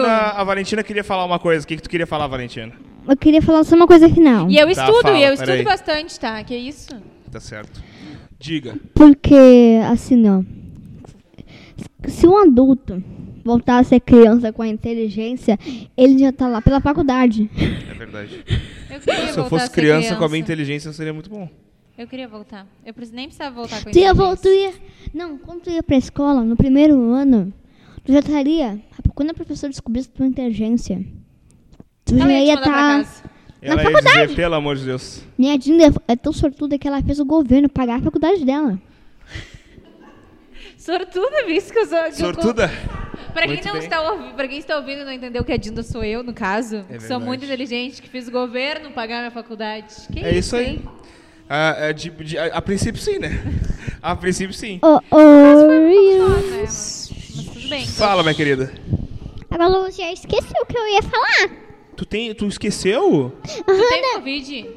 [SPEAKER 1] Valentina, a Valentina queria falar uma coisa. O que, que tu queria falar, Valentina?
[SPEAKER 3] eu queria falar só uma coisa final.
[SPEAKER 2] E eu
[SPEAKER 1] Tá,
[SPEAKER 2] estudo,
[SPEAKER 1] fala,
[SPEAKER 2] e eu estudo
[SPEAKER 1] peraí.
[SPEAKER 2] bastante, tá? Que isso?
[SPEAKER 1] Tá certo. Diga.
[SPEAKER 3] Porque, assim, ó. Se um adulto voltar a ser criança com a inteligência, ele já tá lá pela faculdade.
[SPEAKER 1] É verdade.
[SPEAKER 2] Eu queria
[SPEAKER 1] Se eu
[SPEAKER 2] voltar a
[SPEAKER 1] fosse
[SPEAKER 2] ser
[SPEAKER 1] criança, com a minha inteligência, seria muito bom.
[SPEAKER 2] Eu queria voltar. Eu preciso- nem precisava voltar com a
[SPEAKER 3] Tu ia,
[SPEAKER 2] inteligência.
[SPEAKER 3] vol- tu ia. Não, quando tu ia pra escola, no primeiro ano, tu já estaria. Quando a professora descobrisse tua inteligência, tu
[SPEAKER 2] Ela
[SPEAKER 3] já
[SPEAKER 2] ia te
[SPEAKER 3] ia
[SPEAKER 2] mandar pra
[SPEAKER 3] estar.
[SPEAKER 2] casa.
[SPEAKER 1] Ela ia dizer, pelo amor de Deus.
[SPEAKER 3] Minha Dinda é tão sortuda que ela fez o governo pagar a faculdade dela.
[SPEAKER 2] Sortuda, visto que eu sou... que eu
[SPEAKER 1] Sortuda?
[SPEAKER 2] Pra quem,
[SPEAKER 1] Muito
[SPEAKER 2] não
[SPEAKER 1] bem.
[SPEAKER 2] está ouvindo, pra quem está ouvindo e não entendeu que a Dinda sou eu, no caso, que sou
[SPEAKER 1] É verdade.
[SPEAKER 2] muito inteligente, que fiz o governo pagar minha faculdade. Que
[SPEAKER 1] É isso aí.
[SPEAKER 2] hein? Tá
[SPEAKER 1] Ah, é de- de- a, a princípio sim, né? A princípio sim.
[SPEAKER 3] Oh, oh,
[SPEAKER 2] Só, né? Mas, mas tudo bem. então.
[SPEAKER 1] Fala, minha querida.
[SPEAKER 5] A Malu já esqueceu o que eu ia falar.
[SPEAKER 1] Tu tem, tu esqueceu?
[SPEAKER 2] Tu teve Covid?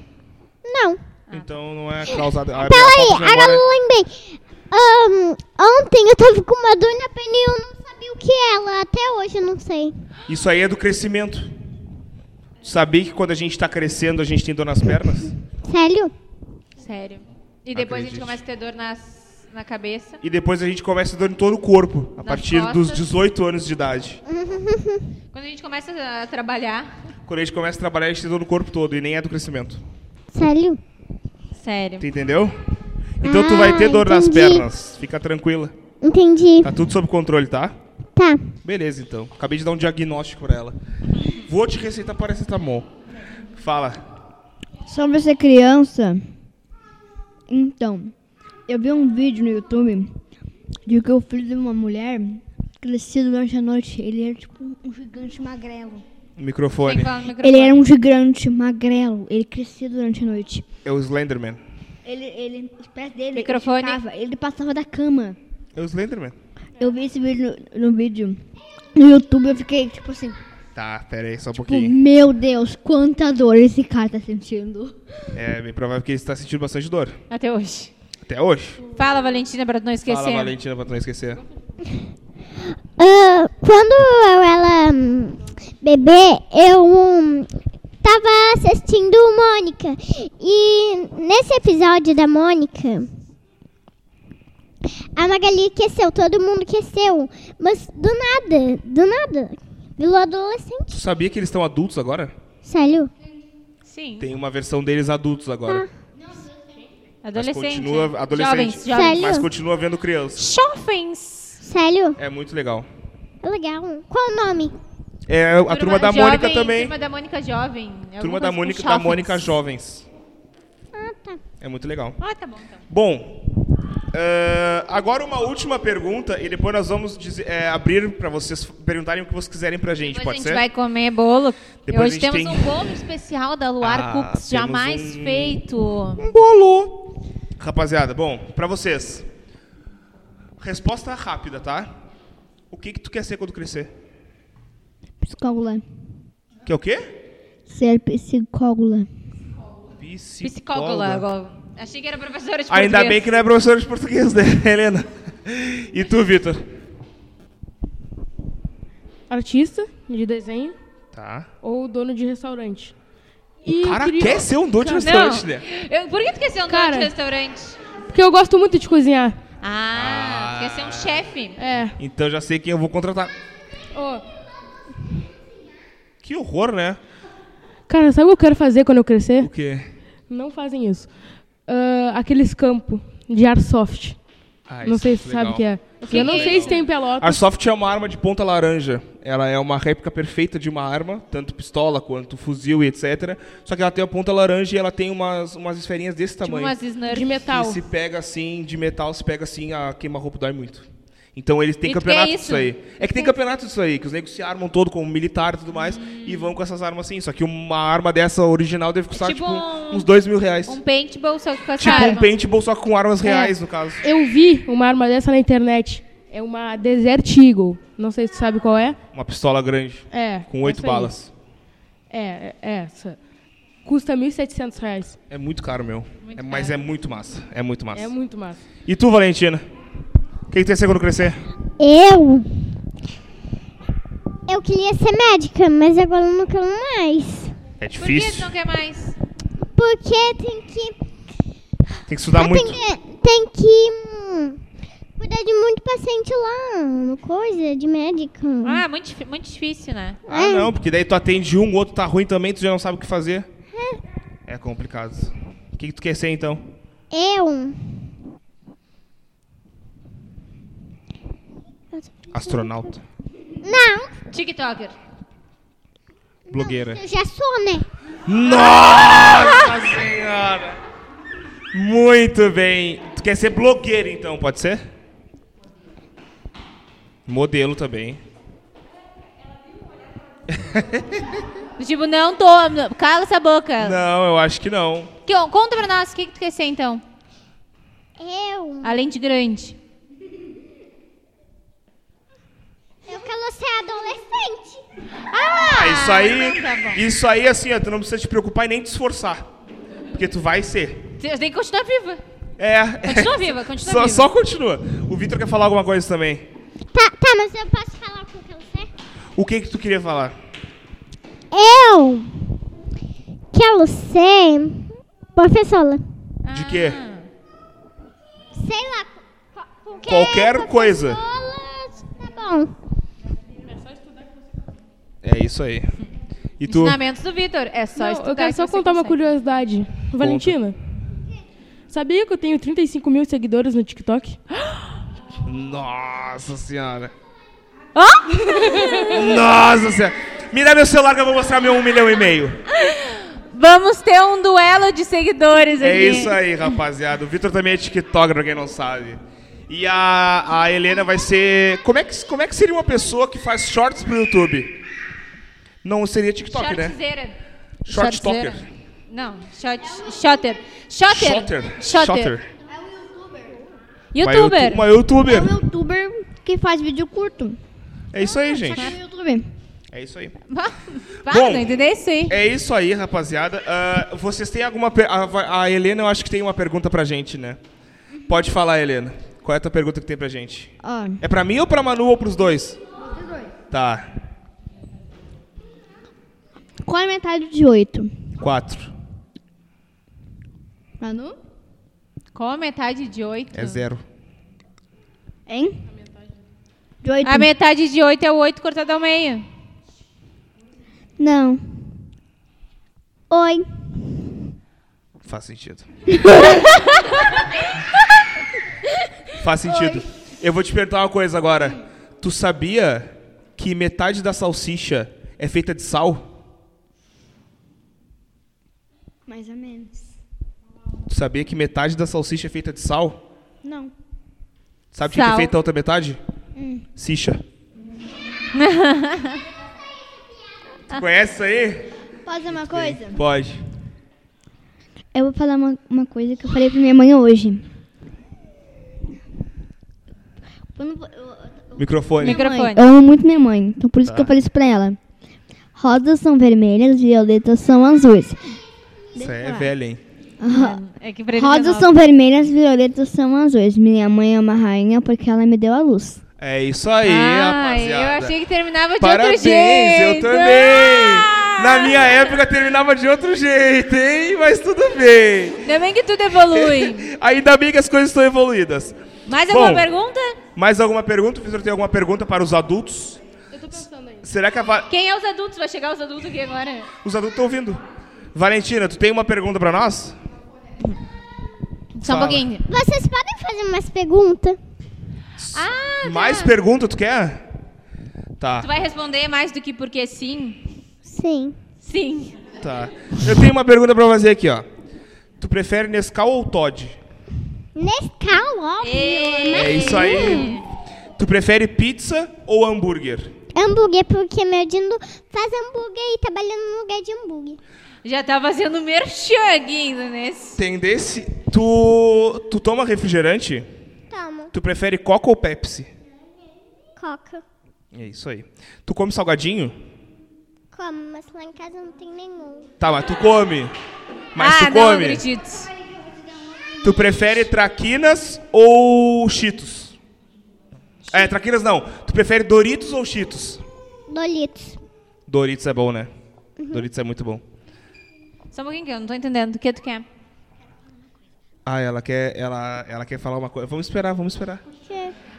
[SPEAKER 5] Não.
[SPEAKER 2] Ah.
[SPEAKER 1] Então não é causada. a-
[SPEAKER 2] Então
[SPEAKER 5] Peraí,
[SPEAKER 1] a falta de
[SPEAKER 5] agora
[SPEAKER 1] memória-
[SPEAKER 5] eu lembrei. Ahn, ontem eu tava com uma dor na perna e eu não sabia o que é ela. Até hoje eu não sei.
[SPEAKER 1] Isso aí é do crescimento. Sabia que quando a gente tá crescendo, a gente tem dor nas pernas?
[SPEAKER 5] Sério?
[SPEAKER 2] Sério. E depois a
[SPEAKER 1] Acredite.
[SPEAKER 2] gente começa a ter dor nas, na cabeça.
[SPEAKER 1] E depois a gente começa a dor em todo o corpo, a
[SPEAKER 2] Nas
[SPEAKER 1] partir dos
[SPEAKER 2] costas.
[SPEAKER 1] 18 anos de idade.
[SPEAKER 2] Quando a gente começa a trabalhar.
[SPEAKER 1] Quando a gente começa a trabalhar, a gente tem dor no corpo todo, e nem é do crescimento.
[SPEAKER 5] Sério?
[SPEAKER 2] Sério.
[SPEAKER 1] Tu entendeu? Então tu vai ter
[SPEAKER 5] Ah,
[SPEAKER 1] dor nas
[SPEAKER 5] entendi.
[SPEAKER 1] pernas. Fica tranquila.
[SPEAKER 5] Entendi.
[SPEAKER 1] Tá tudo sob controle, tá?
[SPEAKER 5] Tá.
[SPEAKER 1] Beleza, então. Acabei de dar um diagnóstico pra ela. Vou te receitar paracetamol. Fala.
[SPEAKER 6] Sobre ser criança. Então, eu vi um vídeo no YouTube de que o filho de uma mulher crescia durante a noite. Ele era tipo um gigante magrelo.
[SPEAKER 1] O
[SPEAKER 2] Tem que
[SPEAKER 1] microfone.
[SPEAKER 2] falar no microfone.
[SPEAKER 6] Ele era um gigante magrelo. Ele crescia durante a noite.
[SPEAKER 1] É o Slenderman.
[SPEAKER 6] Ele, ele, os pés dele
[SPEAKER 2] Microfone.
[SPEAKER 6] esticava, ele passava da cama.
[SPEAKER 1] É o Slenderman.
[SPEAKER 6] Eu vi esse vídeo no, no vídeo no YouTube, eu fiquei tipo assim,
[SPEAKER 1] Tá, pera aí, só um
[SPEAKER 6] pô,
[SPEAKER 1] pouquinho.
[SPEAKER 6] meu Deus, quanta dor esse cara tá sentindo.
[SPEAKER 1] É bem provável que ele está sentindo bastante dor.
[SPEAKER 2] Até hoje.
[SPEAKER 1] Até hoje.
[SPEAKER 2] Fala, Valentina, pra não esquecer.
[SPEAKER 1] Fala, Valentina, pra tu não esquecer.
[SPEAKER 5] Ah, quando eu era hum, bebê, eu hum, tava assistindo Mônica. E nesse episódio da Mônica, a Magali aqueceu, todo mundo aqueceu. Mas do nada, do nada, virou adolescente.
[SPEAKER 1] Tu sabia que eles estão adultos agora?
[SPEAKER 5] Sério?
[SPEAKER 2] Sim.
[SPEAKER 1] Tem uma versão deles adultos agora.
[SPEAKER 2] Adolescente.
[SPEAKER 1] Mas continua adolescente.
[SPEAKER 2] Jovens, jovens.
[SPEAKER 5] Sério?
[SPEAKER 1] Mas continua vendo criança.
[SPEAKER 2] Jovens.
[SPEAKER 5] Sério?
[SPEAKER 1] É muito legal.
[SPEAKER 5] É Legal. Qual o nome?
[SPEAKER 1] É, a turma da
[SPEAKER 2] jovem,
[SPEAKER 1] Mônica também.
[SPEAKER 2] Turma da Mônica jovem.
[SPEAKER 1] Turma
[SPEAKER 2] Alguma
[SPEAKER 1] da
[SPEAKER 2] coisa com
[SPEAKER 1] Mônica, da
[SPEAKER 2] jovens.
[SPEAKER 1] Mônica Jovens.
[SPEAKER 5] Ah, tá.
[SPEAKER 1] É muito legal.
[SPEAKER 2] Ah, tá bom então.
[SPEAKER 1] Bom, eh, agora uma última pergunta e depois nós vamos dizer- eh, abrir para vocês perguntarem o que vocês quiserem pra gente,
[SPEAKER 2] Depois a
[SPEAKER 1] pode
[SPEAKER 2] gente
[SPEAKER 1] ser?
[SPEAKER 2] vai comer bolo.
[SPEAKER 1] Depois a
[SPEAKER 2] Hoje
[SPEAKER 1] gente tem-
[SPEAKER 2] temos um bolo especial da
[SPEAKER 1] Ah,
[SPEAKER 2] Luar
[SPEAKER 1] temos
[SPEAKER 2] Cooks, jamais
[SPEAKER 1] um-
[SPEAKER 2] feito.
[SPEAKER 1] Um bolo. Rapaziada, bom, pra vocês. Resposta rápida, tá? O que que tu quer ser quando crescer?
[SPEAKER 6] Psicóloga.
[SPEAKER 1] Quer o quê?
[SPEAKER 6] Ser psicóloga.
[SPEAKER 2] Psicóloga. Achei que era professora de
[SPEAKER 1] Ainda
[SPEAKER 2] português.
[SPEAKER 1] bem que não é professor de português, né, [LAUGHS] Helena? E tu, Vitor?
[SPEAKER 4] Artista de desenho
[SPEAKER 1] Tá.
[SPEAKER 4] ou dono de restaurante. E
[SPEAKER 1] O cara
[SPEAKER 4] queria-
[SPEAKER 1] quer ser um dono de restaurante,
[SPEAKER 2] Não.
[SPEAKER 1] né?
[SPEAKER 2] [LAUGHS] Eu- por que tu quer ser um dono
[SPEAKER 4] Cara.
[SPEAKER 2] de restaurante?
[SPEAKER 4] Porque eu gosto muito de cozinhar.
[SPEAKER 2] Ah,
[SPEAKER 1] Ah.
[SPEAKER 2] tu quer ser um chefe.
[SPEAKER 4] É.
[SPEAKER 1] Então já sei quem eu vou contratar.
[SPEAKER 4] Ó,
[SPEAKER 1] Que horror, né?
[SPEAKER 4] cara, sabe o que eu quero fazer quando eu crescer?
[SPEAKER 1] O quê?
[SPEAKER 4] Não fazem isso. Ah, aqueles campos de airsoft.
[SPEAKER 1] Ah,
[SPEAKER 4] não
[SPEAKER 1] isso
[SPEAKER 4] sei
[SPEAKER 1] é
[SPEAKER 4] se
[SPEAKER 1] legal.
[SPEAKER 4] sabe o que é.
[SPEAKER 2] que
[SPEAKER 4] eu não
[SPEAKER 2] que é
[SPEAKER 4] sei se tem em Pelotas.
[SPEAKER 1] A Soft é uma arma de ponta laranja. Ela é uma réplica perfeita de uma arma, tanto pistola quanto fuzil e etc. Só que ela tem a ponta laranja e ela tem umas, umas esferinhas desse
[SPEAKER 2] Tipo
[SPEAKER 1] tamanho.
[SPEAKER 2] umas snurf.
[SPEAKER 4] De metal.
[SPEAKER 1] E se pega assim, de metal, se pega assim, a queima-roupa dói muito. Então eles têm
[SPEAKER 2] E tu
[SPEAKER 1] campeonato
[SPEAKER 2] quer isso?
[SPEAKER 1] disso aí. É que tem campeonato disso aí, que os negros se armam todo como militar e tudo mais,
[SPEAKER 2] Hum.
[SPEAKER 1] e vão com essas armas assim. Só que uma arma dessa original deve custar
[SPEAKER 2] tipo
[SPEAKER 1] tipo,
[SPEAKER 2] um-
[SPEAKER 1] uns dois mil reais.
[SPEAKER 2] Um É. paintball, só que com essa
[SPEAKER 1] tipo um
[SPEAKER 2] arma.
[SPEAKER 1] paintball, só que com armas reais, no caso.
[SPEAKER 4] Eu vi uma arma dessa na internet. É uma Desert Eagle. Não sei se tu sabe qual é.
[SPEAKER 1] Uma pistola grande,
[SPEAKER 4] É.
[SPEAKER 1] com oito
[SPEAKER 4] essa aí.
[SPEAKER 1] balas.
[SPEAKER 4] É, é essa. Custa R$ 1.700. reais.
[SPEAKER 1] É muito caro, meu. É- mas é muito massa. É muito massa.
[SPEAKER 4] É muito massa.
[SPEAKER 1] E tu, Valentina? O que, que tu ia ser quando crescer?
[SPEAKER 5] Eu? Eu queria ser médica, mas agora eu não quero mais.
[SPEAKER 1] É
[SPEAKER 2] Por que tu
[SPEAKER 1] difícil.
[SPEAKER 2] não quer mais?
[SPEAKER 5] Porque tem que
[SPEAKER 1] Tem que estudar
[SPEAKER 5] Mas
[SPEAKER 1] tá muito.
[SPEAKER 5] Tem que, tem que hum, cuidar de muito paciente lá, no coisa de médico.
[SPEAKER 2] Ah, muito, dif- muito difícil, né?
[SPEAKER 1] Ah, não, porque daí tu atende um, o outro tá ruim também, tu já não sabe o que fazer. É complicado. O que, que tu quer ser então?
[SPEAKER 5] Eu,
[SPEAKER 1] Astronauta.
[SPEAKER 5] não,
[SPEAKER 2] TikToker.
[SPEAKER 1] Blogueira.
[SPEAKER 5] eu já sou, né?
[SPEAKER 1] Nossa [LAUGHS] senhora! Muito bem. Tu quer ser blogueira então, pode ser? Modelo também.
[SPEAKER 2] Tipo, não tô. não- Cala essa boca.
[SPEAKER 1] Não, eu acho que não.
[SPEAKER 2] Que- conta pra nós, o que, que tu quer ser então?
[SPEAKER 5] Eu,
[SPEAKER 2] Além de grande.
[SPEAKER 5] eu quero ser adolescente.
[SPEAKER 1] Ah, isso
[SPEAKER 2] então tá
[SPEAKER 1] aí,
[SPEAKER 2] bom.
[SPEAKER 1] isso aí assim, ó, tu não precisa te preocupar e nem te esforçar. Porque tu vai ser.
[SPEAKER 2] Eu tenho que continuar viva.
[SPEAKER 1] É.
[SPEAKER 2] Continua viva,
[SPEAKER 1] [LAUGHS]
[SPEAKER 2] continua
[SPEAKER 1] só,
[SPEAKER 2] viva.
[SPEAKER 1] só continua. O Vitor quer falar alguma coisa também.
[SPEAKER 5] Tá, tá, mas eu posso falar com você?
[SPEAKER 1] O que que tu queria falar?
[SPEAKER 5] Eu quero ser professora.
[SPEAKER 1] De quê?
[SPEAKER 4] Ah.
[SPEAKER 5] Sei lá, co- qualquer,
[SPEAKER 1] Qualquer coisa.
[SPEAKER 5] professora, Tá bom.
[SPEAKER 1] É isso aí. E tu?
[SPEAKER 2] Ensinamentos do Vitor. É só
[SPEAKER 4] Não,
[SPEAKER 2] estudar.
[SPEAKER 4] eu quero só
[SPEAKER 2] que você
[SPEAKER 4] contar uma
[SPEAKER 2] consegue.
[SPEAKER 4] curiosidade. Valentina, sabia que eu tenho 35 mil seguidores no TikTok?
[SPEAKER 1] Nossa senhora. Nossa senhora. Me dá meu celular que eu vou mostrar meu um milhão e meio.
[SPEAKER 2] Vamos ter um duelo de seguidores aqui.
[SPEAKER 1] É isso aí, rapaziada. O Vitor também é TikToker, pra quem não sabe. E a, a Helena vai ser. Como é, que, como é que seria uma pessoa que faz shorts pro YouTube? Não seria TikTok, né?
[SPEAKER 2] Shortzeira.
[SPEAKER 1] Short
[SPEAKER 2] Shortzeira.
[SPEAKER 1] talker.
[SPEAKER 2] Não, shot, shotter. Shotter.
[SPEAKER 1] Shotter.
[SPEAKER 2] Shotter.
[SPEAKER 1] Shotter. Uma
[SPEAKER 2] Youtuber.
[SPEAKER 1] youtu- Uma youtuber.
[SPEAKER 6] É um youtuber que faz vídeo curto.
[SPEAKER 1] É isso aí, gente.
[SPEAKER 6] É um youtuber.
[SPEAKER 1] É isso aí.
[SPEAKER 2] [LAUGHS] Para,
[SPEAKER 1] Bom.
[SPEAKER 2] não entendeu isso aí.
[SPEAKER 1] É isso aí, rapaziada. Ah, vocês têm alguma. per- A, a Helena, eu acho que tem uma pergunta pra gente, né? Pode falar, Helena. Qual é a tua pergunta que tem pra gente?
[SPEAKER 6] Ó,
[SPEAKER 1] É pra mim ou pra Manu ou pros dois? Tá.
[SPEAKER 6] qual é a metade de 8?
[SPEAKER 1] Quatro.
[SPEAKER 6] Manu?
[SPEAKER 2] Qual a metade de 8?
[SPEAKER 1] É zero.
[SPEAKER 6] Hein? De 8.
[SPEAKER 2] A metade de 8 é o 8 cortado ao meio.
[SPEAKER 5] Não. Oi.
[SPEAKER 1] Faz
[SPEAKER 2] [LAUGHS]
[SPEAKER 1] sentido. Faz sentido. Eu vou te perguntar uma coisa agora. Tu sabia que metade da salsicha é feita de sal?
[SPEAKER 6] Mais ou menos.
[SPEAKER 1] Tu sabia que metade da salsicha é feita de sal?
[SPEAKER 6] Não.
[SPEAKER 1] Sabe o que que é
[SPEAKER 2] Sal. Hum.
[SPEAKER 1] feita a outra metade?
[SPEAKER 2] [LAUGHS]
[SPEAKER 1] Sicha. tu conhece isso aí?
[SPEAKER 6] Posso dizer uma
[SPEAKER 2] é.
[SPEAKER 6] coisa?
[SPEAKER 1] Pode.
[SPEAKER 3] Eu vou falar uma, uma coisa que eu falei pra minha mãe hoje.
[SPEAKER 6] Quando vo- eu-
[SPEAKER 1] Microfone.
[SPEAKER 2] Microfone.
[SPEAKER 3] Eu amo muito minha mãe, então por isso
[SPEAKER 1] Tá.
[SPEAKER 3] que eu falei isso pra ela. Rosas são vermelhas, violetas são azuis.
[SPEAKER 1] Isso aí é velho, hein?
[SPEAKER 2] É que pra ele é
[SPEAKER 3] Rosas
[SPEAKER 2] nova.
[SPEAKER 3] são vermelhas, violetas são azuis. Minha mãe é uma rainha porque ela me deu a luz.
[SPEAKER 1] É isso aí,
[SPEAKER 2] Ah,
[SPEAKER 1] rapaziada.
[SPEAKER 2] eu achei que terminava de
[SPEAKER 1] Parabéns,
[SPEAKER 2] outro jeito.
[SPEAKER 1] eu também.
[SPEAKER 2] Ah!
[SPEAKER 1] Na minha época terminava de outro jeito, hein? Mas tudo bem.
[SPEAKER 2] Ainda bem que
[SPEAKER 1] [LAUGHS]
[SPEAKER 2] tudo evolui.
[SPEAKER 1] Ainda bem que as coisas estão evoluídas.
[SPEAKER 2] Mais alguma
[SPEAKER 1] Bom.
[SPEAKER 2] pergunta?
[SPEAKER 1] Mais alguma pergunta? O professor tem alguma pergunta para os adultos?
[SPEAKER 4] Eu tô pensando ainda.
[SPEAKER 1] Será que a Va-
[SPEAKER 2] Quem é os adultos? Vai chegar os adultos aqui agora.
[SPEAKER 1] os adultos estão ouvindo? Valentina, tu tem uma pergunta para nós?
[SPEAKER 2] Só um
[SPEAKER 1] Fala.
[SPEAKER 2] pouquinho.
[SPEAKER 5] Vocês podem fazer umas perguntas?
[SPEAKER 2] Ah, tá.
[SPEAKER 1] Mais pergunta tu quer? Tá,
[SPEAKER 2] Tu vai responder mais do que porque sim?
[SPEAKER 5] Sim.
[SPEAKER 2] Sim.
[SPEAKER 1] tá. Eu tenho uma pergunta para fazer aqui, ó. Tu prefere Nescau ou Todd?
[SPEAKER 5] Nescau, óbvio.
[SPEAKER 1] É isso aí. Tu prefere pizza ou hambúrguer?
[SPEAKER 5] Hambúrguer, porque meu dindo faz hambúrguer e trabalha num lugar de hambúrguer.
[SPEAKER 2] Já tá fazendo merchan aqui ainda nesse.
[SPEAKER 1] Tem desse. Tu, tu toma refrigerante?
[SPEAKER 5] Toma.
[SPEAKER 1] Tu prefere Coca ou Pepsi?
[SPEAKER 5] Coca.
[SPEAKER 1] É isso aí. Tu come salgadinho?
[SPEAKER 5] Como, mas lá em casa não tem nenhum.
[SPEAKER 1] Tá, mas tu come. Mas
[SPEAKER 2] ah,
[SPEAKER 1] tu
[SPEAKER 2] não
[SPEAKER 1] come.
[SPEAKER 2] acredito.
[SPEAKER 1] tu prefere traquinas ou cheetos? É, traquinas não. Tu prefere Doritos ou cheetos?
[SPEAKER 5] Dolitos.
[SPEAKER 1] Doritos é bom, né?
[SPEAKER 2] Uhum.
[SPEAKER 1] Doritos é muito bom.
[SPEAKER 2] Só um pouquinho que eu não tô entendendo. O que tu quer?
[SPEAKER 1] Ah, ela quer, ela, ela quer falar uma coisa. Vamos esperar, vamos esperar.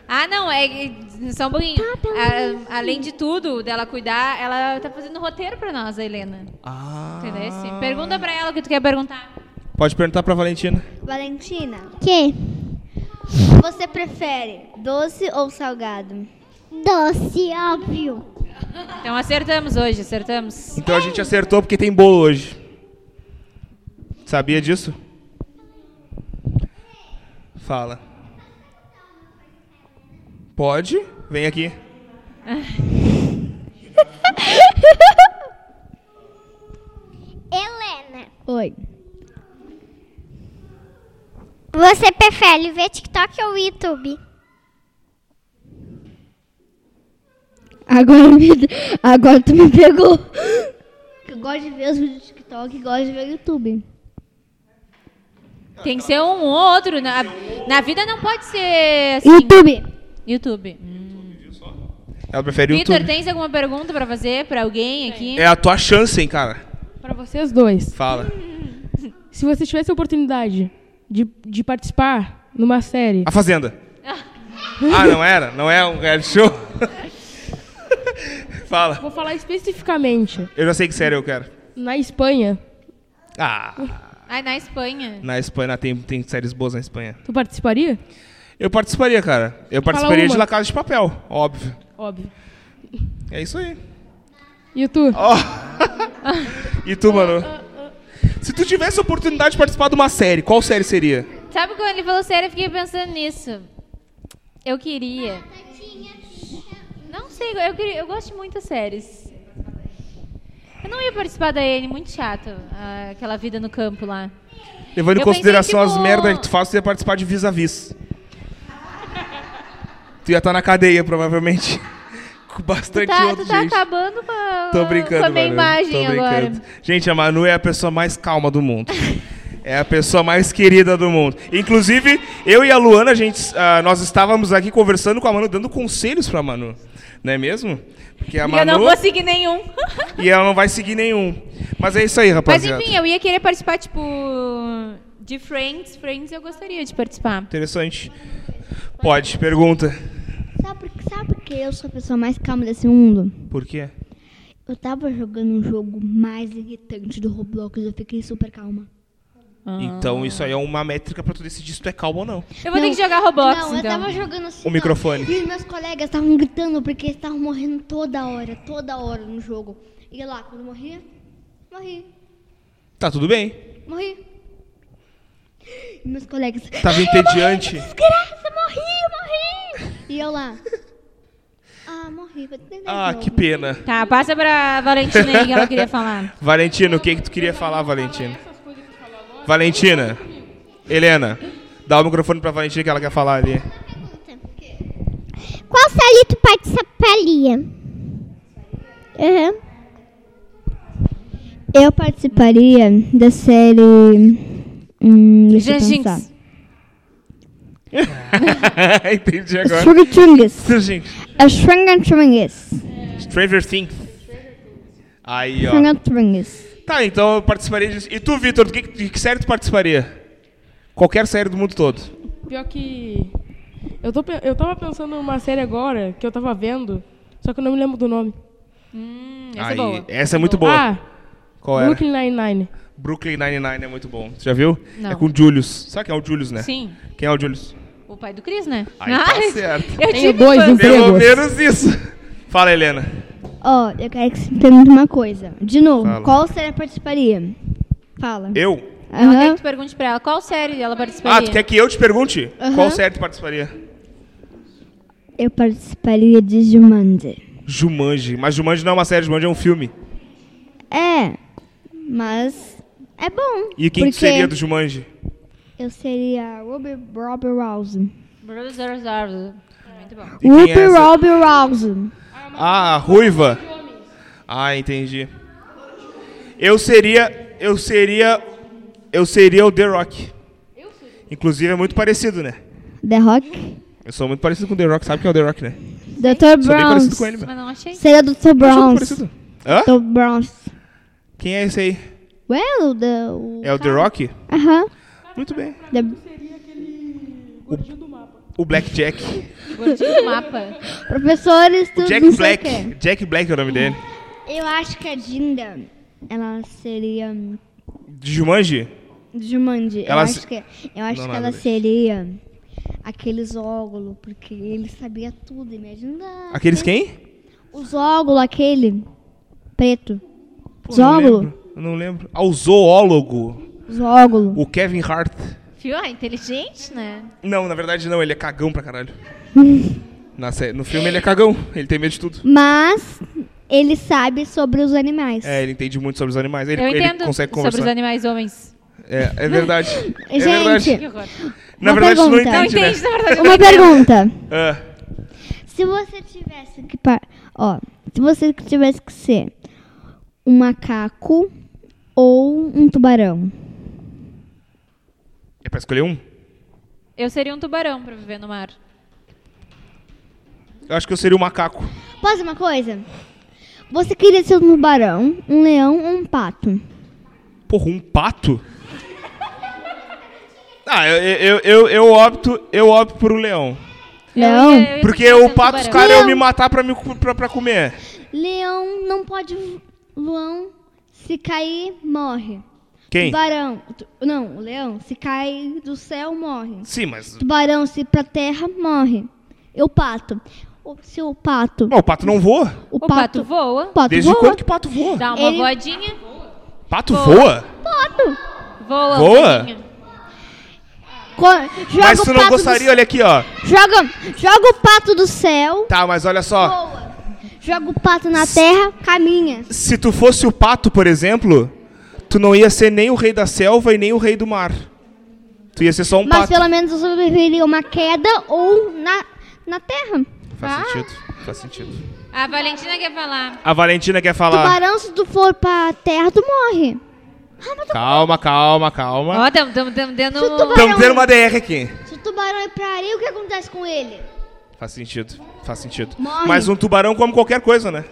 [SPEAKER 2] Ah, não, é. é- Só um pouquinho. A- além de tudo, dela cuidar, ela tá fazendo roteiro pra nós, a Helena.
[SPEAKER 1] Ah.
[SPEAKER 2] Entendeu? Pergunta pra ela o que tu quer perguntar.
[SPEAKER 1] Pode perguntar pra Valentina.
[SPEAKER 6] Valentina,
[SPEAKER 5] Que?
[SPEAKER 6] você prefere doce ou salgado?
[SPEAKER 5] Doce, óbvio.
[SPEAKER 2] Então acertamos hoje, acertamos.
[SPEAKER 1] Então a gente acertou porque tem bolo hoje. Sabia disso? Fala. Pode? Vem aqui.
[SPEAKER 5] Helena,
[SPEAKER 6] Oi.
[SPEAKER 5] você prefere ver TikTok ou YouTube?
[SPEAKER 6] Agora, me, agora tu me pegou. Eu gosto de ver os vídeos do TikTok e gosto de ver o YouTube.
[SPEAKER 2] Tem que ser um ou outro. Na, na vida não pode ser assim.
[SPEAKER 3] YouTube.
[SPEAKER 2] YouTube. Hum.
[SPEAKER 1] Ela prefere o
[SPEAKER 2] Vitor,
[SPEAKER 1] YouTube.
[SPEAKER 2] tens alguma pergunta pra fazer pra alguém aqui?
[SPEAKER 1] É a tua chance, hein, cara.
[SPEAKER 4] Pra vocês dois.
[SPEAKER 1] Fala.
[SPEAKER 4] Se vocês tivessem a oportunidade de, de participar numa série.
[SPEAKER 1] A Fazenda. Ah, não era? Não é um reality show? [LAUGHS] Fala.
[SPEAKER 4] Vou falar especificamente.
[SPEAKER 1] Eu já sei que série eu quero.
[SPEAKER 4] Na Espanha,
[SPEAKER 1] Ah,
[SPEAKER 2] Ai, na Espanha.
[SPEAKER 1] na Espanha tem, tem séries boas na Espanha.
[SPEAKER 4] tu participaria?
[SPEAKER 1] Eu participaria, cara. Eu participaria
[SPEAKER 4] uma.
[SPEAKER 1] de La Casa de Papel, óbvio.
[SPEAKER 4] Óbvio.
[SPEAKER 1] É isso aí.
[SPEAKER 4] E tu?
[SPEAKER 1] Ó. e tu, mano? Se tu tivesse a oportunidade de participar de uma série, qual série seria?
[SPEAKER 2] Sabe quando ele falou sério, eu fiquei pensando nisso. Eu queria. Não sei, eu, queria, eu gosto de muitas séries. Eu não ia participar da N, muito chato. ah, Aquela vida no campo lá.
[SPEAKER 1] Levando em
[SPEAKER 2] Eu
[SPEAKER 1] consideração
[SPEAKER 2] pensei,
[SPEAKER 1] as
[SPEAKER 2] tipo-
[SPEAKER 1] merdas que tu faz, tu ia participar de vis-a-vis. tu ia estar na cadeia, provavelmente. [LAUGHS] Com
[SPEAKER 2] Tu
[SPEAKER 1] bastante
[SPEAKER 2] tá,
[SPEAKER 1] outro
[SPEAKER 2] tu tá
[SPEAKER 1] gente.
[SPEAKER 2] acabando com a,
[SPEAKER 1] Tô brincando,
[SPEAKER 2] com a minha
[SPEAKER 1] Manu. Tô
[SPEAKER 2] imagem agora.
[SPEAKER 1] brincando. Gente, a Manu é a pessoa mais calma do mundo. É a pessoa mais querida do mundo. Inclusive, eu e a Luana, a gente, ah, nós estávamos aqui conversando com a Manu, dando conselhos pra Manu. Não é mesmo? Porque a
[SPEAKER 2] E eu não
[SPEAKER 1] Manu
[SPEAKER 2] consegui nenhum. [LAUGHS]
[SPEAKER 1] e ela não vai seguir nenhum. Mas é isso aí,
[SPEAKER 2] Mas
[SPEAKER 1] rapaziada.
[SPEAKER 2] enfim, eu ia querer participar, tipo, de Friends. Friends eu gostaria de participar.
[SPEAKER 1] Interessante. Pode, pergunta.
[SPEAKER 6] Sabe por, sabe por que eu sou a pessoa mais calma desse mundo?
[SPEAKER 1] Por quê?
[SPEAKER 6] Eu tava jogando um jogo mais irritante do Roblox, eu fiquei super calma.
[SPEAKER 2] Ah.
[SPEAKER 1] Então isso aí é uma métrica pra tu decidir se tu é calmo ou não.
[SPEAKER 2] Eu vou ter
[SPEAKER 6] Não,
[SPEAKER 2] que jogar Roblox,
[SPEAKER 6] não, eu
[SPEAKER 2] então.
[SPEAKER 6] tava jogando assim.
[SPEAKER 1] O
[SPEAKER 6] ó,
[SPEAKER 1] microfone.
[SPEAKER 6] E meus colegas estavam gritando porque estavam morrendo toda hora, toda hora no jogo. E lá, quando morria, morri,
[SPEAKER 1] Tá tudo bem.
[SPEAKER 6] morri. E meus colegas.
[SPEAKER 1] Tava entediante.
[SPEAKER 6] Desgraça, morri, morri! E eu lá. Ah, morri, vou tentar.
[SPEAKER 1] Ah, que pena.
[SPEAKER 2] Tá, passa pra
[SPEAKER 1] [LAUGHS]
[SPEAKER 2] Valentina aí que ela queria falar.
[SPEAKER 1] Valentino, o que, que tu queria falar, Valentina? Valentina, Helena, dá o microfone pra Valentina que ela quer falar ali. [LAUGHS]
[SPEAKER 5] Qual série tu participaria? Aham.
[SPEAKER 3] Eu participaria da série. Hum, deixa eu pensar.
[SPEAKER 2] Janjinx.
[SPEAKER 1] Entendi agora.
[SPEAKER 3] Surtungas.
[SPEAKER 1] Gente,
[SPEAKER 3] A Shrangantungas.
[SPEAKER 1] Stranger Things. Aí, ó.
[SPEAKER 3] Shrangantungas.
[SPEAKER 1] Tá, então eu participaria disso. E tu, Vitor, do que, de que série tu participaria? Qualquer série do mundo todo.
[SPEAKER 4] Pior que. Eu, tô, pe- eu tava pensando numa série agora que eu tava vendo, só que eu não me lembro do nome.
[SPEAKER 2] Hum, essa é
[SPEAKER 1] Aí,
[SPEAKER 2] boa.
[SPEAKER 1] essa é muito boa.
[SPEAKER 4] Ah,
[SPEAKER 1] Qual era?
[SPEAKER 4] Brooklyn Nine-Nine.
[SPEAKER 1] Brooklyn Nine-Nine é muito bom. Você já viu?
[SPEAKER 2] Não.
[SPEAKER 1] É com o Julius. Sabe quem é o Julius, né?
[SPEAKER 2] Sim.
[SPEAKER 1] Quem é o Julius?
[SPEAKER 2] O pai do Cris, né?
[SPEAKER 1] Aí tá
[SPEAKER 2] Ai,
[SPEAKER 1] certo.
[SPEAKER 2] Eu
[SPEAKER 4] Tenho
[SPEAKER 2] tive
[SPEAKER 4] dois
[SPEAKER 2] dois.
[SPEAKER 1] Pelo
[SPEAKER 4] empregos.
[SPEAKER 1] menos isso. Fala, Helena.
[SPEAKER 3] Ó, eu quero que você me pergunte uma coisa. De novo,
[SPEAKER 1] Fala.
[SPEAKER 3] qual série eu participaria? Fala.
[SPEAKER 1] Eu?
[SPEAKER 2] Ela quer
[SPEAKER 3] Aham.
[SPEAKER 2] que tu pergunte pra ela qual série ela participaria.
[SPEAKER 1] Ah, tu quer que eu te pergunte? Qual
[SPEAKER 3] Aham.
[SPEAKER 1] série tu participaria?
[SPEAKER 3] Eu participaria de Jumanji.
[SPEAKER 1] Jumanji. Mas Jumanji não é uma série, Jumanji é um filme.
[SPEAKER 3] É, mas é bom.
[SPEAKER 1] E quem tu
[SPEAKER 3] porque
[SPEAKER 1] seria do Jumanji?
[SPEAKER 3] Eu seria Ruby Robbie Rouse.
[SPEAKER 2] Brothers are- Muito bom.
[SPEAKER 1] E quem é
[SPEAKER 3] Ruby
[SPEAKER 1] essa?
[SPEAKER 3] Robbie Rouse.
[SPEAKER 1] Ah, a ruiva. Ah, entendi. Eu seria, eu seria, eu seria o The Rock. Inclusive é muito parecido, né?
[SPEAKER 3] The Rock.
[SPEAKER 1] Eu sou muito parecido com o The Rock, sabe quem é o The Rock, né?
[SPEAKER 3] Dr.
[SPEAKER 1] Sou bem
[SPEAKER 3] Brown.
[SPEAKER 1] parecido com ele, velho.
[SPEAKER 2] Mas não achei.
[SPEAKER 3] Seria Dr.
[SPEAKER 1] Eu sou muito
[SPEAKER 3] Brown.
[SPEAKER 1] parecido. Hã?
[SPEAKER 3] Dr. Brown.
[SPEAKER 1] Quem é esse aí?
[SPEAKER 3] Well, the. o-
[SPEAKER 1] É o The Rock?
[SPEAKER 3] Aham.
[SPEAKER 1] Muito bem.
[SPEAKER 3] The-
[SPEAKER 1] O Black Jack.
[SPEAKER 2] Gordinho do mapa.
[SPEAKER 3] Professor
[SPEAKER 1] O
[SPEAKER 3] estuda
[SPEAKER 1] Jack
[SPEAKER 3] não
[SPEAKER 1] Black.
[SPEAKER 3] sei o quê.
[SPEAKER 1] Jack Black é o nome dele.
[SPEAKER 3] Eu acho que a Dinda, ela seria hum,
[SPEAKER 1] De Jumanji?
[SPEAKER 3] Jumanji.
[SPEAKER 1] Ela
[SPEAKER 3] eu acho
[SPEAKER 1] se-
[SPEAKER 3] que, eu acho
[SPEAKER 1] Não,
[SPEAKER 3] que
[SPEAKER 1] nada,
[SPEAKER 3] ela
[SPEAKER 1] deixa.
[SPEAKER 3] seria aqueles óculos, porque ele sabia tudo, imagina.
[SPEAKER 1] Aqueles quem?
[SPEAKER 3] Os óculos, aquele preto.
[SPEAKER 1] Pô,
[SPEAKER 3] Os
[SPEAKER 1] não
[SPEAKER 3] óculos.
[SPEAKER 1] lembro. Eu não lembro. Ah, o zoólogo.
[SPEAKER 3] Os óculos.
[SPEAKER 1] O Kevin Hart.
[SPEAKER 2] Viu? Ah, inteligente, né?
[SPEAKER 1] Não, na verdade não, ele é cagão pra
[SPEAKER 2] [LAUGHS]
[SPEAKER 1] caralho. Na sé- No filme ele é cagão, ele tem medo de tudo.
[SPEAKER 3] Mas ele sabe sobre os animais.
[SPEAKER 1] É, ele entende muito sobre os animais, ele,
[SPEAKER 2] eu
[SPEAKER 1] ele
[SPEAKER 2] entendo
[SPEAKER 1] consegue
[SPEAKER 2] sobre os
[SPEAKER 1] conversar.
[SPEAKER 2] animais homens.
[SPEAKER 1] É, é
[SPEAKER 2] [LAUGHS]
[SPEAKER 1] verdade. é
[SPEAKER 3] Gente,
[SPEAKER 1] verdade.
[SPEAKER 2] Que horror.
[SPEAKER 1] Na
[SPEAKER 3] uma
[SPEAKER 1] verdade, tu não
[SPEAKER 3] pergunta.
[SPEAKER 2] Não
[SPEAKER 1] entende,
[SPEAKER 2] entende,
[SPEAKER 1] né?
[SPEAKER 2] na verdade.
[SPEAKER 3] Uma pergunta.
[SPEAKER 1] Ah,
[SPEAKER 3] Se você tivesse que. pa- Ó, se você tivesse que ser um macaco ou um tubarão.
[SPEAKER 1] É pra escolher um?
[SPEAKER 2] Eu seria um tubarão pra viver no mar.
[SPEAKER 1] Eu acho que eu seria um macaco.
[SPEAKER 3] Posso dizer uma coisa? Você queria ser um tubarão, um leão ou um pato?
[SPEAKER 1] Porra, um pato? Ah, eu, eu, eu, eu opto, eu opto por um leão.
[SPEAKER 3] Leão?
[SPEAKER 2] Eu ia- eu ia
[SPEAKER 1] Porque
[SPEAKER 2] continuar
[SPEAKER 1] o
[SPEAKER 2] sendo
[SPEAKER 1] pato, os
[SPEAKER 2] tubarão.
[SPEAKER 1] caras iam me matar pra, me, cu- pra, pra comer.
[SPEAKER 3] Leão não pode. vo- Leão, se cair, morre.
[SPEAKER 1] Quem?
[SPEAKER 3] Tubarão. tu- Não, o leão, se cai do céu, morre.
[SPEAKER 1] Sim, mas.
[SPEAKER 3] Tubarão, se ir pra terra, morre. E o pato? O, se o pato.
[SPEAKER 1] Não, o pato não voa.
[SPEAKER 3] O,
[SPEAKER 2] O pato voa,
[SPEAKER 3] O pato
[SPEAKER 1] Desde
[SPEAKER 3] voa.
[SPEAKER 1] quando que pato voa?
[SPEAKER 2] dá uma
[SPEAKER 3] Ele-
[SPEAKER 2] voadinha,
[SPEAKER 1] Pato
[SPEAKER 2] Voa.
[SPEAKER 1] voa?
[SPEAKER 2] voa. um
[SPEAKER 1] Voa?
[SPEAKER 2] pouquinho.
[SPEAKER 3] Co- joga
[SPEAKER 1] Mas
[SPEAKER 3] o
[SPEAKER 1] tu
[SPEAKER 3] pato
[SPEAKER 1] não
[SPEAKER 3] do
[SPEAKER 1] gostaria,
[SPEAKER 3] c-
[SPEAKER 1] olha aqui, ó.
[SPEAKER 3] joga, joga o pato do céu,
[SPEAKER 1] Tá, mas olha só.
[SPEAKER 3] joga o pato na terra, caminha.
[SPEAKER 1] Se tu fosse o pato, por exemplo, tu não ia ser nem o rei da selva e nem o rei do mar. Tu ia ser só um
[SPEAKER 3] Mas
[SPEAKER 1] pato.
[SPEAKER 3] pelo menos eu sobreviveria a uma queda ou na, na terra.
[SPEAKER 2] Ah.
[SPEAKER 1] Faz sentido, faz sentido.
[SPEAKER 2] A Valentina quer falar.
[SPEAKER 1] A Valentina quer falar.
[SPEAKER 3] Tubarão, se tu for pra terra, tu morre.
[SPEAKER 2] tá
[SPEAKER 1] Calma, calma, calma.
[SPEAKER 2] Ó, estamos dando
[SPEAKER 3] Se o
[SPEAKER 2] um...
[SPEAKER 3] tubarão-
[SPEAKER 1] Estamos tendo uma DR aqui.
[SPEAKER 3] Se o tubarão ir pra areia, o que acontece com ele?
[SPEAKER 1] Faz sentido, faz sentido.
[SPEAKER 3] Morre.
[SPEAKER 1] Mas um tubarão come qualquer coisa, né?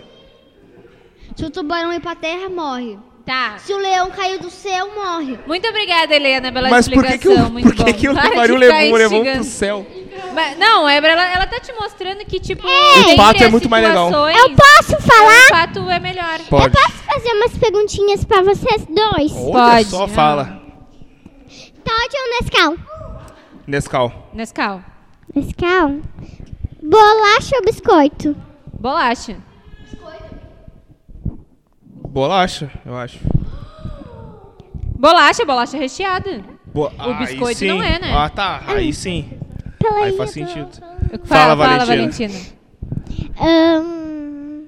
[SPEAKER 3] Se o tubarão ir pra terra, morre.
[SPEAKER 2] Tá.
[SPEAKER 3] Se o leão cair do céu, morre.
[SPEAKER 2] Muito obrigada, Helena, pela
[SPEAKER 1] Mas por que que
[SPEAKER 2] explicação.
[SPEAKER 1] o,
[SPEAKER 2] Muito
[SPEAKER 1] por que
[SPEAKER 2] bom.
[SPEAKER 1] que o
[SPEAKER 2] Para de
[SPEAKER 1] levario
[SPEAKER 2] ficar
[SPEAKER 1] levou, levou um
[SPEAKER 2] instigando.
[SPEAKER 1] pro céu?
[SPEAKER 2] Mas, não, é pra ela, ela tá te mostrando que, tipo,
[SPEAKER 1] O pato é muito mais legal.
[SPEAKER 2] Ah.
[SPEAKER 5] Eu posso falar?
[SPEAKER 2] O pato é melhor.
[SPEAKER 5] Eu posso fazer umas perguntinhas pra vocês dois?
[SPEAKER 1] Olha
[SPEAKER 2] Pode.
[SPEAKER 1] só, fala.
[SPEAKER 5] Todd ou Nescau?
[SPEAKER 1] Nescau.
[SPEAKER 2] Nescau.
[SPEAKER 5] Nescau. Bolacha ou biscoito?
[SPEAKER 2] Bolacha.
[SPEAKER 1] Bolacha, eu acho.
[SPEAKER 2] Bolacha, bolacha recheada.
[SPEAKER 1] Bo- aí
[SPEAKER 2] biscoito
[SPEAKER 1] sim.
[SPEAKER 2] não é, né? tá.
[SPEAKER 1] Ah, tá. Aí sim.
[SPEAKER 5] Pela
[SPEAKER 1] Aí faz sentido.
[SPEAKER 2] Fala,
[SPEAKER 1] Fala,
[SPEAKER 2] fala, Valentina.
[SPEAKER 1] Valentina.
[SPEAKER 5] Ahn,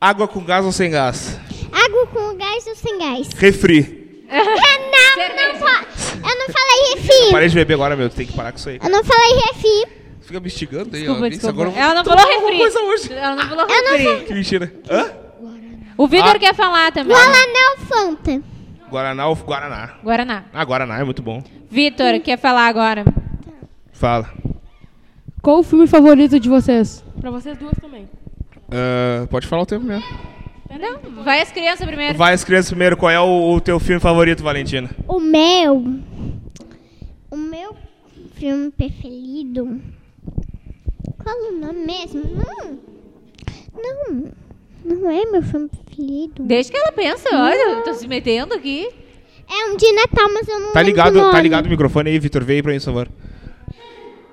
[SPEAKER 1] Água com gás ou sem gás?
[SPEAKER 5] água com gás ou sem gás?
[SPEAKER 1] Refri.
[SPEAKER 5] Não, não pode. Eu não falei refi.
[SPEAKER 1] Parei de beber agora, meu. Tem que parar com isso aí.
[SPEAKER 5] Eu não falei refi.
[SPEAKER 1] Fica me instigando aí, ó.
[SPEAKER 2] Desculpa,
[SPEAKER 1] Isso
[SPEAKER 2] desculpa.
[SPEAKER 1] agora eu vou
[SPEAKER 2] Ela não
[SPEAKER 1] tomar
[SPEAKER 2] falou
[SPEAKER 1] alguma
[SPEAKER 2] refri.
[SPEAKER 1] coisa hoje.
[SPEAKER 2] Ela não falou refri.
[SPEAKER 1] Que mentira. Hã?
[SPEAKER 2] O Vitor
[SPEAKER 1] Ah.
[SPEAKER 2] quer falar também.
[SPEAKER 5] Guaraná ou Fanta?
[SPEAKER 1] Guaraná ou Guaraná?
[SPEAKER 2] Guaraná.
[SPEAKER 1] Ah, Guaraná é muito bom.
[SPEAKER 2] Vitor quer falar agora.
[SPEAKER 1] Fala.
[SPEAKER 4] Qual o filme favorito de vocês? Pra vocês duas também.
[SPEAKER 1] Ah, pode falar o tempo mesmo.
[SPEAKER 2] Não, vai as crianças primeiro.
[SPEAKER 1] Vai as crianças primeiro. Qual é o, o teu filme favorito, Valentina?
[SPEAKER 5] O meu. O meu filme preferido. Qual o nome mesmo? Não. Não. Não é meu filme preferido.
[SPEAKER 2] Deixa que ela pensa, olha, eu tô se metendo aqui.
[SPEAKER 5] É um de Natal, mas eu não
[SPEAKER 1] Tá
[SPEAKER 5] lembro o
[SPEAKER 1] ligado,
[SPEAKER 5] nome.
[SPEAKER 1] tá ligado o microfone aí, Vitor? Vem aí pra mim, por favor.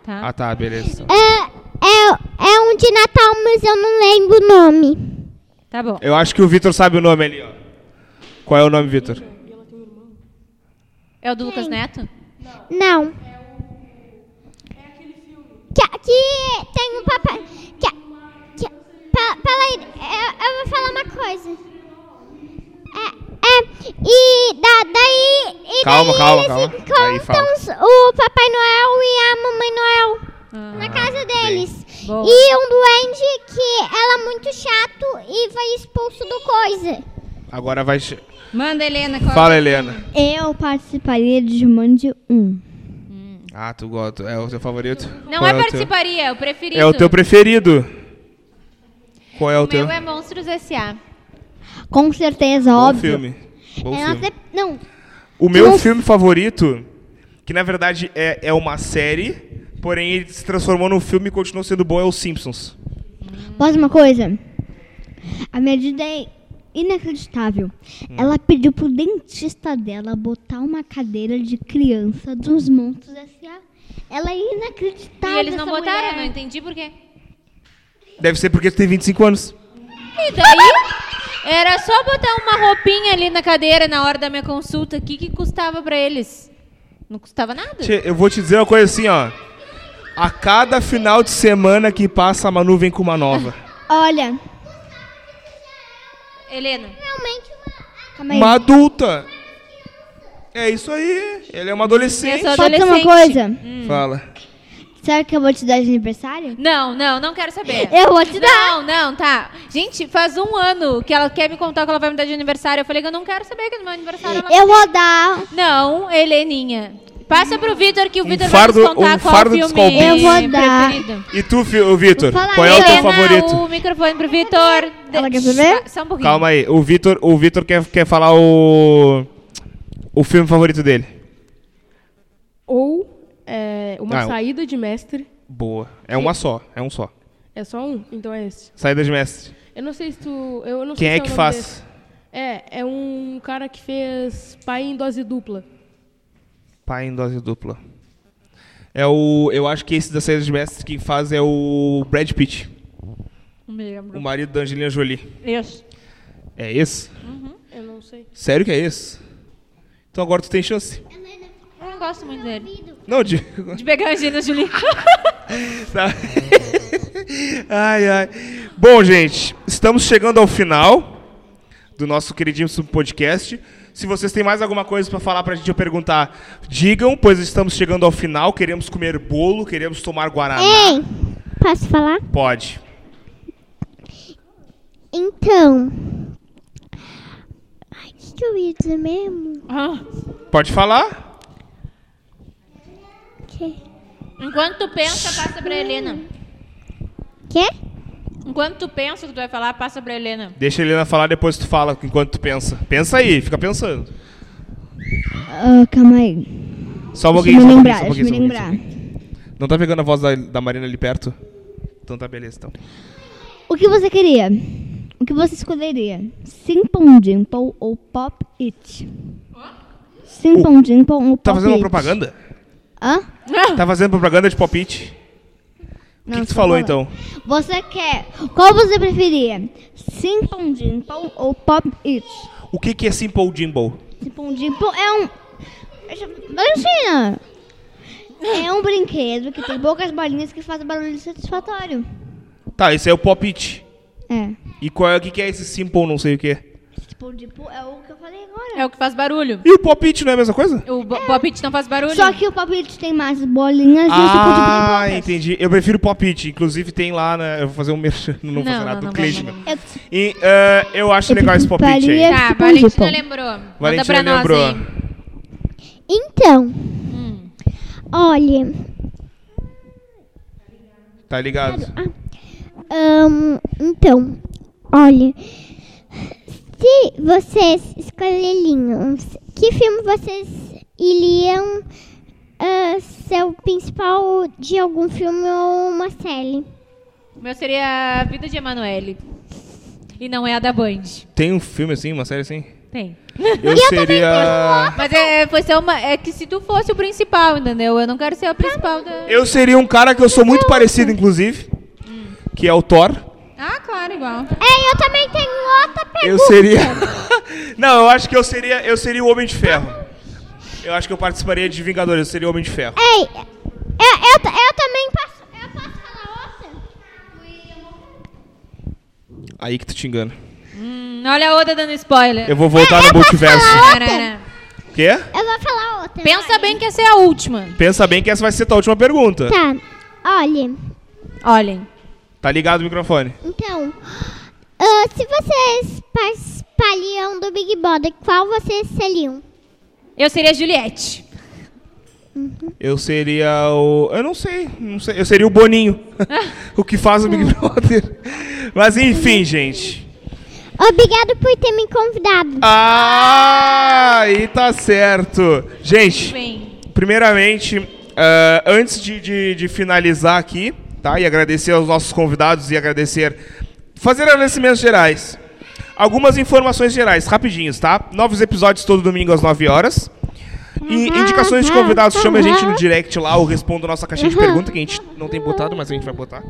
[SPEAKER 2] Tá.
[SPEAKER 1] Ah, tá, beleza.
[SPEAKER 5] É, é, é um de Natal, mas eu não lembro o nome.
[SPEAKER 2] Tá bom.
[SPEAKER 1] Eu acho que o Vitor sabe o nome ali, ó. Qual é o nome, Vitor?
[SPEAKER 2] É o do Lucas Neto?
[SPEAKER 5] Não. Que, que tem um papai. Que, que, pa- pera aí, eu, eu vou falar uma coisa. É, é e da- daí. E
[SPEAKER 1] Calma,
[SPEAKER 5] daí
[SPEAKER 1] calma,
[SPEAKER 5] eles
[SPEAKER 1] calma.
[SPEAKER 5] encontram
[SPEAKER 1] Aí fala.
[SPEAKER 5] os- o Papai Noel e a Mamãe Noel na casa deles.
[SPEAKER 2] Boa.
[SPEAKER 5] E um duende que ela é muito chato e vai expulso do coisa.
[SPEAKER 1] Agora vai. che-
[SPEAKER 2] Manda, Helena. Qual...
[SPEAKER 1] Fala, Helena.
[SPEAKER 3] Eu participaria de Jumanji 1.
[SPEAKER 1] Ah, tu gosta. É o teu favorito?
[SPEAKER 2] Não
[SPEAKER 1] Qual
[SPEAKER 2] é
[SPEAKER 1] o teu?
[SPEAKER 2] participaria, é o preferido.
[SPEAKER 1] É o teu preferido. Qual é o,
[SPEAKER 2] O
[SPEAKER 1] teu?
[SPEAKER 2] meu é Monstros S.A.
[SPEAKER 3] Com certeza,
[SPEAKER 1] Bom
[SPEAKER 3] óbvio.
[SPEAKER 1] filme. Bom
[SPEAKER 3] É,
[SPEAKER 1] filme.
[SPEAKER 3] até- não,
[SPEAKER 1] O meu
[SPEAKER 3] Não-
[SPEAKER 1] filme favorito, que na verdade é, é uma série, porém ele se transformou num filme e continuou sendo bom, é Os Simpsons.
[SPEAKER 3] posso uma coisa? A medida é inacreditável. Ela pediu pro dentista dela botar uma cadeira de criança dos monstros S.A. Ela é inacreditável.
[SPEAKER 2] E eles não
[SPEAKER 3] essa
[SPEAKER 2] botaram, né?
[SPEAKER 3] mulher.
[SPEAKER 2] não entendi por quê.
[SPEAKER 1] Deve ser porque tu tem 25 anos.
[SPEAKER 2] E daí? Era só botar uma roupinha ali na cadeira na hora da minha consulta. O que, que custava pra eles? Não custava nada.
[SPEAKER 1] Tchê, Eu vou te dizer uma coisa assim, ó. A cada final de semana que passa, a Manu vem com uma nova.
[SPEAKER 3] Olha,
[SPEAKER 2] Helena.
[SPEAKER 5] Realmente uma.
[SPEAKER 3] calma aí.
[SPEAKER 1] Uma adulta. É isso aí. Ele é uma
[SPEAKER 2] Eu
[SPEAKER 1] adolescente.
[SPEAKER 2] sou
[SPEAKER 3] Pode dizer uma
[SPEAKER 2] adolescente.
[SPEAKER 3] coisa?
[SPEAKER 1] Fala.
[SPEAKER 6] Será que eu vou te dar de aniversário?
[SPEAKER 2] Não, não, não quero saber.
[SPEAKER 6] Eu vou te dar.
[SPEAKER 2] Não, não, tá. Gente, faz um ano que ela quer me contar que ela vai me dar de aniversário. Eu falei que eu não quero saber que no meu aniversário ela...
[SPEAKER 6] Eu vou dar.
[SPEAKER 2] Não, Heleninha. Passa pro Vitor que o
[SPEAKER 1] Um
[SPEAKER 2] Vitor
[SPEAKER 1] fardo-
[SPEAKER 2] vai nos contar
[SPEAKER 1] um
[SPEAKER 2] qual
[SPEAKER 1] fardo
[SPEAKER 2] o filme
[SPEAKER 1] descobrido.
[SPEAKER 6] Eu vou dar.
[SPEAKER 2] preferido.
[SPEAKER 1] E tu, Fi- o Vitor?
[SPEAKER 6] Fala aí,
[SPEAKER 1] Qual é o teu
[SPEAKER 2] Helena,
[SPEAKER 1] favorito?
[SPEAKER 2] né? o microfone pro Vitor.
[SPEAKER 6] Ela quer
[SPEAKER 2] Shh,
[SPEAKER 6] saber?
[SPEAKER 2] Só um pouquinho.
[SPEAKER 1] Calma aí, o Vitor, o Vitor quer, quer falar o o filme favorito dele.
[SPEAKER 4] Ou é, uma
[SPEAKER 1] Ah, eu-
[SPEAKER 4] saída de mestre.
[SPEAKER 1] Boa. É uma só, é um só.
[SPEAKER 4] É só um? Então é esse.
[SPEAKER 1] Saída de mestre.
[SPEAKER 4] Eu não sei se tu. Eu não
[SPEAKER 1] Quem é
[SPEAKER 4] sei se o
[SPEAKER 1] que
[SPEAKER 4] nome
[SPEAKER 1] faz?
[SPEAKER 4] desse. É, é um cara que fez pai em dose dupla.
[SPEAKER 1] Pai em dose dupla. É o, eu acho que esse da saída de mestre quem faz é o Brad Pitt,
[SPEAKER 2] Me
[SPEAKER 1] o
[SPEAKER 2] lembro.
[SPEAKER 1] marido da Angelina Jolie.
[SPEAKER 2] Isso.
[SPEAKER 1] É esse?
[SPEAKER 4] Eu não sei.
[SPEAKER 1] Sério que é esse? Então agora tu tem chance.
[SPEAKER 2] Eu não gosto muito dele.
[SPEAKER 1] Não, de...
[SPEAKER 2] De pegar a Gina Julie.
[SPEAKER 1] Tá. [LAUGHS] ai, ai. Bom, gente, estamos chegando ao final do nosso queridíssimo podcast. Se vocês têm mais alguma coisa para falar pra gente ou perguntar, digam, pois estamos chegando ao final. Queremos comer bolo, queremos tomar guaraná.
[SPEAKER 5] Ei, posso falar?
[SPEAKER 1] Pode.
[SPEAKER 5] Então. Ai, o que, que eu ia dizer mesmo?
[SPEAKER 1] Pode falar?
[SPEAKER 5] Que?
[SPEAKER 2] [LAUGHS] Enquanto tu pensa, passa pra Helena.
[SPEAKER 5] Quê?
[SPEAKER 2] Enquanto tu pensa o que tu vai falar, passa pra Helena.
[SPEAKER 1] Deixa a Helena falar, depois tu fala, enquanto tu pensa. Pensa aí, fica pensando.
[SPEAKER 6] Ah, calma aí.
[SPEAKER 1] Só
[SPEAKER 6] Deixa
[SPEAKER 1] um pouquinho,
[SPEAKER 6] eu
[SPEAKER 1] só
[SPEAKER 6] me
[SPEAKER 1] um
[SPEAKER 6] lembrar, deixa eu
[SPEAKER 1] pouquinho,
[SPEAKER 6] me
[SPEAKER 1] só um pouquinho, só
[SPEAKER 6] lembrar.
[SPEAKER 1] um pouquinho. Não tá pegando a voz da, da Marina ali perto? Então tá, beleza. Então.
[SPEAKER 6] O que você queria? O que você escolheria? Simple Dimple ou Pop It? Simple Dimple ou Pop
[SPEAKER 1] Tá fazendo uma
[SPEAKER 6] It?
[SPEAKER 1] propaganda?
[SPEAKER 6] Hã?
[SPEAKER 1] Tá fazendo propaganda de palpite? O que,
[SPEAKER 6] Não,
[SPEAKER 1] que tu
[SPEAKER 6] só
[SPEAKER 1] falou
[SPEAKER 6] falando.
[SPEAKER 1] então?
[SPEAKER 6] Você quer... Qual você preferia? Simple Dimple ou Pop It?
[SPEAKER 1] O que, que é Simple Jimbo?
[SPEAKER 6] Simple Dimple é um... Valentina! É um brinquedo que tem poucas bolinhas que faz barulho satisfatório.
[SPEAKER 1] Tá, esse é o palpite.
[SPEAKER 6] É.
[SPEAKER 1] E qual é, o que, que é esse Simple não sei o que é?
[SPEAKER 6] Simple Dimple é o que eu falei agora.
[SPEAKER 2] É o que faz barulho.
[SPEAKER 1] E o palpite não é a mesma coisa?
[SPEAKER 2] O bo- Popit não faz barulho.
[SPEAKER 6] Só que o Pop It tem mais bolinhas e o Simple Dimple tem
[SPEAKER 1] Ah,
[SPEAKER 6] poucas.
[SPEAKER 1] entendi. Eu prefiro palpite. Inclusive tem lá, né? Eu vou fazer um [LAUGHS] merchan, não vou
[SPEAKER 2] Não,
[SPEAKER 1] fazer nada
[SPEAKER 2] não,
[SPEAKER 1] do
[SPEAKER 2] não,
[SPEAKER 1] cliente.
[SPEAKER 2] não, não.
[SPEAKER 6] Eu-
[SPEAKER 1] E ah, eu acho
[SPEAKER 6] Eu
[SPEAKER 1] legal esse palpite aí.
[SPEAKER 6] preferia-
[SPEAKER 2] Tá,
[SPEAKER 6] Responde,
[SPEAKER 2] Valentina
[SPEAKER 6] pô.
[SPEAKER 2] lembrou. Manda
[SPEAKER 1] Valentina
[SPEAKER 2] pra nós
[SPEAKER 1] lembrou.
[SPEAKER 2] aí.
[SPEAKER 5] Então.
[SPEAKER 2] Hum.
[SPEAKER 5] Olha.
[SPEAKER 1] Tá ligado?
[SPEAKER 2] Ah.
[SPEAKER 5] ahn, então. Olha. Se vocês escolheriam, que filme vocês iriam ah, ser o principal de algum filme ou uma série?
[SPEAKER 2] O meu seria a vida de Emanuele. E não é a da Band.
[SPEAKER 1] Tem um filme assim, uma série assim?
[SPEAKER 2] Tem.
[SPEAKER 1] Eu seria.
[SPEAKER 2] Mas é, foi só uma. É que se tu fosse o principal, entendeu? Eu não quero ser a principal da.
[SPEAKER 1] Eu seria um cara que eu sou muito parecido, inclusive.
[SPEAKER 2] Hum.
[SPEAKER 1] Que é o Thor.
[SPEAKER 2] Ah, claro, igual.
[SPEAKER 5] Ei, eu também tenho outra
[SPEAKER 1] Eu
[SPEAKER 5] pergunta.
[SPEAKER 1] seria. [LAUGHS] Não, eu acho que eu seria, eu seria o Homem de Ferro. Eu acho que eu participaria de Vingadores, eu seria o Homem de Ferro.
[SPEAKER 5] Ei, eu, eu, ta- eu também posso. Eu posso falar outra?
[SPEAKER 1] Aí que tu te engana.
[SPEAKER 2] Hum, olha a Oda dando spoiler.
[SPEAKER 1] Eu vou voltar no multiverso.
[SPEAKER 2] Tarará.
[SPEAKER 1] Quê?
[SPEAKER 5] Eu vou falar outra.
[SPEAKER 2] Pensa bem que essa é a última.
[SPEAKER 1] Pensa bem que essa vai ser tua última pergunta.
[SPEAKER 5] Tá, olha.
[SPEAKER 2] Olhem.
[SPEAKER 1] Tá ligado o microfone?
[SPEAKER 5] Então, ah, se vocês participariam do Big Brother, qual vocês seriam?
[SPEAKER 2] Eu seria a Juliette.
[SPEAKER 1] Eu seria o. Eu não sei, não sei. Eu seria o Boninho. [LAUGHS] o que faz o Big Brother. Mas enfim, gente.
[SPEAKER 5] Obrigado por ter me convidado.
[SPEAKER 1] Ah, aí tá certo. Gente.
[SPEAKER 2] Bem.
[SPEAKER 1] Primeiramente, ah, antes de, de- de finalizar aqui, tá? E agradecer aos nossos convidados e agradecer. Fazer agradecimentos gerais. Algumas informações gerais, rapidinhos, tá? Novos episódios todo domingo às 9 horas. E indicações de convidados, chama a gente no direct lá ou responda a nossa caixinha de pergunta, que a gente não tem botado, mas a gente vai botar.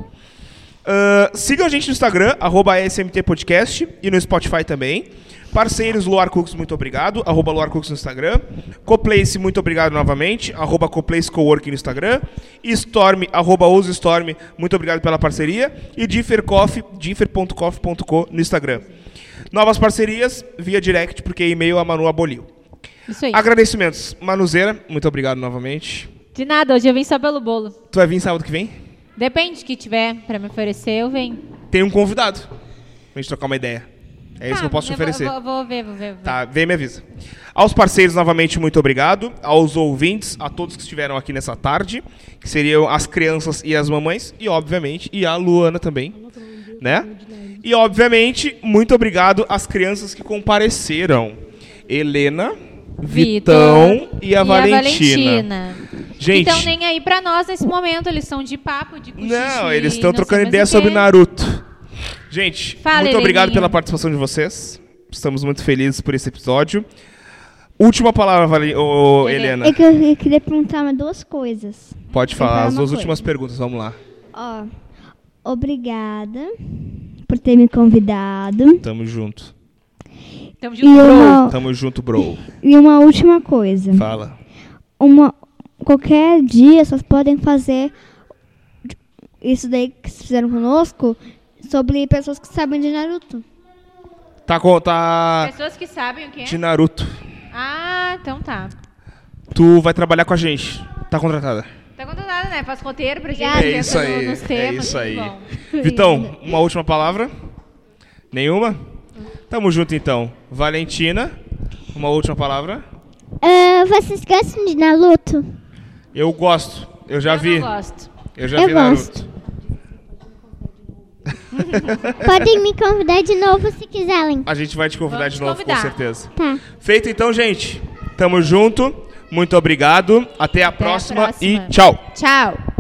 [SPEAKER 1] Ah, siga a gente no Instagram, arroba SMT Podcast e no Spotify também. Parceiros Luar Cooks, muito obrigado. Arroba Luar Cooks no Instagram. Coplace, muito obrigado novamente. Arroba Coplace Coworking no Instagram. Storm, arroba Ouso Storm, muito obrigado pela parceria. E Differ Coffee, differ.coffee.co no Instagram. Novas parcerias via direct, porque e-mail a Manu aboliu.
[SPEAKER 2] Isso aí.
[SPEAKER 1] Agradecimentos. Manuzeira, muito obrigado novamente.
[SPEAKER 2] De nada, hoje eu vim só pelo bolo.
[SPEAKER 1] Tu vai vir sábado que vem?
[SPEAKER 2] Depende que tiver pra me oferecer, eu venho.
[SPEAKER 1] Tem um convidado. Pra gente trocar uma ideia. É isso
[SPEAKER 2] Tá,
[SPEAKER 1] que eu posso te
[SPEAKER 2] vou-
[SPEAKER 1] oferecer.
[SPEAKER 2] Vou, vou ver, vou ver. Vou ver.
[SPEAKER 1] Tá, vem e me avisa. Aos parceiros, novamente, muito obrigado. Aos ouvintes, a todos que estiveram aqui nessa tarde, que seriam as crianças e as mamães, e obviamente, e a Luana também. Né? E obviamente, muito obrigado às crianças que compareceram. Helena, Vitão e a Valentina. Gente,
[SPEAKER 2] Então nem aí pra nós nesse momento, eles são de papo, de cochiche,
[SPEAKER 1] não, eles
[SPEAKER 2] não
[SPEAKER 1] estão
[SPEAKER 2] sei
[SPEAKER 1] trocando
[SPEAKER 2] mais o
[SPEAKER 1] ideia
[SPEAKER 2] quê.
[SPEAKER 1] sobre Naruto. Gente,
[SPEAKER 2] Fala,
[SPEAKER 1] muito obrigado
[SPEAKER 2] Heleninha.
[SPEAKER 1] pela participação de vocês. Estamos muito felizes por esse episódio. Última palavra, Valen- ô, Helena.
[SPEAKER 2] Helena.
[SPEAKER 3] É que eu eu queria perguntar mais duas coisas.
[SPEAKER 1] Pode falar
[SPEAKER 3] falar
[SPEAKER 1] as
[SPEAKER 3] uma
[SPEAKER 1] duas
[SPEAKER 3] coisa.
[SPEAKER 1] últimas perguntas, vamos lá.
[SPEAKER 3] Ó, obrigada por ter me convidado.
[SPEAKER 1] Tamo junto.
[SPEAKER 2] Tamo
[SPEAKER 3] E
[SPEAKER 2] junto, bro.
[SPEAKER 3] uma,
[SPEAKER 1] Tamo junto, bro.
[SPEAKER 3] e uma última coisa.
[SPEAKER 1] Fala.
[SPEAKER 3] Uma, qualquer dia vocês podem fazer isso daí que vocês fizeram conosco sobre pessoas que sabem de Naruto.
[SPEAKER 1] Tá com. Tá.
[SPEAKER 2] Pessoas que sabem o que é.
[SPEAKER 1] De Naruto.
[SPEAKER 2] Ah, então tá.
[SPEAKER 1] Tu vai trabalhar com a gente. Tá contratada.
[SPEAKER 2] Tá contratado, né? Faz roteiro pra gente.
[SPEAKER 1] É
[SPEAKER 2] entra
[SPEAKER 1] isso
[SPEAKER 2] no-
[SPEAKER 1] aí.
[SPEAKER 2] nos
[SPEAKER 1] É
[SPEAKER 2] um temas,
[SPEAKER 1] isso
[SPEAKER 2] tudo
[SPEAKER 1] aí.
[SPEAKER 2] bom.
[SPEAKER 1] [LAUGHS] Vitão, uma última palavra? Nenhuma? Tamo junto então. Valentina, uma última palavra?
[SPEAKER 5] Ah, vocês gostam de Naruto?
[SPEAKER 1] Eu gosto. Eu já
[SPEAKER 2] Eu
[SPEAKER 1] vi.
[SPEAKER 2] não gosto.
[SPEAKER 1] Eu já
[SPEAKER 5] Eu
[SPEAKER 1] vi
[SPEAKER 5] gosto.
[SPEAKER 1] Naruto.
[SPEAKER 5] Podem me convidar de novo se quiserem.
[SPEAKER 1] A gente vai te convidar
[SPEAKER 2] Vamos
[SPEAKER 1] de
[SPEAKER 2] te
[SPEAKER 1] novo,
[SPEAKER 2] convidar.
[SPEAKER 1] com certeza.
[SPEAKER 5] Tá.
[SPEAKER 1] Feito então, gente. Tamo junto. Muito obrigado. Até a,
[SPEAKER 2] a
[SPEAKER 1] próxima,
[SPEAKER 2] próxima.
[SPEAKER 1] e tchau.
[SPEAKER 2] Tchau.